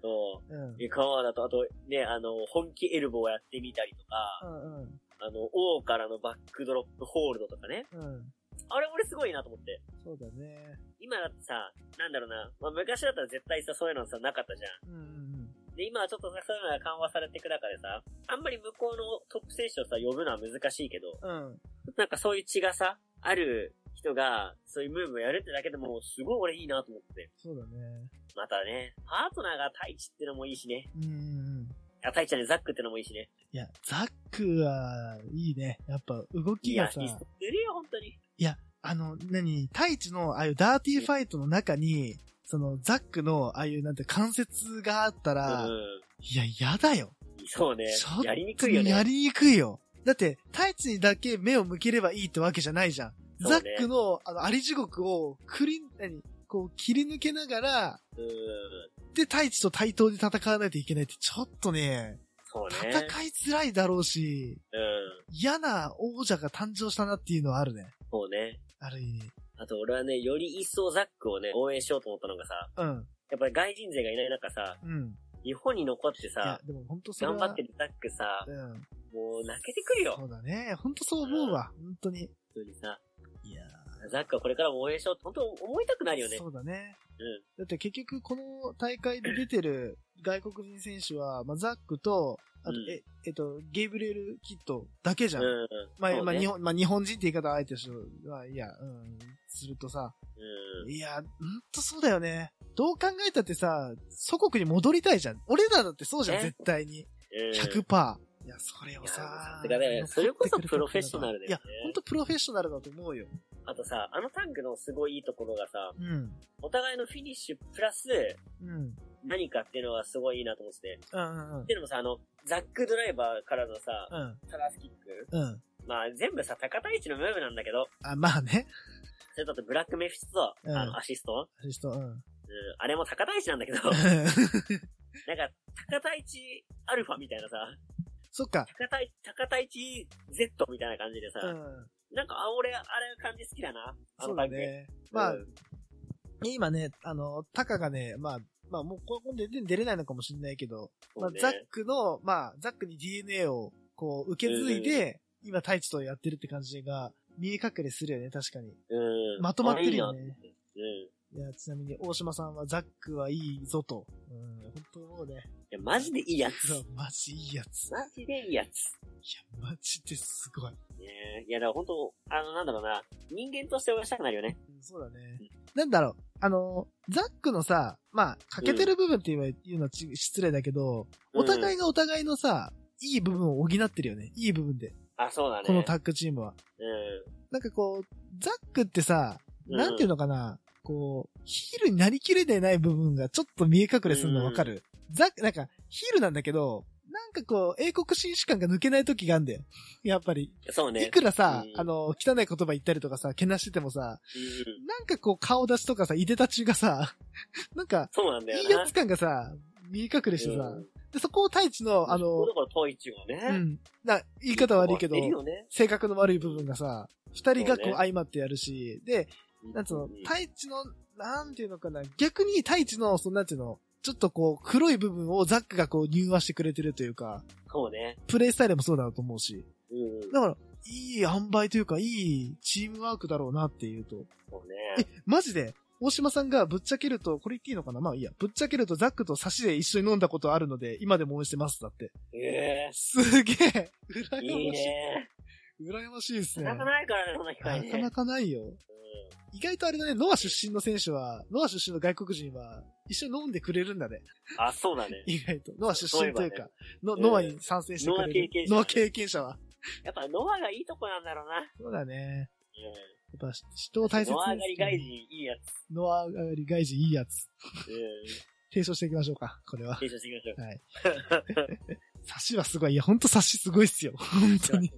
Speaker 2: そう。
Speaker 1: うん。
Speaker 2: え、川だと、あとね、あの、本気エルボーをやってみたりと
Speaker 1: う
Speaker 2: か、
Speaker 1: んうん。
Speaker 2: あの、王からのバックドロップホールドとかね。
Speaker 1: うん。
Speaker 2: あれ俺すごいなと思って。
Speaker 1: そうだね。
Speaker 2: 今だってさ、なんだろうな、まあ、昔だったら絶対さ、そういうのさ、なかったじゃ
Speaker 1: うんうん
Speaker 2: ん。で、今はちょっとさ、そういうのが緩和されてく中でさ、あんまり向こうのトップ選手をさ、呼ぶのは難しいけど、
Speaker 1: うん。うん。
Speaker 2: なんかそういう血がさ、ある人が、そういうムーブをやるってだけでも、すごい俺いいなと思って。
Speaker 1: そうだね。
Speaker 2: またね、パートナーが太一ってのもいいしね。
Speaker 1: うんうんうん。
Speaker 2: あ、太一じゃね、ザックってのもいいしね。
Speaker 1: いや、ザックは、いいね。やっぱ、動きがさ、
Speaker 2: いい
Speaker 1: い
Speaker 2: アーティストしてるよ、本当に。
Speaker 1: や、あの、何、太一の、ああいうダーティーファイトの中に、その、ザックの、ああいう、なんて、関節があったら、
Speaker 2: うん。
Speaker 1: いや、嫌だよ。
Speaker 2: そうね
Speaker 1: ちょっ。と
Speaker 2: やりにくいよね。
Speaker 1: やりにくいよ。だって、太一にだけ目を向ければいいってわけじゃないじゃん。
Speaker 2: そう
Speaker 1: ザ
Speaker 2: ね
Speaker 1: ックの、あの、あり地獄を、くり、何こう、切り抜けながら、
Speaker 2: うーん。
Speaker 1: で、太一と対等に戦わないといけないって、ちょっとね、
Speaker 2: そうね。
Speaker 1: 戦いづらいだろうし、
Speaker 2: うん。
Speaker 1: 嫌な王者が誕生したなっていうのはあるね。
Speaker 2: そうね。
Speaker 1: ある意味。
Speaker 2: あと俺はね、より一層ザックをね、応援しようと思ったのがさ、
Speaker 1: うん。
Speaker 2: やっぱり外人勢がいない中さ、
Speaker 1: うん。
Speaker 2: 日本に残って
Speaker 1: いや
Speaker 2: さ、、
Speaker 1: でも本当それは
Speaker 2: 頑張ってるザックさ、
Speaker 1: うん。
Speaker 2: もう泣けてくるよ。
Speaker 1: そ
Speaker 2: 本
Speaker 1: うだね。本当そう思うわ。本当に。
Speaker 2: 当にさ、
Speaker 1: いや
Speaker 2: ザックはこれからも応援しようって本当思いたくなるよね。
Speaker 1: そうだね。
Speaker 2: うん。
Speaker 1: だって結局この大会で出て る外国人選手は、まあ、ザックと、あと、
Speaker 2: うん
Speaker 1: え、えっと、ゲイブリエル・キッドだけじゃん。
Speaker 2: うん。
Speaker 1: まあ、
Speaker 2: そうね
Speaker 1: まあ、日本、まあ、日本人って言い方はあえてしろまあ、いや、うん、するとさ、
Speaker 2: うん。
Speaker 1: いや、ほんとそうだよね。どう考えたってさ、祖国に戻りたいじゃん。俺らだってそうじゃん、
Speaker 2: ね
Speaker 1: 絶対に。
Speaker 2: うん
Speaker 1: 100%。いや、それを
Speaker 2: いや
Speaker 1: さ
Speaker 2: さ、すがだよねそれこそプロフェッショナルだよね
Speaker 1: いや、ほんとプロフェッショナルだと思うよ。
Speaker 2: あとさ、あのタッグのすごいいいところがさ、
Speaker 1: うん。
Speaker 2: お互いのフィニッシュプラス
Speaker 1: うん。うん
Speaker 2: 何かっていうのはすごいいいなと思ってて。
Speaker 1: うんうん
Speaker 2: っていうのもさ、あの、ザックドライバーからのさ、
Speaker 1: うん。
Speaker 2: タラスキック
Speaker 1: うん。
Speaker 2: まあ全部さ、高田一のムーブなんだけど、
Speaker 1: あ、まあね。
Speaker 2: それだとブラックメフィスト、
Speaker 1: うん
Speaker 2: あの、アシスト、
Speaker 1: アシスト、うん。
Speaker 2: うん、あれも高田一なんだけ ど、なんか、高田一アルファみたいなさ、
Speaker 1: そっか。
Speaker 2: 高田一、高田一 Z みたいな感じでさ、
Speaker 1: うん。
Speaker 2: なんか、あ、俺、あれ感じ好きだな。あ
Speaker 1: そ
Speaker 2: の
Speaker 1: うだ
Speaker 2: 関係。
Speaker 1: ね。
Speaker 2: うん
Speaker 1: まあ、今ね、あの、タカがね、まあ、まあもうここで出れないのかもしれないけど、ま
Speaker 2: そ
Speaker 1: あ
Speaker 2: う、ね
Speaker 1: ザックの、まあ、ザックに DNA をこう受け継いで、今、太一とやってるって感じが、見え隠れするよね、確かに。
Speaker 2: うん。
Speaker 1: まとまってるよね
Speaker 2: あいいなってうん。
Speaker 1: いや、ちなみに、大島さんはザックはいいぞと。うん、本当もうね。
Speaker 2: いや、マジでいいや
Speaker 1: うわ
Speaker 2: つ。
Speaker 1: マジいいやつ。い
Speaker 2: マジでいいやつ。
Speaker 1: や、マジですごい。
Speaker 2: ねえいや、だから本当あの、なんだろうな、人間として応援したくなるよね。
Speaker 1: うんそうだね。なんだろう、あの、ザックのさ、まあ、欠けてる部分って言えば言うのはち失礼だけど、お互い
Speaker 2: い、
Speaker 1: がお互いのさ、いい部分を補ってるよね。いい部分で。
Speaker 2: あ、そうだね。
Speaker 1: このタッグチームは。なんかこう、ザックってさ、
Speaker 2: うん
Speaker 1: なんていうのかな、こう、ヒールになりきれてない部分がちょっと見え隠れするのわかる、ザック、なんか、ヒールなんだけど、なんかこう、英国紳士感が抜けない時があんだよ。やっぱり。
Speaker 2: うん。そうね。
Speaker 1: いくらさ、
Speaker 2: うん
Speaker 1: あの、汚い言葉言ったりとかさ、けなしててもさ、
Speaker 2: うん
Speaker 1: なんかこう、顔出しとかさ、いでたちがさ、 なんか、
Speaker 2: そうなんだよ
Speaker 1: い
Speaker 2: な。
Speaker 1: いやつ感がさ、見え隠れしてさ、
Speaker 2: うん
Speaker 1: で、そこを太一の、あ
Speaker 2: そ
Speaker 1: の
Speaker 2: こ、だから、統一を
Speaker 1: う
Speaker 2: ね。
Speaker 1: ん、な、言い方悪いけど、
Speaker 2: いるよね。
Speaker 1: 性格の悪い部分がさ、二人がこう
Speaker 2: そうね
Speaker 1: 相まってやるし、で、なんつうの、太一の、なんていうのかな、逆に太一の、そのなんていうの、ちょっとこう、黒い部分をザックがこう、融和してくれてるというか、
Speaker 2: そうね。
Speaker 1: プレイスタイルもそうだろうと思うし、
Speaker 2: うん。
Speaker 1: だから、いい塩梅というか、いいチームワークだろうなっていうと。
Speaker 2: そう
Speaker 1: え
Speaker 2: ね。、
Speaker 1: マジで、大島さんがぶっちゃけると、これ言っていいのかなまあいいや、ぶっちゃけるとザックとサシで一緒に飲んだことあるので、今でも応援してます、だって。
Speaker 2: え
Speaker 1: すげえ羨まし
Speaker 2: えい
Speaker 1: い
Speaker 2: いね。
Speaker 1: 羨ましいですね。
Speaker 2: なかなかないからね、そんな機会
Speaker 1: な
Speaker 2: ね。
Speaker 1: かなかないよ。意外とあれだね、ノア出身の選手は、ノア出身の外国人は、一緒に飲んでくれるんだね。
Speaker 2: うんあ、そうだね。
Speaker 1: 意外と。ノア出身という
Speaker 2: そういえば
Speaker 1: か、の
Speaker 2: うん
Speaker 1: ノアに参戦してくれる。
Speaker 2: ノア経験者
Speaker 1: ノア経験者は。
Speaker 2: やっぱノアがいいとこなんだろうな。
Speaker 1: そうだね。
Speaker 2: う
Speaker 1: やっぱ人を大
Speaker 2: ん。
Speaker 1: 切に
Speaker 2: ノア
Speaker 1: す
Speaker 2: がり外人
Speaker 1: る。
Speaker 2: いいやつ。
Speaker 1: ノア上がり外人いいやつ。
Speaker 2: うん。
Speaker 1: 提唱していきましょうか、これは。
Speaker 2: 提唱していきましょ
Speaker 1: はい。サシはすごい。いや、ほんとサシすごいっすよ。本当に。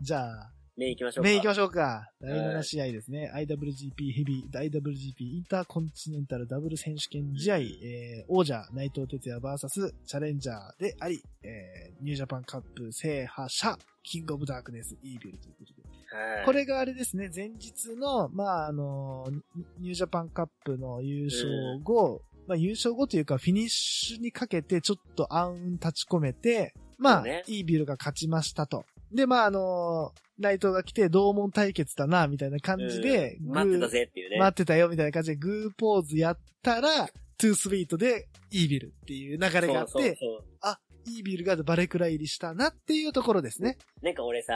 Speaker 1: じゃあ、
Speaker 2: う。メイン行きましょうか。
Speaker 1: メイン行きましょうか。第7試合ですね。IWGP ヘビー、IWGP インターコンチネンタルダブル選手権試合、
Speaker 2: うん
Speaker 1: えー王者内藤哲也 VS チャレンジャーであり、えーニュージャパンカップ制覇者、キングオブダークネスイービルということで。
Speaker 2: はい
Speaker 1: これがあれですね、前日の、まあ、あの、ニニュージャパンカップの優勝後、まあ、優勝後というか、フィニッシュにかけて、ちょっと暗雲立ち込めて、まあ、
Speaker 2: そうね
Speaker 1: イービルが勝ちましたと。で、まあ、あの、内藤が来て、同門対決だな、みたいな感じで、
Speaker 2: う
Speaker 1: グ
Speaker 2: ん
Speaker 1: ー
Speaker 2: 待ってたぜっていうね。
Speaker 1: 待ってたよ、みたいな感じで、グーポーズやったら、トゥースイートで、イービルっていう流れがあって、
Speaker 2: そうそうそ
Speaker 1: イービルがバレクラ入りしたなっていうところですね。
Speaker 2: う。なんか俺さ、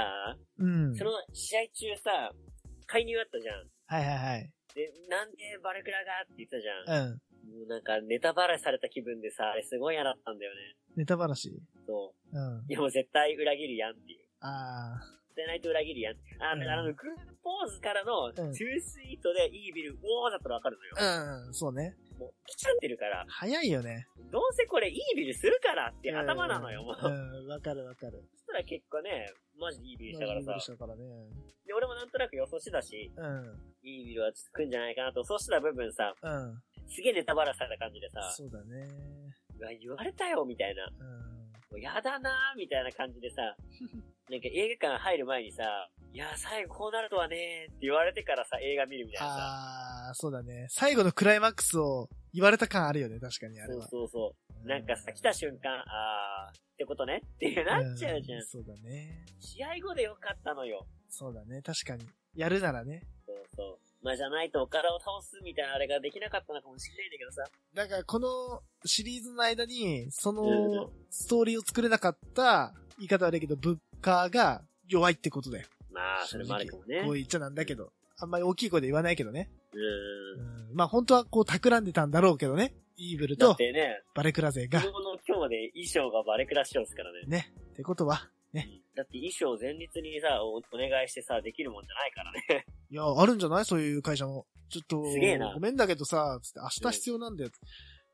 Speaker 1: うん。
Speaker 2: その試合中さ、介入あったじゃん。
Speaker 1: はいはいはい。
Speaker 2: で、なんでバレクラがって言ってたじゃん。
Speaker 1: うん。
Speaker 2: もうなんかネタバラシされた気分でさ、あれすごい嫌だったんだよね。
Speaker 1: ネタ話。
Speaker 2: そ
Speaker 1: うん
Speaker 2: う。。いやもう絶対裏切るやんっていう。
Speaker 1: ああ、
Speaker 2: 伝えないと裏切るやん。あ、
Speaker 1: うん
Speaker 2: だからあの、グーポーズからの、ツースイートでイービル、おーだったらわかるのよ。
Speaker 1: うん、そうね。
Speaker 2: もう、来ちゃってるから、
Speaker 1: 早いよね。
Speaker 2: どうせこれイービルするからって頭なのよ、もう。
Speaker 1: う
Speaker 2: そ
Speaker 1: ん、わかるわかる。
Speaker 2: したら結果ね、マジでイービルしたから
Speaker 1: まあいい
Speaker 2: さ
Speaker 1: し。たからね。
Speaker 2: で、俺もなんとなく予想してたし、
Speaker 1: うん、
Speaker 2: イービルはつくんじゃないかなと、そうした部分さ、
Speaker 1: うん。
Speaker 2: すげえネタバラされた感じでさ、
Speaker 1: そうだね。
Speaker 2: うわ、言われたよ、みたいな。
Speaker 1: うん。
Speaker 2: もうやだなーみたいな感じでさ、なんか映画館入る前にさ、いや、最後こうなるとはねーって言われてからさ、映画見るみたいなさ。
Speaker 1: あー、そうだね。最後のクライマックスを言われた感あるよね、確かにあれ
Speaker 2: そう
Speaker 1: は。
Speaker 2: そうそう。なんかさ、来た瞬間、あー、ってことねってなっちゃうじゃん
Speaker 1: ん。そうだね。
Speaker 2: 試合後でよかったのよ。
Speaker 1: そうだね、確かに。やるならね。
Speaker 2: そうそう。まあじゃないと岡田を倒すみたいなあれができなかったのかもしれないんだけどさ。
Speaker 1: だからこのシリーズの間に、そ
Speaker 2: うん
Speaker 1: のストーリーを作れなかった、言い方悪いけど、ブッカーが弱いってことだよ。
Speaker 2: まあ、それもあるかもね。
Speaker 1: 正直こう
Speaker 2: う
Speaker 1: 言っちゃなんだけど。あんまり大きい声で言わないけどね。
Speaker 2: ー。
Speaker 1: うんん、まあ本当はこう企んでたんだろうけどね。イーブル
Speaker 2: だっ
Speaker 1: と
Speaker 2: てね、
Speaker 1: バレクラ勢が
Speaker 2: 昨日。の今日まで衣装がバレクラ仕様ですからね。
Speaker 1: ね。ってことは、ね。
Speaker 2: だって衣装前日にさ、おお願いしてさ、できるもんじゃないからね。
Speaker 1: いや、あるんじゃないそういう会社も。ちょっと、
Speaker 2: すげえな
Speaker 1: ごめんだけどさ、つって明日必要なんだよ。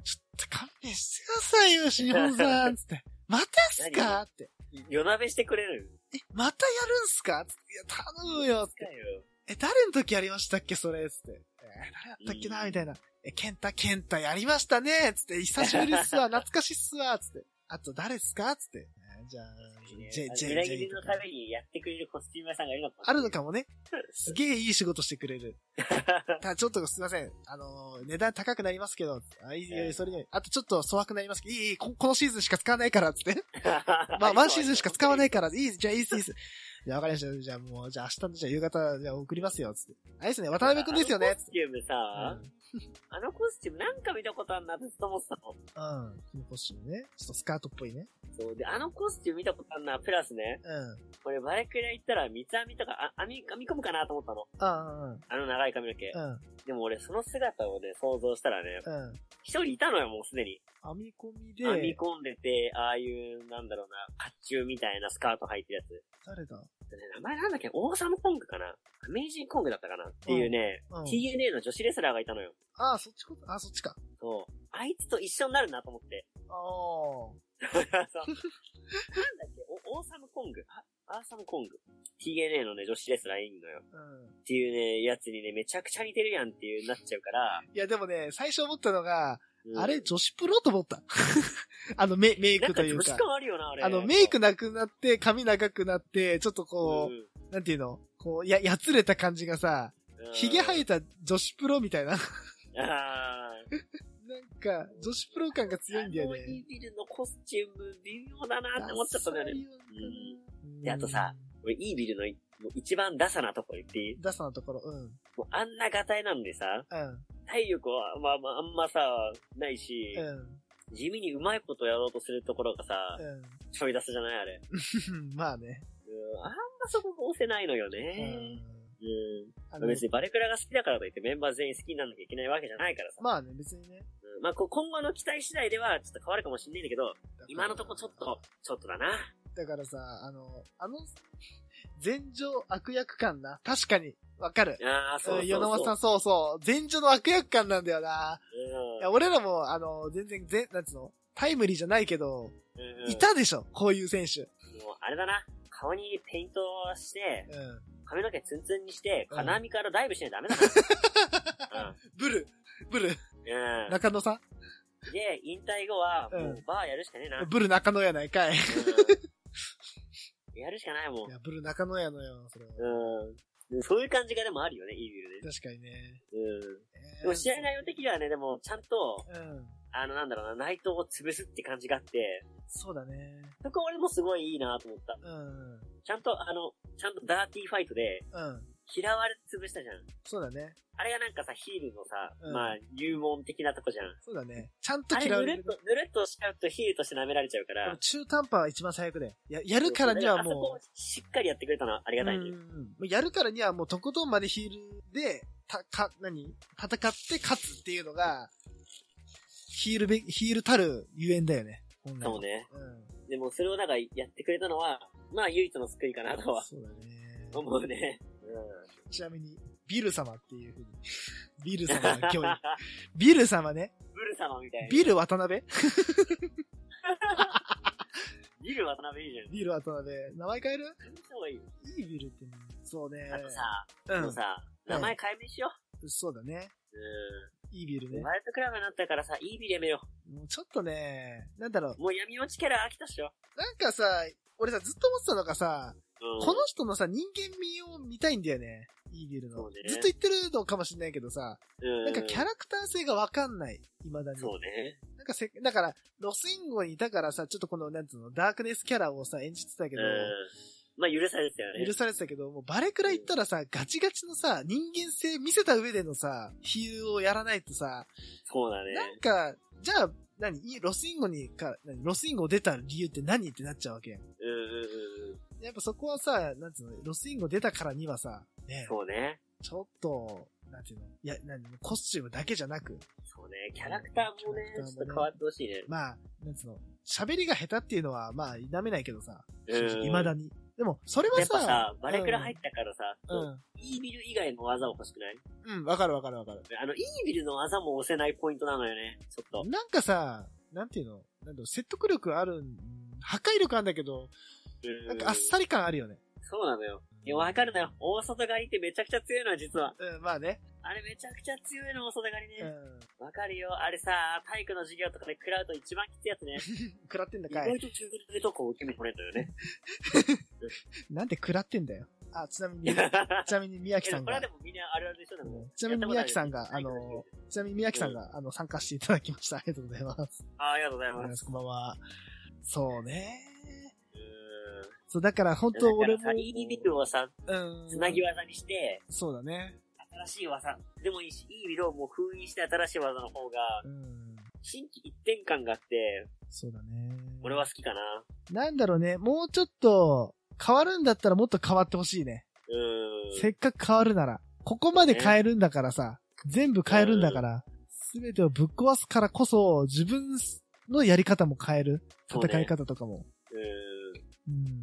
Speaker 1: ちょっと勘弁してくださいよ、シホンさん。つって。またっすかって。
Speaker 2: 夜鍋してくれる
Speaker 1: え、またやるんすかつって。いや、頼むよ。つって。
Speaker 2: だよ。
Speaker 1: え、誰の時やりましたっけそれつって。えー誰やったっけ
Speaker 2: う
Speaker 1: なんみたいな。え、ケンタ、ケンタやりましたねつって、久しぶりっ すわ、懐かしいっすわ、つって。あと誰っすかつって。えーじゃあ、ジェイ、ジェ
Speaker 2: 裏
Speaker 1: イ、ジ
Speaker 2: 切
Speaker 1: ェイ
Speaker 2: り
Speaker 1: と
Speaker 2: の
Speaker 1: か
Speaker 2: た。めにやってくれるコスチューム屋さんがいるのか
Speaker 1: あるのか
Speaker 2: も
Speaker 1: も ね。すげえいい仕事してくれる。ただちょっとすいません。あのー、値段高くなりますけど、あ、いいよ、それよりあとちょっと粗悪くなりますけど、いい、いい、ここのシーズンしか使わないから、つっ て。
Speaker 2: しれない。。
Speaker 1: まあ、ワンシーズンしか使わないいから、いい、じゃあいいっす、いいっす。じゃあ、わかりました。じゃあもう、じゃあ明日の、じゃあ夕方、じゃあ送りますよ、つって。あれですね、渡辺くんですよ
Speaker 2: あの
Speaker 1: ね、
Speaker 2: コ
Speaker 1: つっ
Speaker 2: ス
Speaker 1: て。
Speaker 2: チュームさ、
Speaker 1: うん
Speaker 2: あのコスチュームなんか見たことあるなってずっと思ってたの。
Speaker 1: うん。キノコシーね。ちょっとスカートっぽいね。
Speaker 2: そう。で、あのコスチューム見たことあるな、プラスね。
Speaker 1: うん。
Speaker 2: これバレクラ行ったら三つ編みとか、あ、編み、編み込むかなと思ったの。
Speaker 1: あ
Speaker 2: あの長い髪の毛。
Speaker 1: あ、うん。
Speaker 2: でも俺その姿をね、想像したらね、
Speaker 1: うん。うん。
Speaker 2: 一人いたのよ、もうすでに。
Speaker 1: 編み込み
Speaker 2: 編み
Speaker 1: で、
Speaker 2: 込んでて、ああいう、なんだろうな、甲冑みたいなスカート履いてるやつ。
Speaker 1: 誰だ
Speaker 2: ね名前なんだっけオーサムコングかなアメイジングコングだったかなっていうね、
Speaker 1: うん
Speaker 2: TNA の女子レスラーがいたのよ。
Speaker 1: ああ、そっちこ、ああ、そっちか。
Speaker 2: そう。あいつと一緒になるなと思って。
Speaker 1: ああ。
Speaker 2: そうなんだっけおオーサムコングあアーサムコング ?TNA のね、女子レスラーいいのよ。
Speaker 1: うん。
Speaker 2: っていうね、やつにね、めちゃくちゃ似てるやんっていうなっちゃうから。
Speaker 1: いや、でもね、最初思ったのが、
Speaker 2: うん
Speaker 1: あれ、女子プロと思った。あの、メ、メイ
Speaker 2: な
Speaker 1: ク
Speaker 2: ん
Speaker 1: と
Speaker 2: か
Speaker 1: いう
Speaker 2: 女
Speaker 1: か
Speaker 2: 子。感あるよな、あれ。
Speaker 1: あの、メイクなくなって、髪長くなって、ちょっとこ
Speaker 2: うん
Speaker 1: う、なんていうのこう、や、やつれた感じがさ、
Speaker 2: うん
Speaker 1: 髭生えた女子プロみたいな。なん
Speaker 2: あー
Speaker 1: か、女子プロ感が強いんだよ
Speaker 2: あのイ
Speaker 1: ね。
Speaker 2: ービルのコスチューム微妙だなって思っちゃったんだよね。
Speaker 1: うん
Speaker 2: であとさ、俺、イービルのいもう一番ダサなとこ言っていい
Speaker 1: ダサなところ、うん。
Speaker 2: もうあんなガタイなんでさ、
Speaker 1: うん。
Speaker 2: 体力は、まあまあ、あんまさ、ないし、
Speaker 1: うん。
Speaker 2: 地味にうまいことやろうとするところがさ、
Speaker 1: う
Speaker 2: ちょい出すじゃないあれ。
Speaker 1: ん。 まあね。
Speaker 2: うん、あんまそこが押せないのよ
Speaker 1: うん。
Speaker 2: ね。うん。
Speaker 1: あ
Speaker 2: まあ
Speaker 1: の
Speaker 2: 別にバレクラが好きだからといってメンバー全員好きにならなきゃいけないわけじゃないからさ。
Speaker 1: まあね、別にね。
Speaker 2: うんまあ、こう今後の期待次第ではちょっと変わるかもしんないんだけど、今のとこちょっと、ちょっとだな。
Speaker 1: だからさ、あの、あの、前情悪役感な。確かに、わかる。
Speaker 2: ああ、そうそうそう。
Speaker 1: 世の中さん、そうそう。前情の悪役感なんだよな。いや、俺らも、あの、全然、全、なんつうのタイムリーじゃないけど、
Speaker 2: うん。うん
Speaker 1: いたでしょこういう選手。
Speaker 2: もうあれだな。顔にペイントをして、
Speaker 1: うん。
Speaker 2: 髪の毛ツンツンにして、
Speaker 1: うん
Speaker 2: 金網からダイブしないとダメだ な。
Speaker 1: ブル、ブル、
Speaker 2: うん。う
Speaker 1: 中野さ
Speaker 2: ん。で、引退後は、
Speaker 1: うん
Speaker 2: もうバーやるしかねえな。うん
Speaker 1: んブル中野やないかい。
Speaker 2: やるしかないもん
Speaker 1: い。や、ブル中野やのよ、それは。
Speaker 2: うん。そういう感じがでもあるよね、イービルで。
Speaker 1: 確かにね。
Speaker 2: うん。
Speaker 1: え
Speaker 2: でも試合内容的にはね、でも、ちゃんと、
Speaker 1: うん。
Speaker 2: あの、なんだろうな、内藤を潰すって感じがあって、
Speaker 1: そうだね。
Speaker 2: そこ俺もすごいいいなと思った。
Speaker 1: うん。
Speaker 2: ちゃんと、あの、ちゃんとダーティーファイトで、
Speaker 1: うん。
Speaker 2: 嫌われて潰したじゃん。
Speaker 1: そうだね。
Speaker 2: あれがなんかさ、ヒールのさ、
Speaker 1: うん
Speaker 2: まあ、入門的なとこじゃん。
Speaker 1: そうだね。ちゃんと
Speaker 2: あれ、
Speaker 1: 嫌わ
Speaker 2: ぬ
Speaker 1: れ
Speaker 2: るっ
Speaker 1: る。
Speaker 2: と、ぬるっとしちゃうとヒールとして舐められちゃうか
Speaker 1: で
Speaker 2: ら
Speaker 1: も。中途半端は一番最悪だよ。や、やるからには
Speaker 2: だらあ
Speaker 1: も
Speaker 2: そこをしっかりやってくれたのはあり
Speaker 1: う。
Speaker 2: が
Speaker 1: うん
Speaker 2: た
Speaker 1: う
Speaker 2: い
Speaker 1: ん
Speaker 2: ね。
Speaker 1: うんもうやるからにはもうとことんまでヒールで、た、か、何戦って勝つっていうのが、ヒールべ、ヒールたるゆえんだよね。本来
Speaker 2: そう。ね。
Speaker 1: うん。
Speaker 2: でもそれをなんかやってくれたのは、まあ唯一の救いかなとは
Speaker 1: そうだね。
Speaker 2: 思うね。 う
Speaker 1: ちなみに、ビル様っていうふうに。ビル様が今日、ビル様ね。
Speaker 2: ん。ブル様みたいな。
Speaker 1: ビル渡辺
Speaker 2: ビル渡辺いいじゃん。
Speaker 1: ビル渡辺。名前変える
Speaker 2: 全然多いい。
Speaker 1: いいビルってね。そうね。
Speaker 2: あとさ、
Speaker 1: う
Speaker 2: あのさ、
Speaker 1: うん
Speaker 2: 名前解明しよ
Speaker 1: ん。そうだね。
Speaker 2: う。う
Speaker 1: いいビル
Speaker 2: ん。
Speaker 1: ね。
Speaker 2: ワイルドクラブになったからさ、いいビルやめよ
Speaker 1: もうちょっとね、なんだろう
Speaker 2: う。。もう闇落ちキャラ飽きたっしょ。
Speaker 1: なんかさ、俺さ、ずっと思ってたのがさ、
Speaker 2: うん。
Speaker 1: この人のさ、人間味を見たいんだよね。イービル
Speaker 2: そ
Speaker 1: の。
Speaker 2: うね
Speaker 1: ずっと言ってるのかもしれないけどさ、
Speaker 2: うん、
Speaker 1: なんかキャラクター性がわかんない。未だに。
Speaker 2: そうね。
Speaker 1: なんかせ、だから、ロスインゴにいたからさ、ちょっとこの、なんつうの、ダークネスキャラをさ、演じてたけ
Speaker 2: う
Speaker 1: ど、
Speaker 2: ん。まあ許されてたよね。
Speaker 1: 許されてたけど、もうバレくらい言ったらさ、ガチガチのさ、人間性見せた上でのさ、比喩をやらないとさ、
Speaker 2: そうだ
Speaker 1: なん
Speaker 2: ね。
Speaker 1: か、じゃあ、何いロスインゴにか、何ロスインゴ出た理由って何ってなっちゃうわけやん。
Speaker 2: うんうんうんうん。
Speaker 1: やっぱそこはさ、なんつうの、ロスインゴ出たからにはさ、ね、
Speaker 2: そうね。
Speaker 1: ちょっと、なんていうの、いや、なんコスチュームだけじゃなく、
Speaker 2: そうね。キャラクターもね
Speaker 1: キャ、ラクターもね
Speaker 2: ちょっと変わってほしいね。
Speaker 1: まあ、なんつうの、喋りが下手っていうのは、まあ、否めないけどさ、
Speaker 2: う
Speaker 1: 正
Speaker 2: ん。
Speaker 1: 直未だに。でも、それは
Speaker 2: やっぱ
Speaker 1: さ、
Speaker 2: さ、バレクラ入ったからさ、
Speaker 1: う
Speaker 2: こ
Speaker 1: ん。
Speaker 2: うイービル以外の技を欲しくない
Speaker 1: うん、わかるわかるわかる。
Speaker 2: あの、イービルの技も押せないポイントなのよね、ちょっと。
Speaker 1: なんかさ、なんていうの、なんだろう説得力あるん、破壊力あるんだけど、
Speaker 2: うん
Speaker 1: なんかあっさり感あるよね。
Speaker 2: そうなのよ。いや、わかるのよ。大外刈りってめちゃくちゃ強いのよ、実は。
Speaker 1: うん、まあね。
Speaker 2: あれめちゃくちゃ強いの、大外刈り
Speaker 1: う
Speaker 2: ね。
Speaker 1: ん。
Speaker 2: わ、かるよ。あれさ、体育の授業とかで食らうと一番きついやつね。
Speaker 1: 食らってんだ
Speaker 2: 意
Speaker 1: かい
Speaker 2: 外。と中距離とこう決め取れんだよね。
Speaker 1: なんで食らってんだよ。あ、ちなみ
Speaker 2: いや
Speaker 1: に、ちなみに宮
Speaker 2: い
Speaker 1: 城さ
Speaker 2: や
Speaker 1: ん
Speaker 2: これは
Speaker 1: が
Speaker 2: で、もみんなあるあるでしょ、でも。
Speaker 1: ちなみに宮城さん
Speaker 2: やっ
Speaker 1: が、
Speaker 2: た
Speaker 1: あ
Speaker 2: ことる
Speaker 1: の、ちなみに宮城さんが、あの、参加していただきました。ありがとうございます。
Speaker 2: あありがとうござい
Speaker 1: ありがとうござい
Speaker 2: ま。
Speaker 1: ますす。こんばんは。そうね。
Speaker 2: うー
Speaker 1: そう、だから本
Speaker 2: ん。
Speaker 1: 当俺
Speaker 2: だ
Speaker 1: も
Speaker 2: からさ、、イービルをさ、
Speaker 1: うん。
Speaker 2: つなぎ技にして、
Speaker 1: そうだね。
Speaker 2: 新しい技でもいいし、イービルをもう封印して新しい技の方が、
Speaker 1: うん。
Speaker 2: 新規一点感があって、
Speaker 1: そうだね。
Speaker 2: 俺は好きかな。
Speaker 1: なんだろうね、もうちょっと、変わるんだったらもっと変わってほしいね。
Speaker 2: うーん。
Speaker 1: せっかく変わるなら。ここまで変えるんだからさ、全部変えるんだから、すべてをぶっ壊すからこそ、自分のやり方も変える。
Speaker 2: そうね
Speaker 1: 戦い方とかも。
Speaker 2: うーん。
Speaker 1: うん。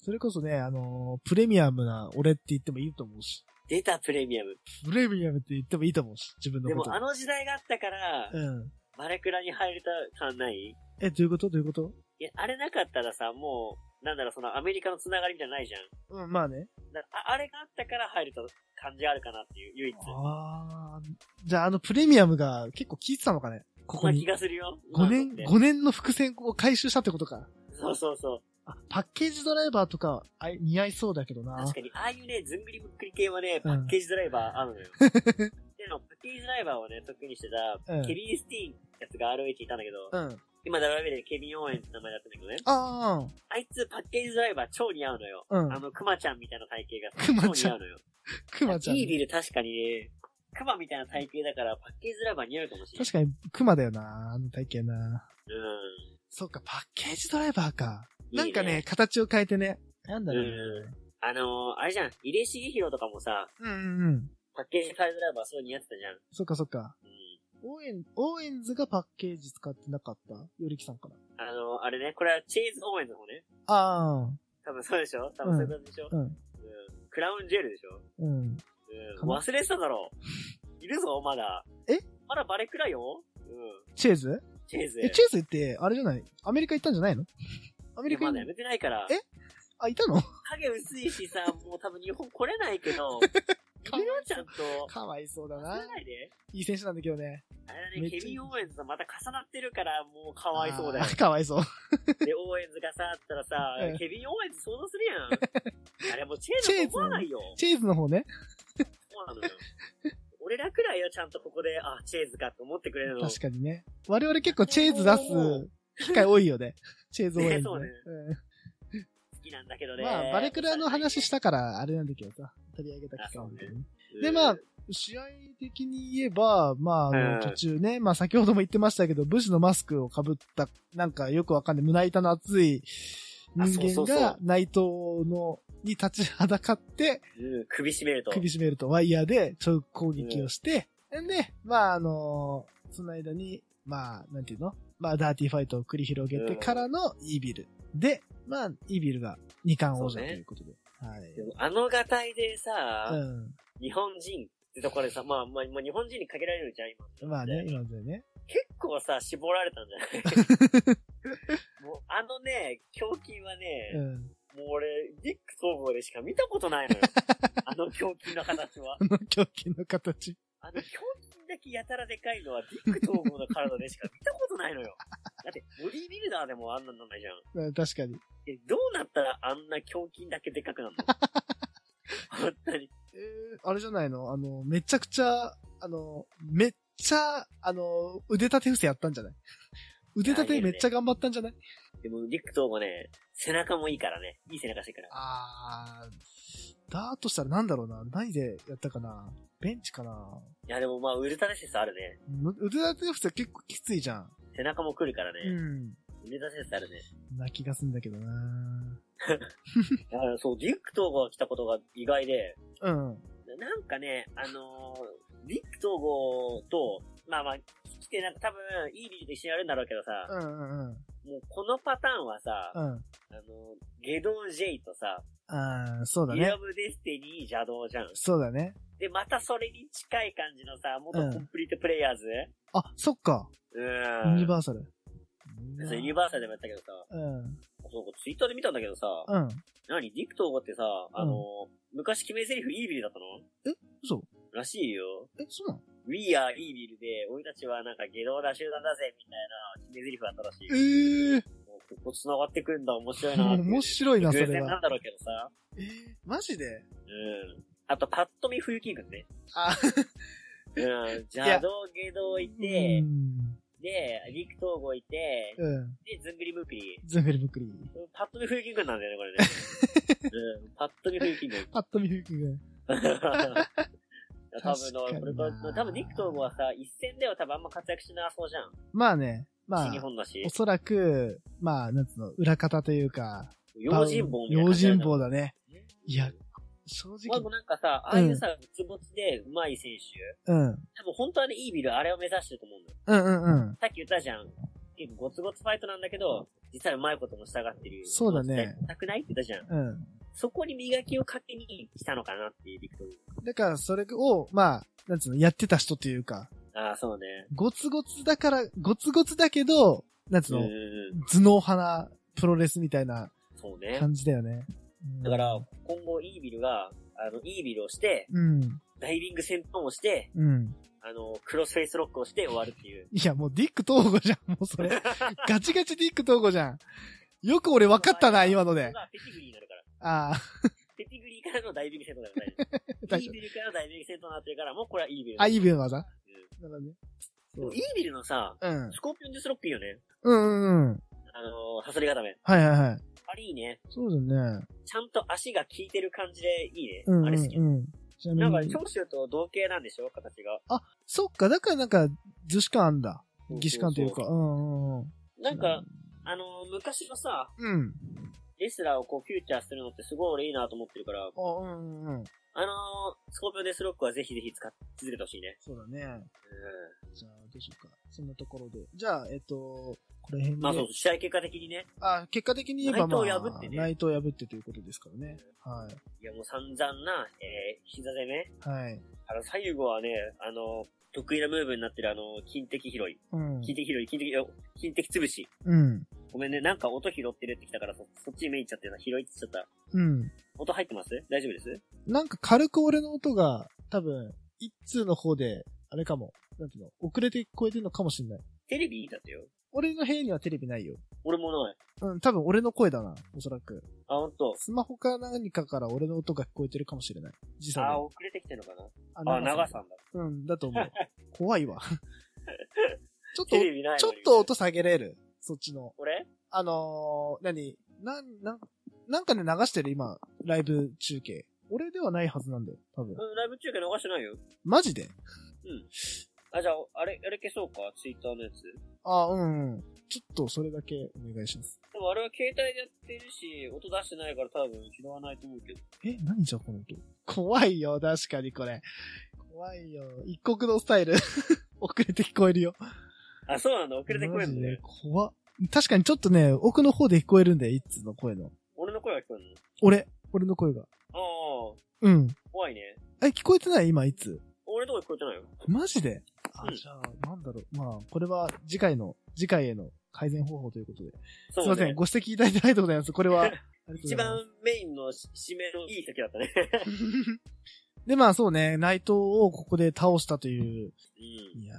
Speaker 1: それこそね、あのープレミアムな俺って言ってもいいと思うし、
Speaker 2: 出たプレミアム。
Speaker 1: プレミアムって言ってもいいと思うし、自分の
Speaker 2: で
Speaker 1: こと。
Speaker 2: もあの時代があったから、
Speaker 1: うん。
Speaker 2: バレクラに入れた感ない
Speaker 1: え、どういうことどういうこと
Speaker 2: いや、あれなかったらさ、もう、なんだろう、そのアメリカのつながりみたいなのないじゃん。
Speaker 1: うん、まあね。
Speaker 2: だからああれがあったから入れた感じあるかなっていう、唯一。
Speaker 1: ああ、じゃああのプレミアムが結構効いてたのかねこ
Speaker 2: そ
Speaker 1: こ
Speaker 2: んな気
Speaker 1: に。
Speaker 2: がするよ。
Speaker 1: 5
Speaker 2: 今の
Speaker 1: 年、
Speaker 2: って
Speaker 1: 5年の伏線を回収したってことか。
Speaker 2: そうそうそう。
Speaker 1: あ、パッケージドライバーとか、あい似合いそうだけどな。
Speaker 2: 確かに、ああいうね、ずんぐりむっくり系はね、
Speaker 1: う
Speaker 2: パ
Speaker 1: ん
Speaker 2: ッケージドライバーあ るのよ。での、パッケージドライバーをね、得意にしてた、
Speaker 1: うん
Speaker 2: ケリー・スティーンってやつが ROH いたんだけど、
Speaker 1: うん。
Speaker 2: 今 WB でケビン・オーエンって名前だったんだけどね。
Speaker 1: あ
Speaker 2: あいつパッケージドライバー超似合うのよ。
Speaker 1: あ、う
Speaker 2: あ
Speaker 1: ん。
Speaker 2: の、クマちゃんみたいな体型
Speaker 1: クマ
Speaker 2: が超
Speaker 1: ち
Speaker 2: 似
Speaker 1: ゃ
Speaker 2: 合
Speaker 1: ん
Speaker 2: うのよ。
Speaker 1: クマちゃん。
Speaker 2: イービル確かにね、クマみたいな体型だからパッケージドライバー似合うかもしれない。
Speaker 1: 確かに、クマだよな、あの体型な。
Speaker 2: うん。
Speaker 1: そっか、パッケージドライバーか。
Speaker 2: いい
Speaker 1: なんかね、、形を変えてね。なんだろうね。
Speaker 2: あのー、あれじゃん、入江茂弘とかもさ、
Speaker 1: うんうんうん。
Speaker 2: パッケージドライバーすごい似合ってたじゃん。
Speaker 1: そっかそっか。
Speaker 2: うん。
Speaker 1: オーエン、オーエンズがパッケージ使ってなかったよりきさんかな。
Speaker 2: あの、あれね、これはチーズ応援の方ね。
Speaker 1: あ
Speaker 2: 多分そうでしょ多分そういうことでしょ、
Speaker 1: あ、うん、
Speaker 2: うんクラウンジェルでしょ
Speaker 1: うん。
Speaker 2: うん。忘れてただろう。いるぞ、まだ。
Speaker 1: え
Speaker 2: まだバレくらいようん。
Speaker 1: チェーズ
Speaker 2: チェーズ。
Speaker 1: え、チェーズって、あれじゃないアメリカ行ったんじゃないのアメリ
Speaker 2: いや
Speaker 1: カ
Speaker 2: まだや
Speaker 1: に、
Speaker 2: めてないから。
Speaker 1: えあ、いたの
Speaker 2: 影薄いしさ、もう多分日本来れない けど、い
Speaker 1: か
Speaker 2: るよ、ちゃんと。
Speaker 1: かわいそうだ
Speaker 2: 忘
Speaker 1: な
Speaker 2: れ。ないで。
Speaker 1: いい選手なんだけどね。
Speaker 2: あれだ
Speaker 1: め
Speaker 2: ね、
Speaker 1: っちゃ
Speaker 2: ケ
Speaker 1: いい
Speaker 2: ビン・オーエンズとまた重なってるから、もうかわいそうだよ
Speaker 1: あ。ーかわいそう。
Speaker 2: で、オーエンズがさ、あったらさ
Speaker 1: うん、
Speaker 2: ケビン・オーエンズ想像する やん。あれもうチェーズと思わないよ。
Speaker 1: チェーズの方ね。
Speaker 2: そうなのよ。俺らくらいよ、ちゃんとここで、あ、チェーズかって思ってくれるの。
Speaker 1: 確かにね。我々結構チェーズ出す機会多いよね。チェーズ応援、ね
Speaker 2: ねそうね
Speaker 1: うん
Speaker 2: 好きなんだけどね。
Speaker 1: まあ、バレクラの話したから、あれなんだけどさ、取り上げた機会なんだけどね。
Speaker 2: うん
Speaker 1: で、まあ、試合的に言えば、まあ、あ
Speaker 2: うん
Speaker 1: の、途中ね、まあ先ほども言ってましたけど、武士のマスクを被った、なんかよくわかんない、胸板の熱い
Speaker 2: あそ
Speaker 1: 人間
Speaker 2: うそうそう
Speaker 1: が、内藤の、に立ちはだかって、
Speaker 2: うん首絞めると。
Speaker 1: 首絞めるとワイヤーで直攻撃をして、んで、まああのその間に、まあ、なんていうのまあ、ダーティーファイトを繰り広げてからのイービル。で、まあ、イービルが二冠王者
Speaker 2: そ
Speaker 1: と
Speaker 2: うね
Speaker 1: いうことで。はい。
Speaker 2: でもあのがたいで
Speaker 1: う
Speaker 2: さ、日本人ってところでさ、まあまあ、まあ日本人に限られるじゃん、今。
Speaker 1: ん。まあね、今までね。
Speaker 2: 結構さ、絞られたんじゃ ないもう、あのね、胸筋は
Speaker 1: う
Speaker 2: ね、
Speaker 1: ん。
Speaker 2: もう俺、ディック総合でしか見たことない のよ。あの胸筋の形は
Speaker 1: こ。の狂気の形。
Speaker 2: あの胸筋だけやたらでかいのはディック統合の体でしか見たことないのよ。だって、ボディービルダーでもあんなんなんないじゃん。
Speaker 1: うん確かに。
Speaker 2: え、どうなったらあんな胸筋だけでかく なるの本当に。
Speaker 1: えー、あれじゃないのあの、めちゃくちゃ、あの、めっちゃ、あの、腕立て伏せやったんじゃ ない腕立てめっちゃ頑張ったんじゃない
Speaker 2: でも、ディック統合ね、背中もいいからね。いい背中してるから。
Speaker 1: あー、だとしたらなんだろうな。何でやったかなベンチかない
Speaker 2: や、でもまあ、ウルトラセスあるね。
Speaker 1: む腕立て伏せ結構きついじゃん。
Speaker 2: 背中も来るからね。
Speaker 1: うん。
Speaker 2: ウルトラセスあるね。
Speaker 1: な気がすんだけどな
Speaker 2: だからそう、ディック統合が来たことが意外で、
Speaker 1: うん。
Speaker 2: なんかね、あのーディック統合と、まあまあ、来てなんか多分、イービルと一緒にやるんだろうけどさ、
Speaker 1: うんうんうん。
Speaker 2: もうこのパターンはさ、あ
Speaker 1: うん。
Speaker 2: の、ゲドン・ジェイとさ、
Speaker 1: あー、そうだ
Speaker 2: イ
Speaker 1: ね
Speaker 2: ラ。ブ・デスティニー・邪道じゃん。
Speaker 1: そうだね。
Speaker 2: で、またそれに近い感じのさ、元
Speaker 1: うん
Speaker 2: コンプリートプレイヤーズ
Speaker 1: あ、そっか。
Speaker 2: う
Speaker 1: ユ
Speaker 2: ん。
Speaker 1: ニバーサル。
Speaker 2: そうユニバーサルでもやったけどさ、
Speaker 1: うん。
Speaker 2: そうツイッターで見たんだけどさ、
Speaker 1: うん。
Speaker 2: 何ディック統合ってさ、あのー昔決め台詞イービルだったの
Speaker 1: 嘘
Speaker 2: らしいよ。
Speaker 1: え、そうなの
Speaker 2: We are evil で、俺たちはなんか下道な集団だぜ、みたいな、決め台詞だったらしい。
Speaker 1: ええ
Speaker 2: もうここ繋がってくるんだ、面白いなって。
Speaker 1: 面白いな、そ
Speaker 2: 偶
Speaker 1: れ
Speaker 2: 然な
Speaker 1: は
Speaker 2: ん。だろうけどさ。
Speaker 1: えーマジで
Speaker 2: うん。あと、パッと見冬木君ね。
Speaker 1: あ、
Speaker 2: うん。邪道下道いて
Speaker 1: う、ん。
Speaker 2: で、陸東郷いて、
Speaker 1: うん。
Speaker 2: で、ずんぐりむっくり。
Speaker 1: ズンフェルブクリー。
Speaker 2: パッと見冬木君なんだよね、これね。 うん。パッと見冬木君。
Speaker 1: パッと見吹きが。
Speaker 2: 多分の、これ
Speaker 1: 確
Speaker 2: と
Speaker 1: かにな
Speaker 2: 多分陸東郷はさ、一戦では多分あんま活躍しなそうじゃん。
Speaker 1: まあね、ま
Speaker 2: 新日
Speaker 1: あ、
Speaker 2: 本だし
Speaker 1: お。そらく、まあ、なんつうの、裏方というか、
Speaker 2: 用心棒みたいな
Speaker 1: 用
Speaker 2: 感じだよ
Speaker 1: 心
Speaker 2: ね
Speaker 1: 棒だね。
Speaker 2: ね
Speaker 1: いや、正
Speaker 2: まあ
Speaker 1: 直
Speaker 2: でも、なんかさ、ああいうさ、うつぼつで上手い選
Speaker 1: うん。うん
Speaker 2: 手、多分本当はね、いいビル、あれを目指してると思うんだよ。
Speaker 1: うんうん。
Speaker 2: さっき言ったじゃん。結構ゴツゴツファイトなんだけど、実は上手いことも従ってる。
Speaker 1: そうだね。
Speaker 2: なくないって言ったじゃん。
Speaker 1: うん。
Speaker 2: そこに磨きをかけに来たのかなっていう、ビクトリ
Speaker 1: だから、それを、まあ、なんつうの、やってた人というか、
Speaker 2: ー。ああ、そうね。
Speaker 1: ゴツゴツだから、ゴツゴツだけど、なんつう
Speaker 2: う
Speaker 1: の、
Speaker 2: ん。
Speaker 1: 頭脳派なプロレスみたいな
Speaker 2: そうね。
Speaker 1: 感じだよね。うん
Speaker 2: だから、、今後イービルが、あの、イービルをして、
Speaker 1: うん、
Speaker 2: ダイビング戦闘をして、
Speaker 1: うん。。
Speaker 2: あの、クロスフェイスロックをして終わるっていう
Speaker 1: いや、もうディック東郷じゃん、もうそれ。ガチガチディック東郷じゃん。よく俺分かったな、今ので。
Speaker 2: まあペティグリーになるから。
Speaker 1: ああ、
Speaker 2: ペティグリーからのダイビング戦闘だから大丈 夫。
Speaker 1: 大
Speaker 2: イ
Speaker 1: 丈夫。
Speaker 2: ービルからダイビング戦闘になってるから、もうこれはイービル。
Speaker 1: あ、イービルの技な
Speaker 2: う
Speaker 1: るほどね。
Speaker 2: んでもイービルのさ、
Speaker 1: うん。
Speaker 2: スコーピオンデスロックいいよね。
Speaker 1: うんうんうん。
Speaker 2: あのー、ハソリ固め。
Speaker 1: はいはいはい。
Speaker 2: あれいいね。
Speaker 1: そうだね。
Speaker 2: ちゃんと足が効いてる感じでいいね。
Speaker 1: うんうん、
Speaker 2: あれ好き。
Speaker 1: うん。ちな
Speaker 2: なんか、
Speaker 1: みに
Speaker 2: 長。州と同型なんでしょ形が。
Speaker 1: そっか、だからなんか、図紙感あんだ。儀式感というか。
Speaker 2: そ
Speaker 1: うんうんうん。
Speaker 2: う。なんか、、あのー、昔のさ、
Speaker 1: うん。
Speaker 2: レスラーをこう、フューチャーするのってすごい俺いいなと思ってるから、
Speaker 1: あ、うんうんうん。
Speaker 2: あのー、スコーピオンデスロックはぜひぜひ使っ続けてほしいね。
Speaker 1: そうだね。
Speaker 2: う
Speaker 1: じゃあ、どうしようか。そんなところで。じゃあ、えっと、これ辺で。
Speaker 2: ん。まあそう、試合結果的にね。
Speaker 1: あ、結果的に言えば、まあ、
Speaker 2: 内藤を破ってね
Speaker 1: 内藤を破ってということですからね。はい。
Speaker 2: いやもう散々な、えー、膝攻め。
Speaker 1: はい。
Speaker 2: あの、最後はね、あの、得意なムーブになってるあの、金的拾い。
Speaker 1: うん。
Speaker 2: 金的拾い、金的、金的潰し。
Speaker 1: うん。
Speaker 2: ごめんね、なんか音拾ってるってきたから、そそっちに目いっちゃってな、拾いって言っちゃった。
Speaker 1: うん。
Speaker 2: 音入ってます大丈夫です
Speaker 1: なんか軽く俺の音が、多分、一通の方で、あれかも。なんていうの遅れて聞こえてるのかもしんない。
Speaker 2: テレビだってよ。
Speaker 1: 俺の部屋にはテレビないよ。
Speaker 2: 俺もない。
Speaker 1: うん、多分俺の声だな、おそらく。
Speaker 2: あ、ほんと。
Speaker 1: スマホか何かから俺の音が聞こえてるかもしれない。時差で
Speaker 2: あ、。遅れてきてるのかなあ、
Speaker 1: 長
Speaker 2: 長
Speaker 1: さ
Speaker 2: さんだ。
Speaker 1: うん、だと 思う。怖いわ。ちょっと
Speaker 2: テ、レビないのに
Speaker 1: ちょっと。音下げれるそっちの。
Speaker 2: 俺
Speaker 1: あのー、何なん、なん、なんかね流してる今、ライブ中継。俺ではないはずなんだよ、多分。
Speaker 2: うん、ライブ中継逃してないよ。
Speaker 1: マジで
Speaker 2: うん。あ、じゃあ、あれ、あれ消そうかツイッターのやつ。
Speaker 1: あ、うん、うん。ちょっとそれだけお願いします。
Speaker 2: でもあれは携帯でやってるし、音出してないから多分拾わないと思うけど。
Speaker 1: え、何じゃこの音。怖いよ、確 かにこれ。怖いよ。一国のスタイル。遅れて聞こえるよ。
Speaker 2: あ、そうなの遅れて聞こえるの
Speaker 1: マジで
Speaker 2: ね。
Speaker 1: 怖っ確かにちょっとね、奥の方で聞こえるんだよ、一通の声の。
Speaker 2: 俺の声が聞こえる
Speaker 1: 俺、俺の声が。
Speaker 2: のあ
Speaker 1: うん。
Speaker 2: あ、怖いね。
Speaker 1: え、聞こえてない今、いつ
Speaker 2: 俺のとこ聞こえてないよ。
Speaker 1: マジであ
Speaker 2: う、ん
Speaker 1: じゃあ、なんだろう。まあ、これは次回の、次回への改善方法ということで。す
Speaker 2: そう
Speaker 1: い
Speaker 2: ね
Speaker 1: ません、ご指摘いただいてありがとうございます。これ は。ありがとうござ
Speaker 2: 一
Speaker 1: います
Speaker 2: 番メインの締めのいい時だったね。
Speaker 1: で、まあそうね、内藤をここで倒したという。
Speaker 2: うん。
Speaker 1: いや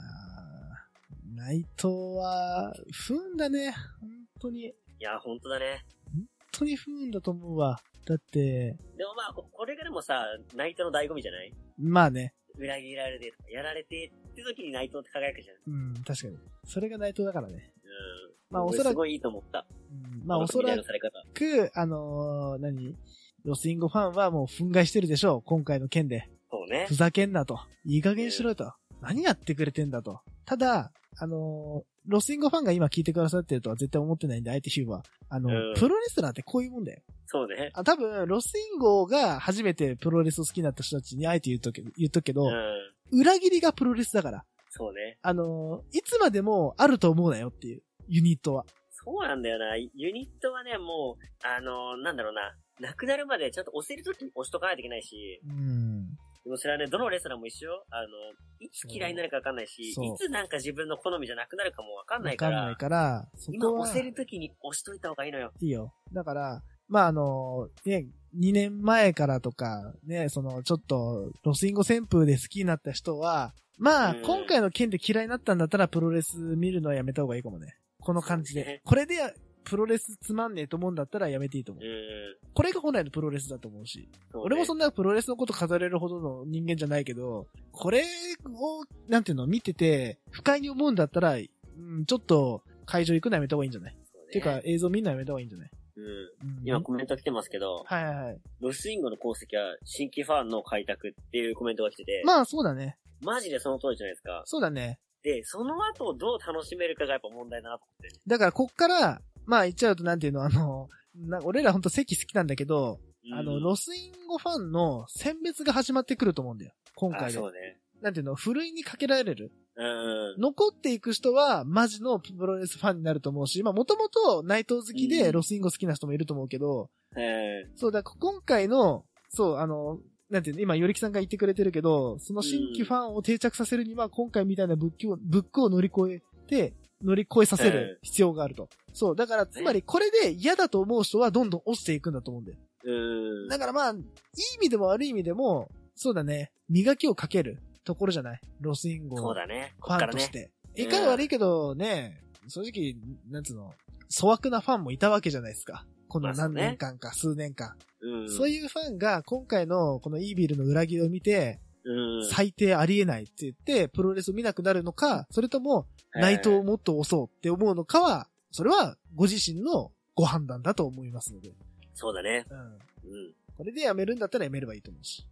Speaker 1: ー、内藤は、不運だね。本当に、
Speaker 2: いや、本当だね。
Speaker 1: 本当に不運だと思うわ。だって、
Speaker 2: でもまあ、ここれがでもさ、ナイトの醍醐味じゃない
Speaker 1: まあね、
Speaker 2: 裏切られてとか、やられてって時にナイトって輝くじゃん。
Speaker 1: うん、確かに。それが内藤だからね。
Speaker 2: うん。
Speaker 1: まあ
Speaker 2: 俺
Speaker 1: おそらく
Speaker 2: すごいいいと思った。
Speaker 1: うん、まあおそ
Speaker 2: こ
Speaker 1: ら
Speaker 2: の時代のされ方。
Speaker 1: く、あのー、何ロスインゴファンはもう憤慨してるでしょう。今回の件で。
Speaker 2: そうね
Speaker 1: ふ。ざけんなと。いい加減しろよと。何やってくれてんだと。ただ、あのーロスインゴファンが今聞いてくださってるとは絶対思ってないんで、相手ヒューは。あの、
Speaker 2: うん
Speaker 1: プロレスラーってこういうもんだよ。
Speaker 2: そうね。
Speaker 1: あ、多分、ロスインゴが初めてプロレスを好きになった人たちにあえて言うとけ、言っとくけど、
Speaker 2: うん。
Speaker 1: 裏切りがプロレスだから。
Speaker 2: そうね。
Speaker 1: あのーいつまでもあると思うなよっていう、ユニットは。
Speaker 2: そうなんだよな。ユニットはね、もう、あのなんだろうな。なくなるまでちゃんと押せる時に押しとかないといけないし、
Speaker 1: うん。
Speaker 2: でもそれはね、どのレスラーも一緒よあの、いつ嫌いになるかわかんないし、い
Speaker 1: そう
Speaker 2: つなんか自分の好みじゃなくなるかもわかんな
Speaker 1: わ
Speaker 2: いか
Speaker 1: かんない
Speaker 2: ら、
Speaker 1: から、そ
Speaker 2: 今
Speaker 1: こは
Speaker 2: 押、せる時に押しといた方がいいのよ。
Speaker 1: いいよ。だから、まあ、あのーね、2年前からとか、ね、その、ちょっと、ロスインゴ旋風で好きになった人は、まあ、
Speaker 2: うん
Speaker 1: 今回の件で嫌いになったんだったら、プロレス見るのはやめた方がいいかもね。この感じ
Speaker 2: そうね
Speaker 1: で。これで、プロレスつまんねえと思うんだったらやめていいと思
Speaker 2: う
Speaker 1: う。
Speaker 2: ん。
Speaker 1: これが本来のプロレスだと思うし。
Speaker 2: そうね
Speaker 1: 俺もそんなプロレスのこと語れるほどの人間じゃないけど、これを、なんていうの、見てて、不快に思うんだったら、うん、ちょっと、会場行くのやめた方がいいんじゃない、
Speaker 2: そうね
Speaker 1: っていうか、映像見るのやめた方がいいんじゃない
Speaker 2: うん。
Speaker 1: うん
Speaker 2: 今コメント来てますけど、
Speaker 1: はいはいはい。
Speaker 2: ロスインゴの功績は新規ファンの開拓っていうコメントが来てて、
Speaker 1: まあそうだね。
Speaker 2: マジでその通りじゃないですか。
Speaker 1: そうだね。
Speaker 2: で、その後をどう楽しめるかがやっぱ問題だなと思って。
Speaker 1: だからこっから、まあ言っちゃうとなんていうの、あの、な俺らほんと席好きなんだけど、
Speaker 2: うん
Speaker 1: あの、ロスインゴファンの選別が始まってくると思うんだよ。今
Speaker 2: あ
Speaker 1: 回で
Speaker 2: そ。うね。
Speaker 1: なんていうの、ふるいにかけられる。
Speaker 2: うん。
Speaker 1: 残っていく人は、マジのプロレスファンになると思うし、まあもともと内藤好き
Speaker 2: う
Speaker 1: で
Speaker 2: ん
Speaker 1: ロスインゴ好きな人もいると思うけど、
Speaker 2: え
Speaker 1: そうだ、今回の、そう、あの、なんていうの、今、よりきさんが言ってくれてるけど、その新規ファンを定着させるには、今回みたいなブックを、ブックを乗り越えて、乗り越えさせる必要があると。そう、だから、つまり、これで嫌だと思う人はどんどん落ちていくんだと思うんだよ。
Speaker 2: えうん。
Speaker 1: だからまあ、いい意味でも悪い意味でも、そうだね、磨きをかけるところじゃないロスインゴ
Speaker 2: そう
Speaker 1: を
Speaker 2: だね。
Speaker 1: フ
Speaker 2: こっか
Speaker 1: ァン
Speaker 2: ら
Speaker 1: とし
Speaker 2: ね。
Speaker 1: て。
Speaker 2: うん
Speaker 1: いかが悪いけどね、正直、なんつうの、粗悪なファンもいたわけじゃないですか。この何年間か、数年間。
Speaker 2: うん。
Speaker 1: そういうファンが今回のこのイービルの裏切りを見て、
Speaker 2: うん。
Speaker 1: 最低ありえないって言って、プロレスを見なくなるのか、それとも内藤をもっと押そうって思うのかは、それはご自身のご判断だと思いますので。
Speaker 2: えーそうだね。
Speaker 1: うん。
Speaker 2: うん。うん
Speaker 1: これでやめるんだったらやめればいいと思うし。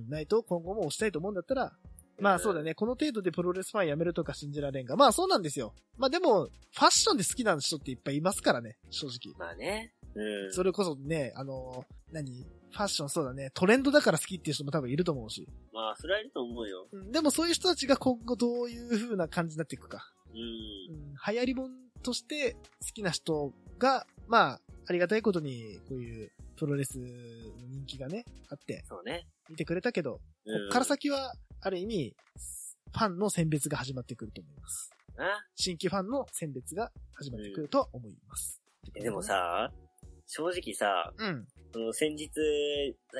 Speaker 1: うん、内藤を今後も押したいと思うんだったら、まあそうだ。ね、この程度でプロレスファンやめるとか信じられんが。まあそうなんですよ。まあでも、ファッションで好きな人っていっぱいいますからね、正直。
Speaker 2: まあね。うん。
Speaker 1: それこそね、あのー、何ファッションそうだね、トレンドだから好きっていう人も多分いると思うし。
Speaker 2: まあ、それはいると思うよ。
Speaker 1: うんでもそういう人たちが今後どういう風な感じになっていくか。
Speaker 2: う。
Speaker 1: うんん、流行りもんとして好きな人が、まあ、ありがたいことに、こういうプロレスの人気がね、あって、
Speaker 2: そうね。
Speaker 1: 見てくれたけど、こ
Speaker 2: うん
Speaker 1: っから先は、ある意味、ファンの選別が始まってくると思います。
Speaker 2: な。
Speaker 1: 新規ファンの選別が始まってくるとは思います。
Speaker 2: えでも、さ、正直さ、
Speaker 1: うん。
Speaker 2: その先日、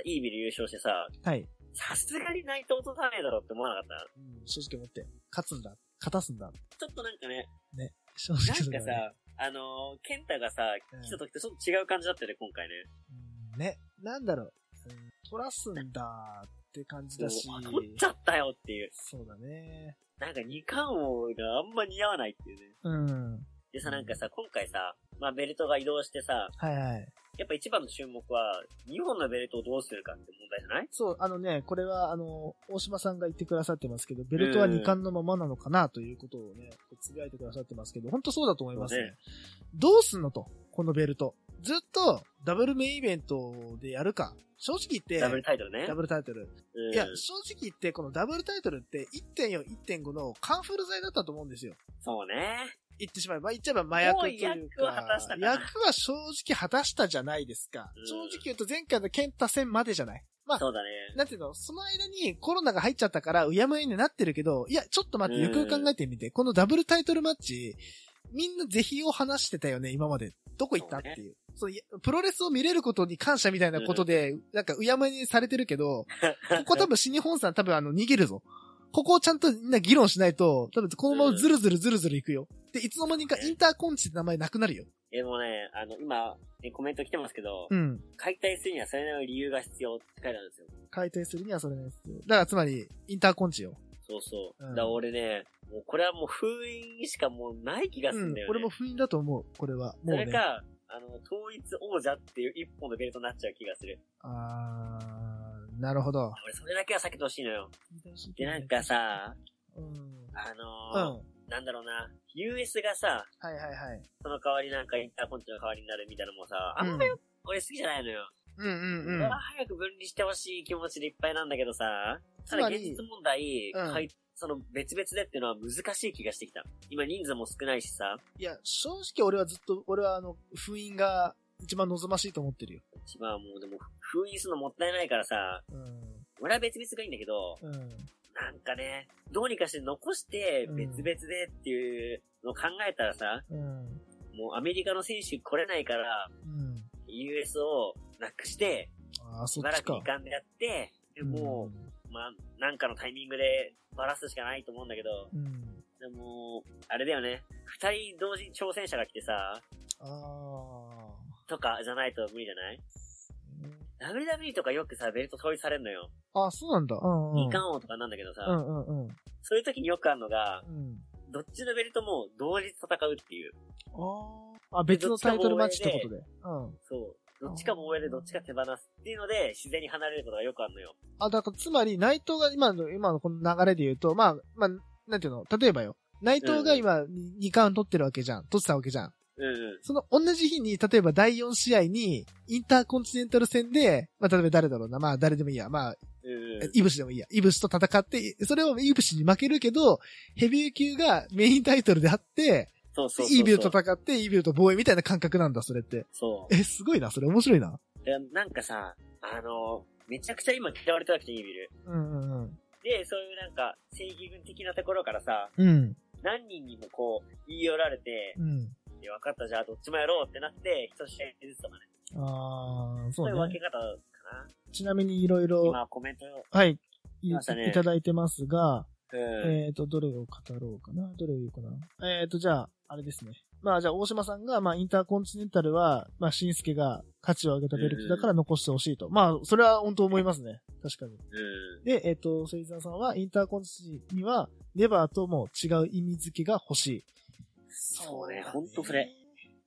Speaker 2: イービル優勝してさ、
Speaker 1: はい。
Speaker 2: さすがに内藤落とさねえだろって思わなかっ
Speaker 1: うん、正直思って、勝つんだ、勝たすんだ、
Speaker 2: た。ちょっとなんかね、
Speaker 1: ね。正直
Speaker 2: なん
Speaker 1: それ
Speaker 2: か
Speaker 1: はね
Speaker 2: さ、あのー、ケンタがさ
Speaker 1: うん、
Speaker 2: 来た時とちょっと違う感じだったよね、今回ね。
Speaker 1: うんね、なんだろう、うん取らすんだって感じだし、
Speaker 2: もうあ取っちゃったよっていう。
Speaker 1: そうだね。
Speaker 2: なんか二冠王があんま似合わないっていうね。
Speaker 1: うん。
Speaker 2: でさ、なんかさ、今回さ、まあベルトが移動してさ、
Speaker 1: はいはい。
Speaker 2: やっぱ一番の注目は、2本のベルトをどうするかって問題じゃない
Speaker 1: そう、あのね、これは、あの、大島さんが言ってくださってますけど、ベルトは2冠のままなのかなということをね、つぶやいてくださってますけど、本当そうだと思いますね。
Speaker 2: そうね
Speaker 1: どうすんのと、このベルト。ずっとダブルメインイベントでやるか。正直言って、
Speaker 2: ダブルタイトルね
Speaker 1: ダ。ブルタイトル。
Speaker 2: うん
Speaker 1: いや、正直言って、このダブルタイトルって1.4、1.5のカンフル剤だったと思うんですよ。
Speaker 2: そうね。
Speaker 1: 言ってしまえば、言っちゃえば麻薬というか。
Speaker 2: もう役は果たしたかな
Speaker 1: 役は正直果たしたじゃないですか。
Speaker 2: うん
Speaker 1: 正直言うと前回のケンタ戦までじゃない。まあ、
Speaker 2: そうだね。
Speaker 1: なんていうのその間にコロナが入っちゃったから、うやむやになってるけど、いや、ちょっと待って、よくよく考えてみて、このダブルタイトルマッチ、みんな是非を話してたよね、今まで。どこ行ったっていう。そう、いやプロレスを見れることに感謝みたいなことで、なんかうやむやにされてるけ ど、ここ多分新日本さん多分あの逃げるぞ。ここをちゃんとみんな議論しないと、多分このままずるずるずるずる行くよ。で、いつの間にかインターコンチって名前なくなるよ。
Speaker 2: でもね、あの、今、ねコメント来てますけど、
Speaker 1: うん。
Speaker 2: 解体するにはそれなりの理由が必要って書いてあるんですよ。
Speaker 1: 解体するにはそれです。だからつまり、インターコンチよ。
Speaker 2: そうそう。
Speaker 1: うん
Speaker 2: だから俺ね、もうこれはもう封印しかもうない気がするんだよね。
Speaker 1: うん、俺も不意だと思う、これは。
Speaker 2: そ
Speaker 1: もう
Speaker 2: れ
Speaker 1: ね。
Speaker 2: か、あの、統一王者っていう一本のベルトになっちゃう気がする。
Speaker 1: あー、なるほど。
Speaker 2: 俺それだけは避けてほしいのよ。で、なんかさ、
Speaker 1: うん。
Speaker 2: あ
Speaker 1: うん。
Speaker 2: のー
Speaker 1: は
Speaker 2: なんだろうな、US がさ、
Speaker 1: いはいはい。
Speaker 2: その代わりなんかインターコンチの代わりになるみたいなのもさ、あんま
Speaker 1: う
Speaker 2: よ
Speaker 1: ん、
Speaker 2: 俺好きじゃないのよ。
Speaker 1: うんうんう
Speaker 2: 俺
Speaker 1: ん
Speaker 2: は。早く分離してほしい気持ちでいっぱいなんだけどさ、
Speaker 1: つ
Speaker 2: ただ
Speaker 1: ま
Speaker 2: 現
Speaker 1: り
Speaker 2: 実、問題、
Speaker 1: うん
Speaker 2: かいその別々でっていうのは難しい気がしてきた。今人数も少ないしさ、
Speaker 1: いや、正直俺はずっと、俺はあの、封印が一番望ましいと思ってるよ。
Speaker 2: 一番もうでも封印するのもったいないからさ、
Speaker 1: うん。
Speaker 2: 俺は別々がいいんだけど、
Speaker 1: うん。
Speaker 2: なんかね、どうにかして残して
Speaker 1: うん
Speaker 2: 別々でっていうのを考えたらさ、
Speaker 1: うん。
Speaker 2: もうアメリカの選手来れないから、
Speaker 1: うん。
Speaker 2: US をなくして、
Speaker 1: あー、そ
Speaker 2: し
Speaker 1: っ
Speaker 2: ばら
Speaker 1: ち
Speaker 2: く
Speaker 1: か
Speaker 2: い。かんでやって、でも、まあ、なんかのタイミングでバラすしかないと思うんだけど、
Speaker 1: うん、うん。
Speaker 2: でも、あれだよね、二人同時に挑戦者が来てさ、
Speaker 1: あー。
Speaker 2: とかじゃないと無理じゃない ?WWE とかよくさ、ベルト統一されるのよ。
Speaker 1: あ、そうなんだ。うん、うん。
Speaker 2: 二冠王とかなんだけどさ、
Speaker 1: うんうんうん。
Speaker 2: そういう時によくあるのが、
Speaker 1: うん。
Speaker 2: どっちのベルトも同時に戦うっていう。
Speaker 1: あー。あ、別のタイトルマッチってことで。うん。
Speaker 2: そう。どっちか防衛でどっちか手放すっていうので、自然に離れることがよくあるのよ。
Speaker 1: あ、だからつまり内藤が今の、今のこの流れで言うと、まあ、まあ、なんていうの例えばよ。内藤が今2冠取ってるわけじゃん。取ってたわけじゃん。
Speaker 2: うんうん。
Speaker 1: その同じ日に、例えば第4試合に、インターコンチネンタル戦で、まあ例えば誰だろうな、まあ誰でもいいや、まあ、
Speaker 2: うんうん。
Speaker 1: イブシでもいいや、イブシと戦って、それをイブシに負けるけど、ヘビー級がメインタイトルであって、
Speaker 2: そうそうそうそう。
Speaker 1: イービルと戦って、イービルと防衛みたいな感覚なんだ、それって。
Speaker 2: そ
Speaker 1: え、すごいな、それ面白いな。
Speaker 2: う。でなんかさ、あの、めちゃくちゃ今嫌われてるわけじゃん、イービル。
Speaker 1: うんうんうん。
Speaker 2: で、そういうなんか、正義軍的なところからさ、
Speaker 1: うん、
Speaker 2: 何人にもこう、言い寄られて、
Speaker 1: うん。
Speaker 2: で分かった、じゃあどっちもやろうってなって、一試合ずつとかね。
Speaker 1: あー、
Speaker 2: そ
Speaker 1: そうう
Speaker 2: い
Speaker 1: ね
Speaker 2: う。分け方かな。
Speaker 1: ちなみにいろいろ、
Speaker 2: 今コメント、
Speaker 1: はい、い
Speaker 2: ましたね
Speaker 1: いただいてますが、
Speaker 2: うん。
Speaker 1: えっ、と、どれを語ろうかなどれを言うかなえっ、と、じゃあ、あれですね。まあ、じゃあ、大島さんが、まあ、インターコンチネンタルは、まあ、新助が価値を上げたベルトだから残してほしいと。まあ、それは本当思いますね。確かに。
Speaker 2: うん。
Speaker 1: で、えっ、と、芹沢さんは、インターコンチには、ネバーとも違う意味付けが欲しい。
Speaker 2: そうねほんとそれ。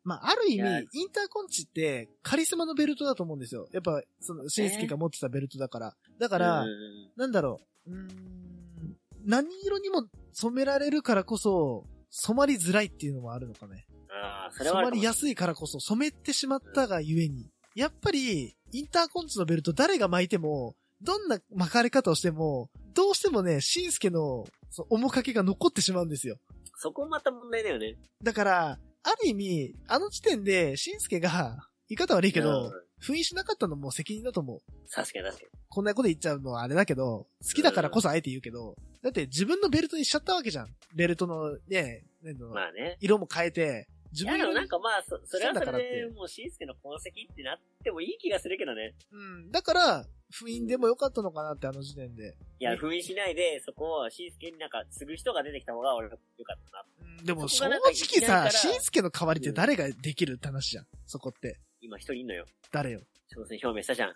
Speaker 1: まあ、ある意
Speaker 2: いや
Speaker 1: 味、インターコンチって、カリスマのベルトだと思うんですよ。やっぱ、その、新助が持ってたベルトだから。だ
Speaker 2: だ
Speaker 1: から、
Speaker 2: うん
Speaker 1: なんだろう。うーん。何色にも染められるからこそ、染まりづらいっていうのもあるのかね。
Speaker 2: ああ、それ
Speaker 1: 染
Speaker 2: はある
Speaker 1: ま
Speaker 2: かも
Speaker 1: りやすいからこそ、染めてしまったがゆえに。やっぱり、インターコンチのベルト誰が巻いても、どんな巻かれ方をしても、どうしてもね、シンスケのその面影が残ってしまうんですよ。
Speaker 2: そこまた問題だよね。
Speaker 1: だから、ある意味、あの時点で、シンスケが、言い方悪いけ
Speaker 2: うん
Speaker 1: ど、封印しなかったのも責任だと思う。
Speaker 2: 確かに確か
Speaker 1: こんなこと言っちゃうのはあれだけど、好きだからこそあえて言うけど、だって自分のベルトにしちゃったわけじゃん。ベルトのね、なんだろ
Speaker 2: に。
Speaker 1: う
Speaker 2: まあね。
Speaker 1: 色も変えて、自
Speaker 2: いや
Speaker 1: 分
Speaker 2: でも
Speaker 1: 色
Speaker 2: な
Speaker 1: 々
Speaker 2: んかまあ、そそれは
Speaker 1: そうだ
Speaker 2: そ
Speaker 1: からっ
Speaker 2: れで
Speaker 1: て
Speaker 2: もう、しんすけの痕跡ってなってもいい気がするけどね。
Speaker 1: うん、だから、封印でもよかったのかなってあの時点で。
Speaker 2: いや、
Speaker 1: ね
Speaker 2: 封印しないで、そこをしんすけになんか継ぐ人が出てきた方が俺は良かったな。
Speaker 1: うんでも
Speaker 2: そ
Speaker 1: 正
Speaker 2: こがなんか
Speaker 1: 直
Speaker 2: いきなりか
Speaker 1: さ、
Speaker 2: ら
Speaker 1: しんすけの代わりって誰ができるって話じゃん。そこって。
Speaker 2: 今一人いんのよ。
Speaker 1: 誰よ。
Speaker 2: 挑戦表明したじゃん。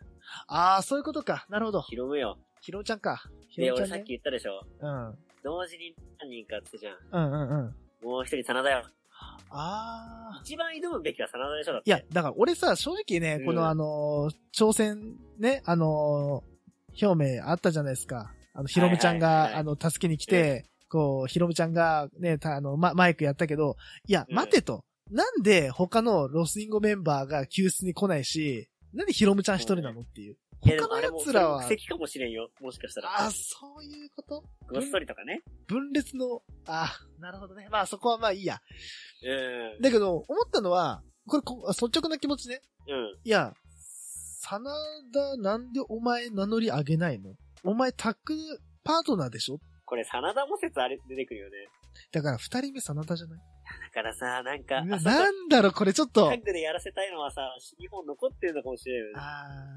Speaker 1: あー、そういうことか。なるほど。
Speaker 2: ひろむよ。
Speaker 1: ひろうちゃんか。ひ
Speaker 2: で、
Speaker 1: ろう
Speaker 2: 俺
Speaker 1: ち
Speaker 2: さ
Speaker 1: ゃん
Speaker 2: っ
Speaker 1: ね
Speaker 2: き。言ったでしょ。
Speaker 1: うん。うん
Speaker 2: 同時に何人かってじゃん。
Speaker 1: うんうん。
Speaker 2: もう一人、真田よ。
Speaker 1: あー。
Speaker 2: 一番挑むべきは真田でしょ、だって。
Speaker 1: いや、だから俺さ、正直ね
Speaker 2: う、ん
Speaker 1: このあのー挑戦ね、あのー表明あったじゃないですか。あの、ひろむちゃん
Speaker 2: はいはいはい
Speaker 1: が、あの、助けに来て、こう、ひろむちゃんがね、たあの、ま、マイクやったけど、いや、
Speaker 2: うん
Speaker 1: 待てと。なんで他のロスインゴメンバーが救出に来ないし、なんでヒロムちゃん一人なのっていう。
Speaker 2: いやで
Speaker 1: 他
Speaker 2: も
Speaker 1: の
Speaker 2: あれも
Speaker 1: 奴らは
Speaker 2: それ、も奇跡かもしれんよ。もしかしたら。
Speaker 1: あ、そういうこと
Speaker 2: ごっそりとかね。
Speaker 1: 分裂の、あ、なるほどね。まあそこはまあいいや。
Speaker 2: うん。
Speaker 1: だけど、思ったのは、これこ、率直な気持ちね。
Speaker 2: うん。
Speaker 1: いや、真田なんでお前名乗り上げないのお前タッグパートナーでしょ
Speaker 2: これ、真田も説あれ出てくるよね。
Speaker 1: だから二人目真田じゃない
Speaker 2: だからさ、なんか、あそこ
Speaker 1: なんだろう、これちょっと。あ
Speaker 2: タッグでやらせたいのはさ、日本残ってるのかもしれんよね。
Speaker 1: あ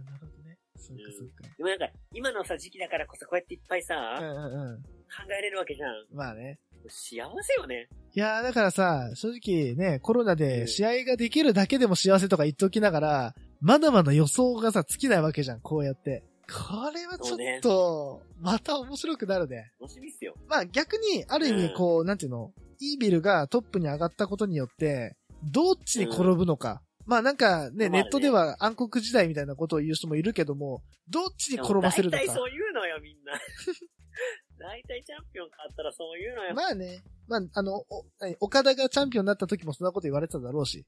Speaker 1: ー、なるほどね。そうか
Speaker 2: うん
Speaker 1: そうか。
Speaker 2: でもなんか、今のさ、時期だからこそこうやっていっぱいさ、
Speaker 1: う
Speaker 2: 考
Speaker 1: んうんう
Speaker 2: えれるわけじゃん。
Speaker 1: ん。まあね。
Speaker 2: 幸せよね。
Speaker 1: いやー、だからさ、正直ね、コロナ
Speaker 2: うん
Speaker 1: で試合ができるだけでも幸せとか言っておきながら、まだまだ予想がさ、尽きないわけじゃん、こうやって。これはちょっと、また面白くなるね。
Speaker 2: 楽しみっすよ。
Speaker 1: まあ逆に、ある意味、こう、なんていうの、イービルがトップに上がったことによって、どっちに転ぶのか。まあなんかね、
Speaker 2: まあね
Speaker 1: ネットでは暗黒時代みたいなことを言う人もいるけども、どっちに転ばせるの
Speaker 2: でも大体
Speaker 1: か
Speaker 2: そ。ういうのよ、みんな。 大体チャンピオン勝ったらそういうのよ。
Speaker 1: まあね、まああの、お何岡田がチャンピオンになった時もそんなこと言われてただろうし。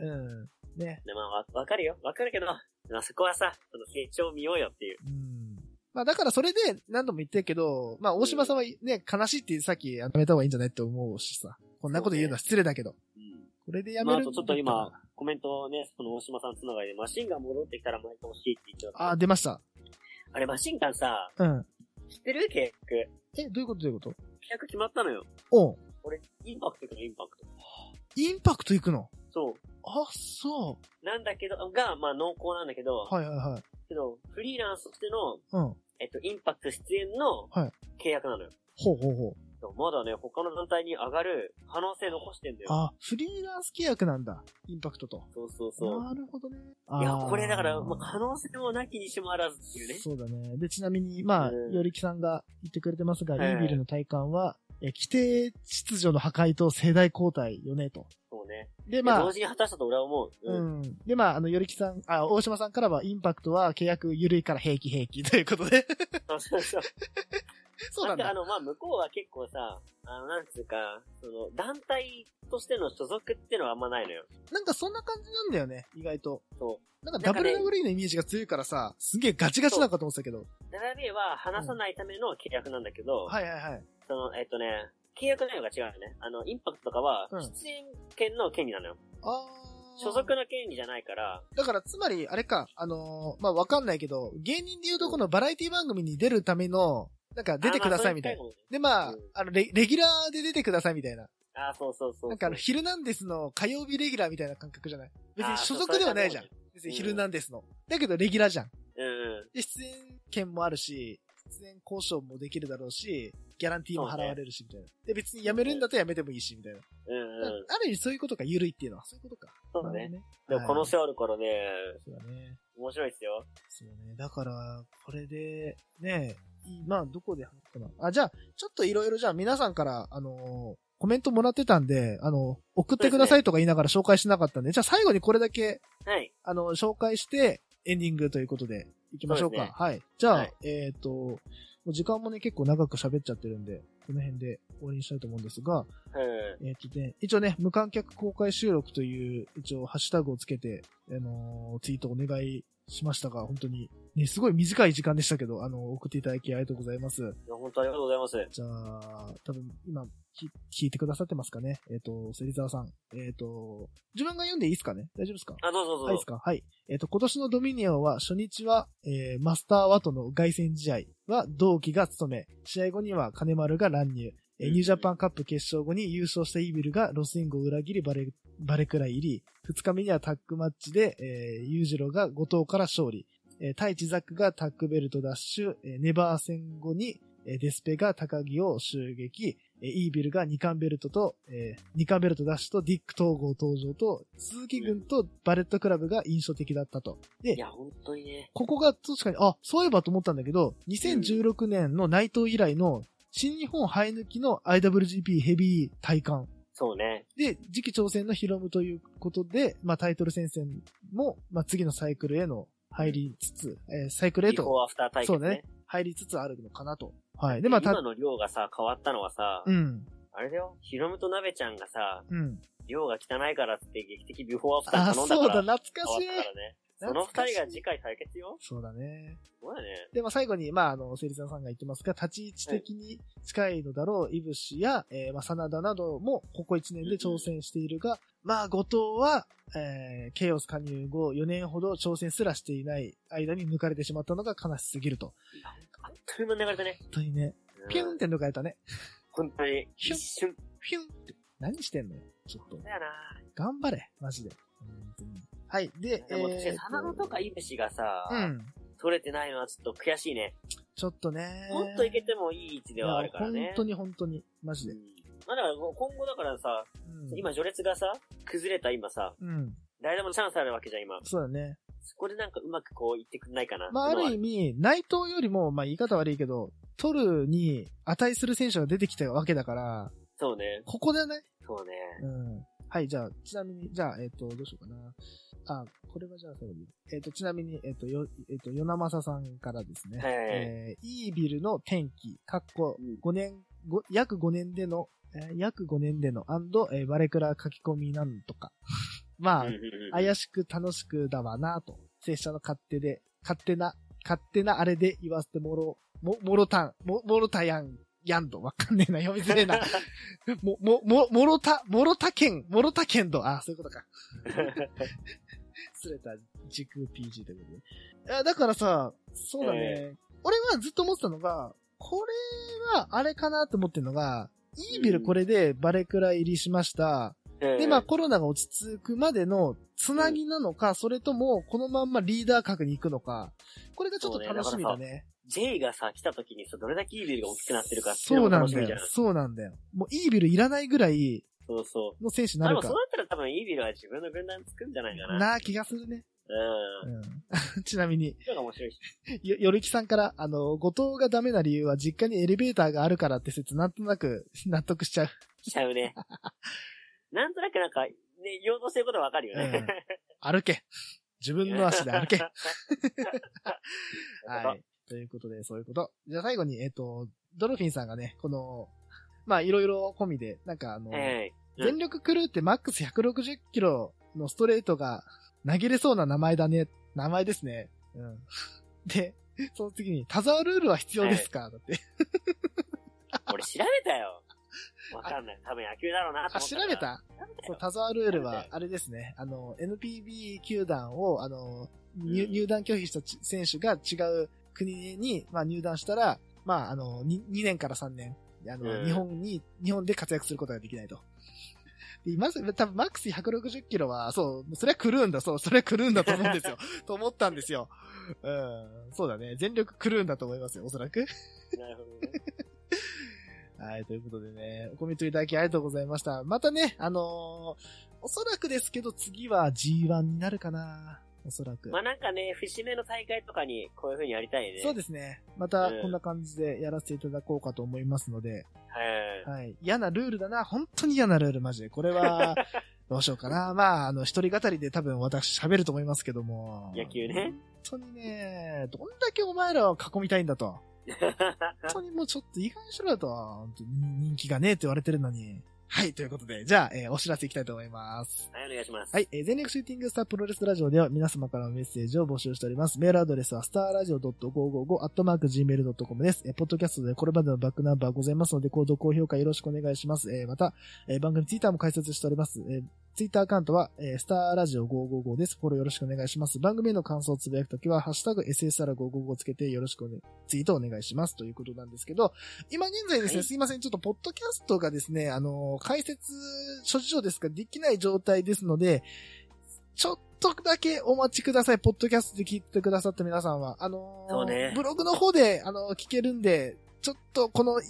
Speaker 2: うん。
Speaker 1: うん。ね。
Speaker 2: でまあ、わわかるよ。わかるけど、まあそこはさ、その成長を見ようよっていう。
Speaker 1: うん。まあだからそれで何度も言ってるけど、まあ大島さんはね、悲しいってさっきやめた方がいいんじゃないって思うしさ。こんなこと言うのは失礼だけど。
Speaker 2: うん。
Speaker 1: これでやめ
Speaker 2: まああ
Speaker 1: るんだ
Speaker 2: と
Speaker 1: たら。
Speaker 2: ちょっと今コメントをね、その大島さんつながりで、マシンガン戻ってきたら巻いてほしいって言ってた。
Speaker 1: あー、出ました。
Speaker 2: あれマシンガンさ、
Speaker 1: うん。
Speaker 2: 知ってる契約。契
Speaker 1: え、どういうことどういうこと
Speaker 2: 約決まったのよ。
Speaker 1: おう
Speaker 2: 俺、インパクト行くの、インパクト。
Speaker 1: インパクト行くの
Speaker 2: そ。
Speaker 1: あ、そう
Speaker 2: なんだけど、が、まあ濃厚なんだけど、
Speaker 1: う。はいはいはい。
Speaker 2: けど、フリーランスとしての、
Speaker 1: うん。
Speaker 2: えっと、インパクト出演の
Speaker 1: はい
Speaker 2: 契約なのよ。
Speaker 1: ほうほうほう。
Speaker 2: でもまだね、他の団体に上がる可能性残してんだよ。
Speaker 1: あ、フリーランス契約なんだ。インパクトと。
Speaker 2: そうそうそう。
Speaker 1: なるほどね。
Speaker 2: いや
Speaker 1: あー、
Speaker 2: これだから、まあ、可能性もなきにしもあらずっていうね。
Speaker 1: そうだね。で、ちなみに、まあ、
Speaker 2: うん
Speaker 1: よりきさんが言ってくれてますが、
Speaker 2: はい
Speaker 1: イービルの体感は、え規定秩序の破壊と世代交代よね、と。
Speaker 2: そうね。
Speaker 1: で、
Speaker 2: まあ、
Speaker 1: ま
Speaker 2: 同
Speaker 1: あ、
Speaker 2: 時に果たしたと俺は思う。
Speaker 1: う
Speaker 2: うん。
Speaker 1: ん。で、まあ、あの、よりきさん、あ、大島さんからは、インパクトは契約緩いから平気平気ということで。
Speaker 2: そうそうそう。
Speaker 1: そう
Speaker 2: な
Speaker 1: なん
Speaker 2: んか
Speaker 1: だ。
Speaker 2: あの、まあ、向こうは結構さ、あの、なんつうか、その、団体としての所属ってのはあんまないのよ。
Speaker 1: なんかそんな感じなんだよね、意外と。
Speaker 2: そ
Speaker 1: なん
Speaker 2: な
Speaker 1: か
Speaker 2: んかね
Speaker 1: WWE のイメージが強いからさ、すげえガチガチなのかと思ってたけど。
Speaker 2: う。WWE は話さないための契約なんだけど、
Speaker 1: はいはいはい。
Speaker 2: その、えっとね、契約内容が違うよね。あの、インパクトとかは、
Speaker 1: うん
Speaker 2: 出演権の権利なのよ。
Speaker 1: あー
Speaker 2: 所属の権利じゃないから、
Speaker 1: だから、つまり、あれか、あのーまあ、わかんないけど、芸人でいうとこのバラエティ番組に出るための、なんか出てくださいみたいな。で、まあ
Speaker 2: うん、
Speaker 1: あのレ、レギュラーで出てくださいみたいな。
Speaker 2: な。あ、そうそうそう。
Speaker 1: なんかあの、ヒルナンデスの火曜日レギュラーみたいな感覚じゃない別
Speaker 2: あ
Speaker 1: に
Speaker 2: ー
Speaker 1: 所属ではないじゃん
Speaker 2: そ。
Speaker 1: 別にヒルナンデスの。だけど、レギュラーじゃん。
Speaker 2: うんうん。
Speaker 1: で、出演権もあるし、出演交渉もできるだろうし、ギャランティーも払われるし、みたいな。で、別に辞めるんだったら辞めてもいいし、みたいな。
Speaker 2: うんうん。
Speaker 1: ある意味そういうことが緩いっていうのは、そういうことか。
Speaker 2: そうだ
Speaker 1: な
Speaker 2: ね。
Speaker 1: るほど
Speaker 2: でもこの
Speaker 1: はい
Speaker 2: 背あるからね、
Speaker 1: そうだね。
Speaker 2: 面白いですよ。
Speaker 1: そうね。だから、これで、ね、今どこで話すかな。あ、じゃあ、ちょっといろいろじゃあ皆さんから、あのーコメントもらってたんで、あの送ってくださいとか言いながら紹介しなかったんで、じゃあ最後にこれだけ、
Speaker 2: はい。
Speaker 1: あの紹介して、エンディングということで、いきましょうか。
Speaker 2: そうですね
Speaker 1: はい。じゃあ、
Speaker 2: はい
Speaker 1: えっ、と、もう時間もね、結構長く喋っちゃってるんで、この辺で終わりにしたいと思うんですが、
Speaker 2: うん。
Speaker 1: えっ、とね、一応ね、無観客公開収録という、一応ハッシュタグをつけて、あのーツイートお願いしましたが、本当に、ね、すごい短い時間でしたけど、あの送っていただきありがとうございます。
Speaker 2: いや本当ありがとうございます。
Speaker 1: じゃあ、多分、今、き聞いてくださってますかねえっ、と、芹沢さん。えっ、と、自分が読んでいいですかね大丈夫ですか
Speaker 2: あ、どうぞどうぞ。
Speaker 1: はい、ですかはい。えっ、と、今年のドミニオンは、初日は、えーマスターワトの凱旋試合は同期が務め、試合後には金丸が乱入、えー
Speaker 2: うん
Speaker 1: ニュージャパンカップ決勝後に優勝したイービルがロスインゴを裏切りバレ、バレくらい入り、2日目にはタッグマッチで、えー、ユージロが後藤から勝利、えー、太一ザックがタッグベルト奪取、えーネバー戦後に、えーデスペが高木を襲撃、えーイービルが二冠ベルトと、えー二冠ベルトダッシュとディック統合登場と、鈴木軍とバレットクラブが印象的だったと。
Speaker 2: いや、本当にね。
Speaker 1: ここが確かに、あ、そういえばと思ったんだけど、2016年の内藤以来の新日本生え抜きの IWGP ヘビー体感。
Speaker 2: そうね。
Speaker 1: で、次期挑戦のヒロムということで、まあタイトル戦線も、まあ次のサイクルへの入りつつ、えーサイクルへ
Speaker 2: ビフォ
Speaker 1: と
Speaker 2: ーアフター対
Speaker 1: そう
Speaker 2: 決
Speaker 1: ね
Speaker 2: ね。
Speaker 1: 入りつつあるのかなと。はい。で、まあた
Speaker 2: 今、の量がさ、変わったのはさ、
Speaker 1: うん。
Speaker 2: あれだよ、ヒロムと鍋ちゃんがさ、
Speaker 1: うん。
Speaker 2: 量が汚いからって劇的ビフォーアフター
Speaker 1: あ、
Speaker 2: 頼んだ
Speaker 1: そう
Speaker 2: から
Speaker 1: だ、、懐かし
Speaker 2: 変
Speaker 1: い。
Speaker 2: わったからね。その
Speaker 1: 懐か
Speaker 2: 二
Speaker 1: しい
Speaker 2: 人が次回対決よ。
Speaker 1: そうだね。
Speaker 2: そうだね。
Speaker 1: で、まあ、最後に、まあ、あの、セリザさんが言ってますが、立ち位置的に近いのだろう、イブシや、えー、まあ、真田なども、ここ1年で挑戦しているが、まあ、後藤は、えー、ケイオス加入後、4年ほど挑戦すらしていない間に抜かれてしまったのが悲しすぎると。
Speaker 2: あっという間に流れたね。
Speaker 1: 本当にね、
Speaker 2: うん
Speaker 1: ピュンって抜かれたね。
Speaker 2: 本当に、
Speaker 1: ヒュ
Speaker 2: 一
Speaker 1: ン
Speaker 2: 瞬
Speaker 1: ピュンって。何してんのよ。ちょっと。
Speaker 2: だよな。
Speaker 1: 頑張れ、マジで。本当にはい。で、
Speaker 2: でも確か
Speaker 1: ー
Speaker 2: に、花野とかイブシがさ、
Speaker 1: うん。
Speaker 2: 取れてないのはちょっと悔しいね。
Speaker 1: ちょっとね。
Speaker 2: もっといけてもいい位置ではあるから
Speaker 1: いや
Speaker 2: ね
Speaker 1: 本。当に本当に、マジ
Speaker 2: う
Speaker 1: で。
Speaker 2: んまあだから今後だからさ、
Speaker 1: うん、
Speaker 2: 今序列がさ、崩れた今さ、
Speaker 1: うん。
Speaker 2: 誰でもチャンスあるわけじゃん今。
Speaker 1: そうだね。
Speaker 2: そこでなんかうまくこう言ってくんないかな。
Speaker 1: まあ、ある意
Speaker 2: 味。
Speaker 1: 味、内藤よりも、まあ、言い方悪いけど、取るに値する選手が出てきたわけだから、
Speaker 2: そうね。
Speaker 1: ここだね。
Speaker 2: そうね。
Speaker 1: うん。はい、じゃあ、ちなみに、じゃあ、えっ、と、どうしようかな。あ、これはじゃあ最後に。えっ、と、ちなみに、えっ、と、よ、えっ、と、与那正さんからですね。
Speaker 2: はい
Speaker 1: えー、イービルの転機、かっこ
Speaker 2: うん、
Speaker 1: 5年、ご約5年での、えー約5年での、アンド、えー、バレクラ書き込みなんとか。 まあ、
Speaker 2: うんうんうん
Speaker 1: 怪しく楽しくだわなと。拙者の勝手で、勝手な、勝手なあれで言わせてもろ、も、もろたん、も、もろたやん、やんど。わかんねえな、読みづれえな。 も、も、も、もろた、もろたけん、もろたけんど。あ、そういうことか。すれた時空 PG ということで。あだからさ、そうだね。俺はずっと思ってたのが、これはあれかなって思ってるのが、イービルこれでバレクラ入りしました。で、まあ、コロナが落ち着くまでのつなぎなのか、それともこのまんまリーダー格に行くのか、これがちょっと楽しみだね。
Speaker 2: J がさ、来た時にさ、どれだけイービルが大きくなってるかっていう
Speaker 1: そ
Speaker 2: の
Speaker 1: う
Speaker 2: が
Speaker 1: な
Speaker 2: 楽
Speaker 1: ん
Speaker 2: しみ
Speaker 1: だ
Speaker 2: じゃ
Speaker 1: よ
Speaker 2: ん。。
Speaker 1: そうなんだよ。もうイービルいらないぐらい
Speaker 2: そうそ
Speaker 1: の選手に
Speaker 2: う。
Speaker 1: な
Speaker 2: で
Speaker 1: る
Speaker 2: もそ
Speaker 1: か
Speaker 2: う。なったら多分イービルは自分の軍団作るんじゃないかな。
Speaker 1: な気がするね。
Speaker 2: うん。
Speaker 1: うん、ちなみに、
Speaker 2: そういうのが面白いし。
Speaker 1: よ、よるきさんから、あの、後藤がダメな理由は実家にエレベーターがあるからって説、なんとなく納得しちゃう。
Speaker 2: しちゃう ね。なんとなくなんか、ね、言おうとしてることはわかるよ
Speaker 1: う
Speaker 2: ね
Speaker 1: ん。歩け。自分の足で歩け。
Speaker 2: は。
Speaker 1: はいい。ということで、そういうこと。じゃあ最後に、えっ、と、ドルフィンさんがね、この、まあいろいろ込みで、なんかあの、
Speaker 2: えうん
Speaker 1: 全力クルーってマックス160キロのストレートが投げれそうな名前だね。名前ですね。うん。で、その次に、田沢ルールは必要ですか、だって。
Speaker 2: え俺調べたよ。わかんない。多分野球だろうなと
Speaker 1: あ、
Speaker 2: 思った
Speaker 1: 調
Speaker 2: から。
Speaker 1: べた
Speaker 2: 調
Speaker 1: そう
Speaker 2: べ、たよ
Speaker 1: 田沢ルール
Speaker 2: 調べ
Speaker 1: は
Speaker 2: て、
Speaker 1: あれですね、あの、NPB 球団を、あの、入
Speaker 2: うん
Speaker 1: 入団拒否したち選手が違う国に、まあ、入団したら、まあ、あの、2, 年から3年、あの、
Speaker 2: うん
Speaker 1: 日本に、日本で活躍することができないと。で今、多分マックス160キロは、そう、それは狂うんだ、そう、それは狂うんだと思うん ですよ。と思ったんですよ。うん、そうだね。全力狂うんだと思いますよ、おそらく。
Speaker 2: なるほどね。
Speaker 1: はい、ということでね、コメントいただきありがとうございました。またね、あのーおそらくですけど次は G1 になるかな。おそらく。
Speaker 2: まあなんかね、節目の大会とかにこういう風にやりたいね。
Speaker 1: そう
Speaker 2: で
Speaker 1: ですね。また
Speaker 2: うん
Speaker 1: こんな感じでやらせていただこうかと思いますので、
Speaker 2: す。はい。
Speaker 1: はい。嫌なルールだな。本当に嫌なルール、マジで。これ は、どうしようかな。まあ、あの、一人語りで多分私喋ると思いますけども。
Speaker 2: 野球ね。
Speaker 1: 本当にね、どんだけお前らを囲みたいんだと。 本当にもうちょっと意外にしろよと、本当に人気がねえって言われてるのに。はい、ということで、じゃあ、えーお知らせいきたいと思います。
Speaker 2: はい、お願いします。
Speaker 1: はい、えー全力シューティングスタープロレスラジオでは皆様からのメッセージを募集しております。メールアドレスはスターラジオ .555-gmail.com です。えーポッドキャストでこれまでのバックナンバーございますので、購読、高評価よろしくお願いします。えーまた、えー番組ツイッターも開設しております。えーツイッターアカウントは、えースターラジオ555です。フォローよろしくお願いします。番組への感想をつぶやくときは、ハッシュタグ SSR555 つけてよろしくお、ね、ツイートお願いします。ということなんですけど、今現在ですね、
Speaker 2: はい
Speaker 1: すいません、ちょっとポッドキャストがですね、あのー解説、諸事情ですが、できない状態ですので、ちょっとだけお待ちください。ポッドキャストで聞いてくださった皆さんは。あのー
Speaker 2: そうね
Speaker 1: ブログの方で、あのー聞けるんで、ちょっとこの1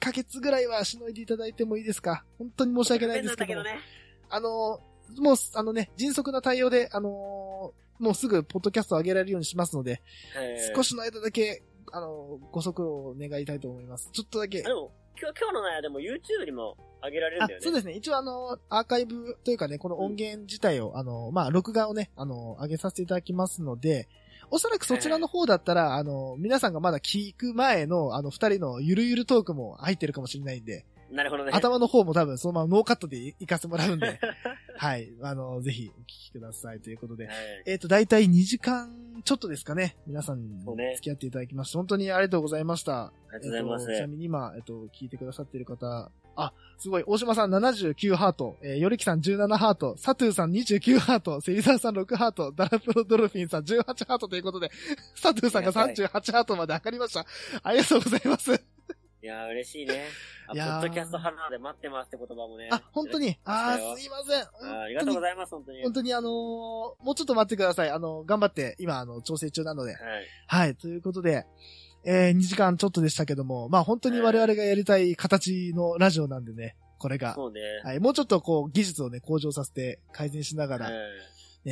Speaker 1: ヶ月ぐらいはしのいでいただいてもいいですか本当に申し訳ないですけど
Speaker 2: ご
Speaker 1: も
Speaker 2: めんなんだ
Speaker 1: あのーもう、あのね、迅速な対応で、あのーもうすぐポッドキャストを上げられるようにしますので、
Speaker 2: けどね。はい
Speaker 1: 少。しの間だけ、あのーご足労を願いたいと思います。ちょっとだけ
Speaker 2: あ。でも、今日、今日の内容でも YouTube にも上げられるん
Speaker 1: あ
Speaker 2: だよね。
Speaker 1: そうですね。一応あの、アーカイブというかね、この音源自体を、あの、まあ、録画をね、あの、上げさせていただきますので、おそらくそちらの方だったら、あの、皆さんがまだ聞く前の、あの、二人のゆるゆるトークも入ってるかもしれないんで、
Speaker 2: うなるほどね。
Speaker 1: 頭の方も多分そのままノーカットで 行かせてもらうん で、はい。あの、ぜひお聞きくださいということで。
Speaker 2: はい
Speaker 1: えっ、と、だいたい2時間ちょっとですかね。皆さん
Speaker 2: そうね
Speaker 1: 付き合っていただきまして、本当にありがとうございました。
Speaker 2: ありがとうございます
Speaker 1: えーとちなみに今、えっ、と、聞いてくださっている方、あ、すごい、大島さん79ハート、えー、よりきさん17ハート、サトゥーさん29ハート、セリザーさん6ハート、ダラプロドルフィンさん18ハートということで、サトゥーさんが38ハートまで上がりました。ありがとうございます。
Speaker 2: いやー、嬉しいね。あ
Speaker 1: い
Speaker 2: ポ
Speaker 1: やー
Speaker 2: ッドキャスト花で待ってますって言葉もね。
Speaker 1: あ、本当に、あー、すいません。
Speaker 2: あー。ありがとうございます、本当に。
Speaker 1: 本当にあのーもうちょっと待ってください。あのー頑張って、今、あの、調整中なので。
Speaker 2: はい。
Speaker 1: はい、ということで、えー2時間ちょっとでしたけども、まあ本当に我々がやりたい形のラジオなんでね、これが。
Speaker 2: そうね。
Speaker 1: はい、もうちょっとこう、技術をね、向上させて、改善しなが
Speaker 2: う
Speaker 1: ら、ね、
Speaker 2: ん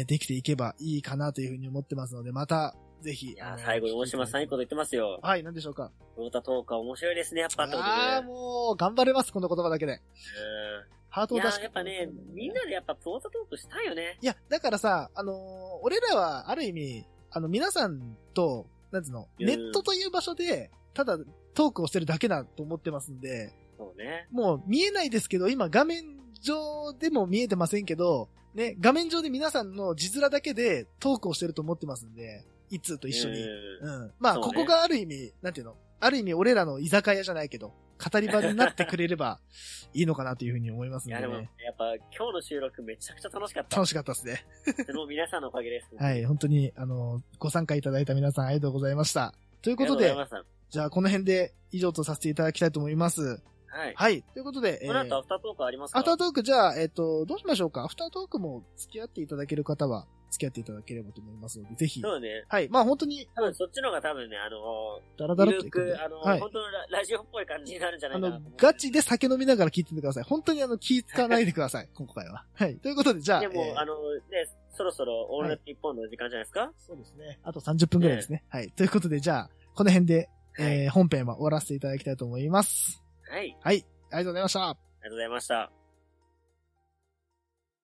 Speaker 1: できていけばいいかなというふうに思ってますので、また、ぜひ。
Speaker 2: いや
Speaker 1: あ
Speaker 2: ー、
Speaker 1: の
Speaker 2: 最後に大島さんいいこと言ってますよ。
Speaker 1: はい、なんでしょうか。
Speaker 2: ロータトーカー面白いですね、やっぱってこと
Speaker 1: ああー、
Speaker 2: でね。
Speaker 1: もう、頑張れます、この言葉だけで。ハー
Speaker 2: う
Speaker 1: ト
Speaker 2: ん。
Speaker 1: を
Speaker 2: い
Speaker 1: 出
Speaker 2: や
Speaker 1: して。
Speaker 2: ー、やっぱね、みんなでやっぱロータトークしたいよね。
Speaker 1: いや、だからさ、あのー俺らは、ある意味、あの、皆さんと、なんつうの、
Speaker 2: うん
Speaker 1: ネットという場所で、ただ、トークをしてるだけだと思ってますんで、
Speaker 2: そうね。
Speaker 1: もう見えないですけど、今画面上でも見えてませんけど、ね、画面上で皆さんの字面だけでトークをしてると思ってますんで、いつと一緒に。
Speaker 2: うん
Speaker 1: うん。まあ、
Speaker 2: そう
Speaker 1: こ
Speaker 2: ね
Speaker 1: こがある意味、なんていうのある意味俺らの居酒屋じゃないけど、語り場になってくれれば いいのかなというふうに思います
Speaker 2: い
Speaker 1: の
Speaker 2: や、
Speaker 1: で
Speaker 2: でも、や
Speaker 1: ね。
Speaker 2: っぱ今日の収録めちゃくちゃ楽しかった。
Speaker 1: 楽しかったですね。
Speaker 2: その皆さんのおかげです。
Speaker 1: は
Speaker 2: あり
Speaker 1: い、本当に、あの、ご参加いただいた皆さんありがとうございました。という
Speaker 2: が
Speaker 1: ことと
Speaker 2: うござい
Speaker 1: で、
Speaker 2: ました。
Speaker 1: じゃあこの辺で以上とさせていただきたいと思います。
Speaker 2: はい。
Speaker 1: はい、ということで、え
Speaker 2: この後ア
Speaker 1: ー
Speaker 2: フタートークありますか
Speaker 1: アフタートーク、じゃあ、えっ、と、どうしましょうかアフタートークも付き合っていただける方は、付き合っていただければと思いますので、ぜひ。
Speaker 2: そうね。
Speaker 1: はい、まあ本当に、
Speaker 2: 多分そっちの方が多分ね、あの
Speaker 1: だらだら
Speaker 2: ー、
Speaker 1: っ
Speaker 2: ゆ
Speaker 1: と
Speaker 2: る
Speaker 1: いくんで
Speaker 2: く、あのー、
Speaker 1: はい
Speaker 2: 本。当のララジオっぽい感じになるんじゃな
Speaker 1: あ
Speaker 2: いかな
Speaker 1: の
Speaker 2: と思うん、で
Speaker 1: ガチで酒飲みながら聞いててください。本当にあの、気使わないでくだ さい、今回は。はい。ということで、じゃあ、
Speaker 2: でも、
Speaker 1: えー
Speaker 2: あの、ね、そろそろ、オールナイト日本の時間じゃないですか、
Speaker 1: そうですね。あと30分ぐらいですね。はい。ということで、じゃあ、この辺で、
Speaker 2: はい。
Speaker 1: えー本編は終わらせていただきたいと思います。
Speaker 2: はい。あ
Speaker 1: は
Speaker 2: り
Speaker 1: い。ありがとうございました。
Speaker 2: がとうございました。